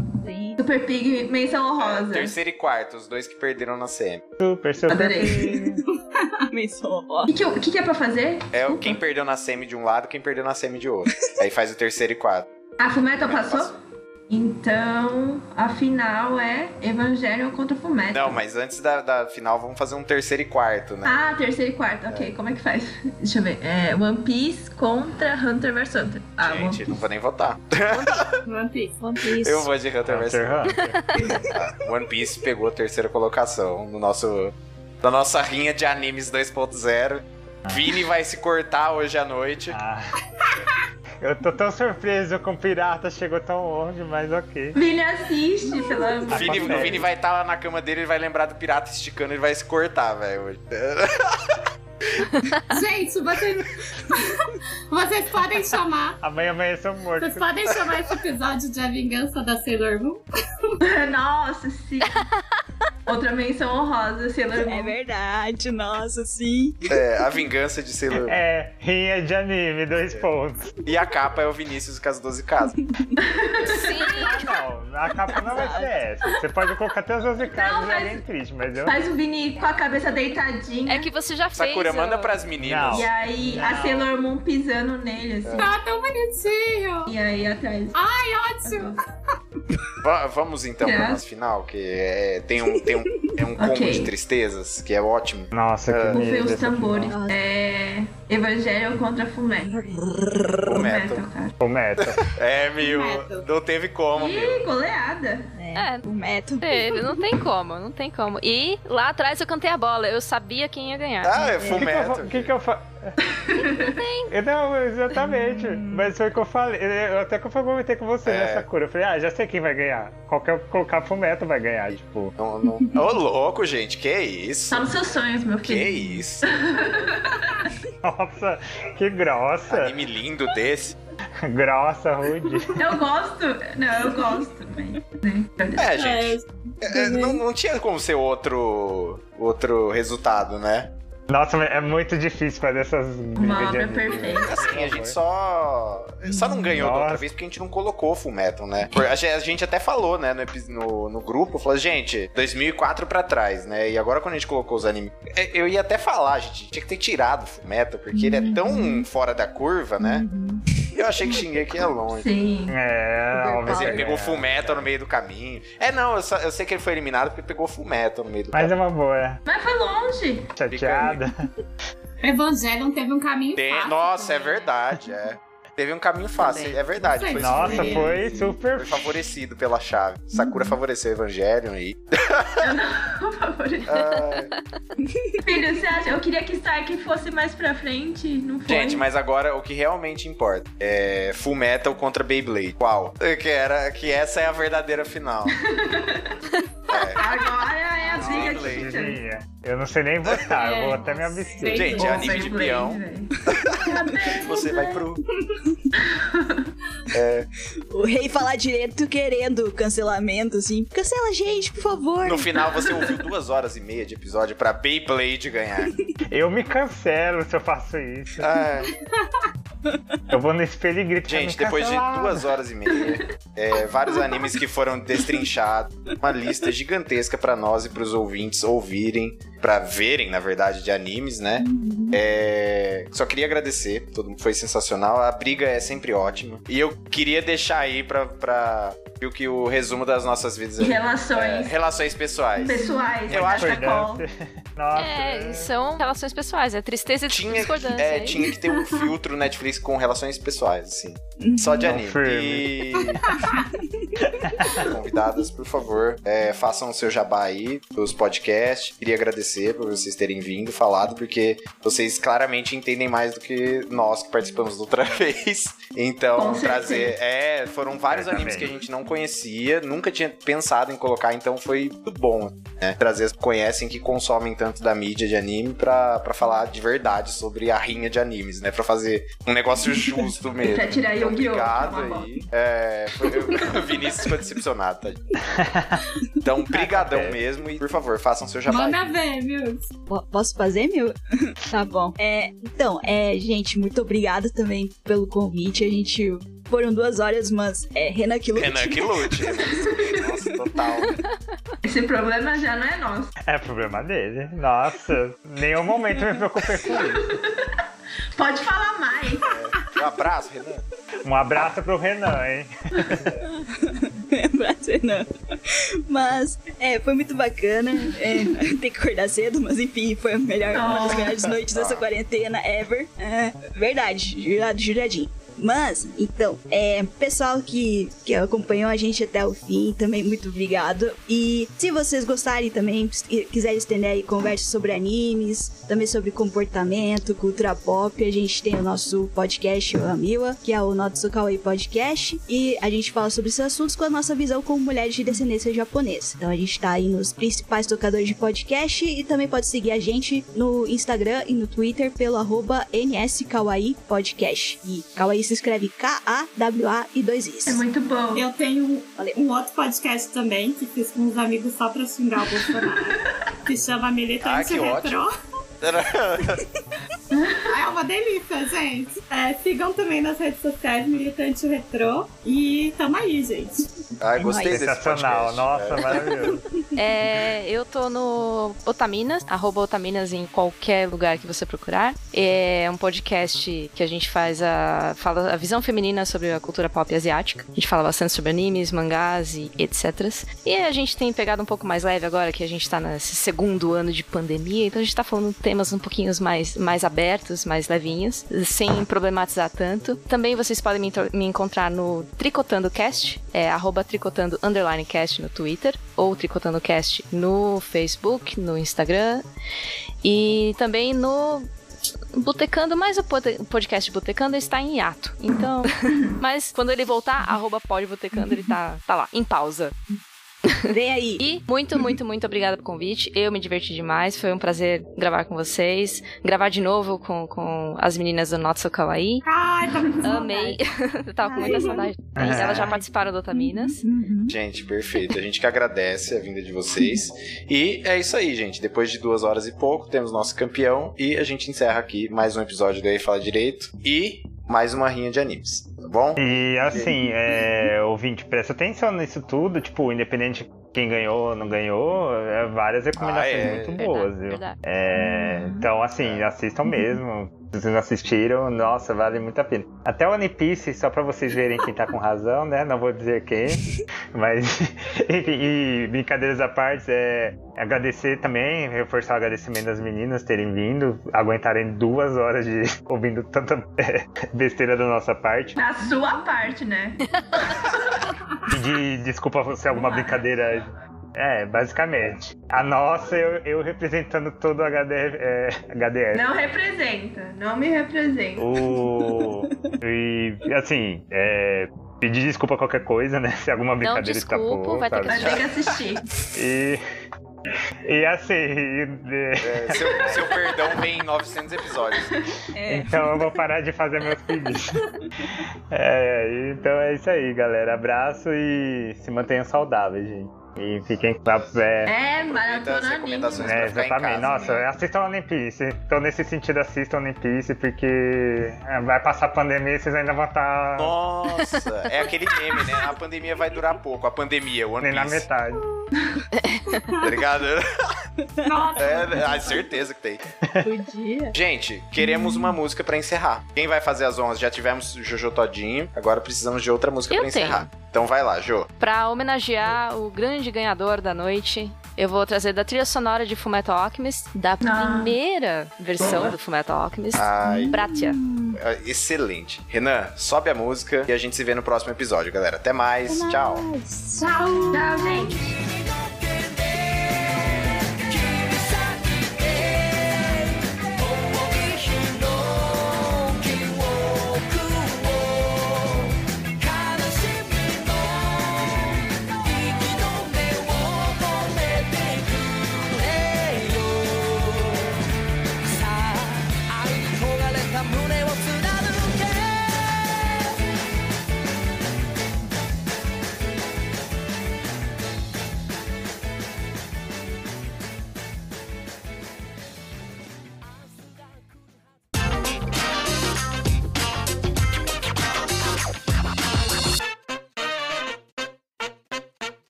Super Pig, menção honrosa. Terceiro e quarto, os dois que perderam na CM. Super, super. Adorei. O que, que, eu- o que que é pra fazer? É o- quem perdeu na CM de um lado, quem perdeu na CM de outro. Aí faz o terceiro e quarto. Né? A Fullmetal Ah, passou? Então, a final é Evangelho contra Fullmetal. Não, mas antes da, da final, vamos fazer um terceiro e quarto, né? Ah, terceiro e quarto. Ok, como é que faz? [laughs] Deixa eu ver. É One Piece contra Hunter vs Hunter. Ah, One Gente, não vou nem votar. One Piece. One Piece. Eu vou de Hunter vs. Hunter, Hunter. Ah, One Piece pegou a terceira colocação no nosso, na nossa rinha de animes 2.0. Vini vai se cortar hoje à noite. Ah. Eu tô tão surpreso com o Pirata, chegou tão longe, mas ok. Vini assiste, pelo amor. Vini, acontece. Vini vai estar lá na cama dele, ele vai lembrar do pirata esticando, ele vai se cortar, velho. hoje. Gente, vocês... [laughs] vocês podem chamar... Amanhã amanheceu morto. Vocês podem chamar esse episódio de A Vingança da Sailor Moon? [laughs] Nossa, sim. Outra menção honrosa, Sailor É Moon. verdade, nossa, sim. É, a vingança de Sailor. Moon. É, rinha de anime, dois pontos. E a capa é o Vinícius com as 12 casas. Sim, Não, a capa não vai ser essa. Você pode colocar até as 12 Não, caras de mas- alguém triste, mas eu. Faz o Vini com a cabeça deitadinha. é que você já fez. Sakura, ó. manda pras meninas. E aí a Sailor Moon pisando nele, assim. Tá tão bonitinho. E aí atrás. Ai, ótimo. Va- vamos então pra É. nossa final, que é- tem um, tem um, é um combo Ok. de tristezas, que é ótimo. Nossa, que Vou ver medo. os esse tambores. final. É. Evangelho contra Fumeto. O Metal. cara. Fullmetal. [laughs] É, meu. Metal. Não teve como, meu. Ih, goleada. É, O um método. teve, não tem como, não tem como. E lá atrás eu cantei a bola, eu sabia quem ia ganhar. Ah, é O fumeto. que, que eu fa- que, que eu faço? [laughs] não, exatamente. Hum. Mas foi o que eu falei. Eu até que eu comentei com você É. nessa cura. Eu falei, ah, já sei quem vai ganhar. Qualquer que eu colocar fumeto vai ganhar, tipo. [laughs] Não, não. Ô, louco, gente, que isso? Só nos seus sonhos, meu Ah, Que filho. isso? Nossa, que grossa. Anime lindo desse. grossa, rude. [laughs] Eu gosto. Não, eu gosto. Mas... É, gente. é, não, não tinha como ser outro outro resultado, né? Nossa, mas é muito difícil fazer essas brigas Uma de obra anime. perfeita. Por Assim, a gente favor. só. Só não ganhou da outra Nossa. vez porque a gente não colocou Full Metal, né? Por- A ge- a gente até falou, né, no, epi- no, no grupo, falou, gente, 2004 pra trás, né? E agora quando a gente colocou os animes. é, Eu ia até falar, gente, tinha que ter tirado Full Metal, porque ele é tão fora da curva, né? E eu achei que xinguei que ia longe. Sim. É, Super óbvio. Mas ele Olha. pegou Full Metal no meio do caminho. É, não, eu, só- eu sei que ele foi eliminado porque pegou Full Metal no meio do Mas é caminho. uma boa, é. Mas foi longe. Chateada. Evangelion teve um caminho Tem- fácil. nossa, é também. né? verdade, é. Teve um caminho fácil, é verdade. Sei. Foi Nossa, surpreendido. foi super. Foi favorecido pela chave. Uhum. Sakura favoreceu o Evangelion e. Por favor. Ah, [laughs] Filho, você acha? Eu queria que Stark fosse mais pra frente, não foi? gente, mas agora o que realmente importa é Full Metal contra Beyblade. Qual? Que, era, que essa é a verdadeira [laughs] final. Agora é a briga Beyblade. de titãs. Tadinha. Uhum. Eu não sei nem votar, eu vou É, até me abster. Gente, é Bom, anime de Beyblade, peão. velho. Você vai pro. O rei falar direito querendo cancelamento, assim. Cancela, gente, por favor. No final você ouviu duas horas e meia de episódio pra Beyblade ganhar. Eu me cancelo se eu faço isso. Ah, Eu vou no espelho e grito. gente, "Tá me depois de cancelado." duas horas e meia, é, vários animes que foram destrinchados, uma lista gigantesca pra nós e pros ouvintes ouvirem, pra verem, na verdade, de animes, né? É, Só queria agradecer, todo mundo foi sensacional. A briga é sempre ótima. E eu queria deixar aí pra, pra ver o que o resumo das nossas vidas é. É, Relações relações pessoais. pessoais. É. né? Tá Eu acho- é Cachecol. Discordância. é. [laughs] Nossa. É, e são relações pessoais, é tristeza e Tinha, que- discordância. é, hein? tinha que ter um filtro Netflix com relações pessoais, assim. Só de anime. Confirme. E. [laughs] Convidadas, por favor, é, façam o seu jabá aí, os podcasts. Queria agradecer por vocês terem vindo, falado, porque vocês claramente entendem mais do que nós que participamos da outra [laughs] vez. Então, Com trazer. É, foram vários É, animes também. que a gente não conhecia, nunca tinha pensado em colocar, então foi muito bom, né? Trazer as que conhecem, que consomem tanto da mídia de anime pra, pra falar de verdade sobre a rinha de animes, né? Pra fazer um negócio justo mesmo. Pra tirar Então, É Yu-Gi-Oh! Obrigado Tá bom. aí. É, foi, o Vinícius ficou decepcionado, tá? Então, brigadão É. mesmo e, por favor, façam seu jabá. Manda ver, viu? Po- Posso fazer, meu? [laughs] tá bom. É, então, é, gente, muito obrigada também pelo convite. A gente. Foram duas horas, mas é Renan Quilo. Renan, que lute. né? Nossa, total. Esse problema já não é nosso. É problema dele. Nossa, nenhum momento me preocupei com isso. Pode falar mais. Um abraço, Renan. [laughs] Um abraço pro Renan, hein? [laughs] Abraço, Renan. Mas, é, foi muito bacana. É, tem que acordar cedo, mas enfim, foi a melhor, uma das melhores noites dessa quarentena ever. É, verdade, jurado, juradinho. Mas, então, é, pessoal que, que acompanhou a gente até o fim, também muito obrigado. E se vocês gostarem também, se quiserem estender aí conversas sobre animes, também sobre comportamento, cultura pop, a gente tem o nosso podcast, o Amiwa, que é o Notsu Kawaii Podcast, e a gente fala sobre esses assuntos com a nossa visão como mulheres de descendência japonesa. Então a gente tá aí nos principais tocadores de podcast e também pode seguir a gente no Instagram e no Twitter pelo arroba NSKawaii Podcast. E Kawaii se escreve K-A-W-A e dois Is. É muito bom. Eu tenho um- Valeu. um outro podcast também que fiz com uns amigos só pra xingar o Bolsonaro. [laughs] que chama Militante Ah, que Retrô. É uma delícia, gente. É, sigam também nas redes sociais Militante Retrô. E tamo aí, gente. Ai, É gostei nóis. desse Sensacional. podcast. Nossa, maravilhoso. É, eu tô no Otaminas, arroba Otaminas em qualquer lugar que você procurar. É um podcast que a gente faz a, fala a visão feminina sobre a cultura pop asiática. A gente fala bastante sobre animes, mangás e etc. E a gente tem pegado um pouco mais leve agora que a gente tá nesse segundo ano de pandemia, então a gente tá falando temas um pouquinho mais, mais abertos, mais levinhos, sem problematizar tanto. Também vocês podem me, entro- me encontrar no Tricotando Cast, é arroba tricotando underline cast no Twitter, ou Tricotando Cast no Facebook, no Instagram, e também no Botecando, mas o pod- o podcast Botecando está em hiato. Então, mas quando ele voltar, arroba pode Botecando, ele tá, tá lá, em pausa. Vem aí. E muito, muito, muito obrigada pelo convite. Eu me diverti demais. Foi um prazer gravar com vocês. Gravar de novo com, com as meninas do Not So Kawaii. Ai, tá muito Amei. Eu [laughs] tava com muita saudade. Ai. Elas já participaram do Otaminas. Gente, perfeito. A gente que agradece a vinda de vocês. E é isso aí, gente. Depois de duas horas e pouco, temos nosso campeão. E a gente encerra aqui mais um episódio do Aí Fala Direito. E mais uma rinha de animes, tá bom? E assim, é, ouvinte, presta atenção nisso tudo, tipo, independente de quem ganhou ou não ganhou, é, várias recomendações Ah, é. muito boas, Verdade, viu? verdade. É, então, assim, assistam mesmo. Se vocês não assistiram, nossa, vale muito a pena. Até o One Piece, só pra vocês verem quem tá com razão, né? Não vou dizer quem. Mas, [laughs] enfim, e brincadeiras à parte, é agradecer também, reforçar o agradecimento das meninas terem vindo, aguentarem duas horas de [laughs] ouvindo tanta eh, besteira da nossa parte. Da sua parte, né? Pedir desculpa se alguma brincadeira. É, basicamente. A nossa, eu, eu representando todo o HD, eh, É. HDR. Não representa, não me representa. O... E, assim, é... pedir desculpa a qualquer coisa, né? [laughs] Se alguma Não brincadeira desculpo, escapou. vai ter que sabe? Vai ter que assistir. E... E assim, e- e- É, seu, seu perdão vem em 900 episódios. É. então eu vou parar de fazer meus pedidos. [laughs] É, então é isso aí, galera. Abraço e se mantenham saudáveis, gente. E fiquem com a é, Aproveita É, as maratona recomendações anime. É, pra ficar em exatamente. casa. Nossa, né? assistam a One Piece. Então, nesse sentido, assistam a One Piece, porque é, vai passar a pandemia e vocês ainda vão estar Nossa, é aquele meme, né? A pandemia vai durar pouco. A pandemia, o One nem na Piece. metade. Tá ligado? bom. Nossa, É, a certeza que tem. Podia. Gente, queremos uma música pra encerrar. Quem vai fazer as ondas? Já tivemos Jojo Todinho, agora precisamos de outra música Eu pra encerrar. Então vai lá, Jo. Pra homenagear o grande ganhador da noite, eu vou trazer da trilha sonora de Fumetto Alchemist, da primeira versão do Fumetto Alchemist, Ai, Bratia. É, excelente. Renan, sobe a música e a gente se vê no próximo episódio, galera. Até mais. Tchau. Mas- tchau. Tá Tchau, gente.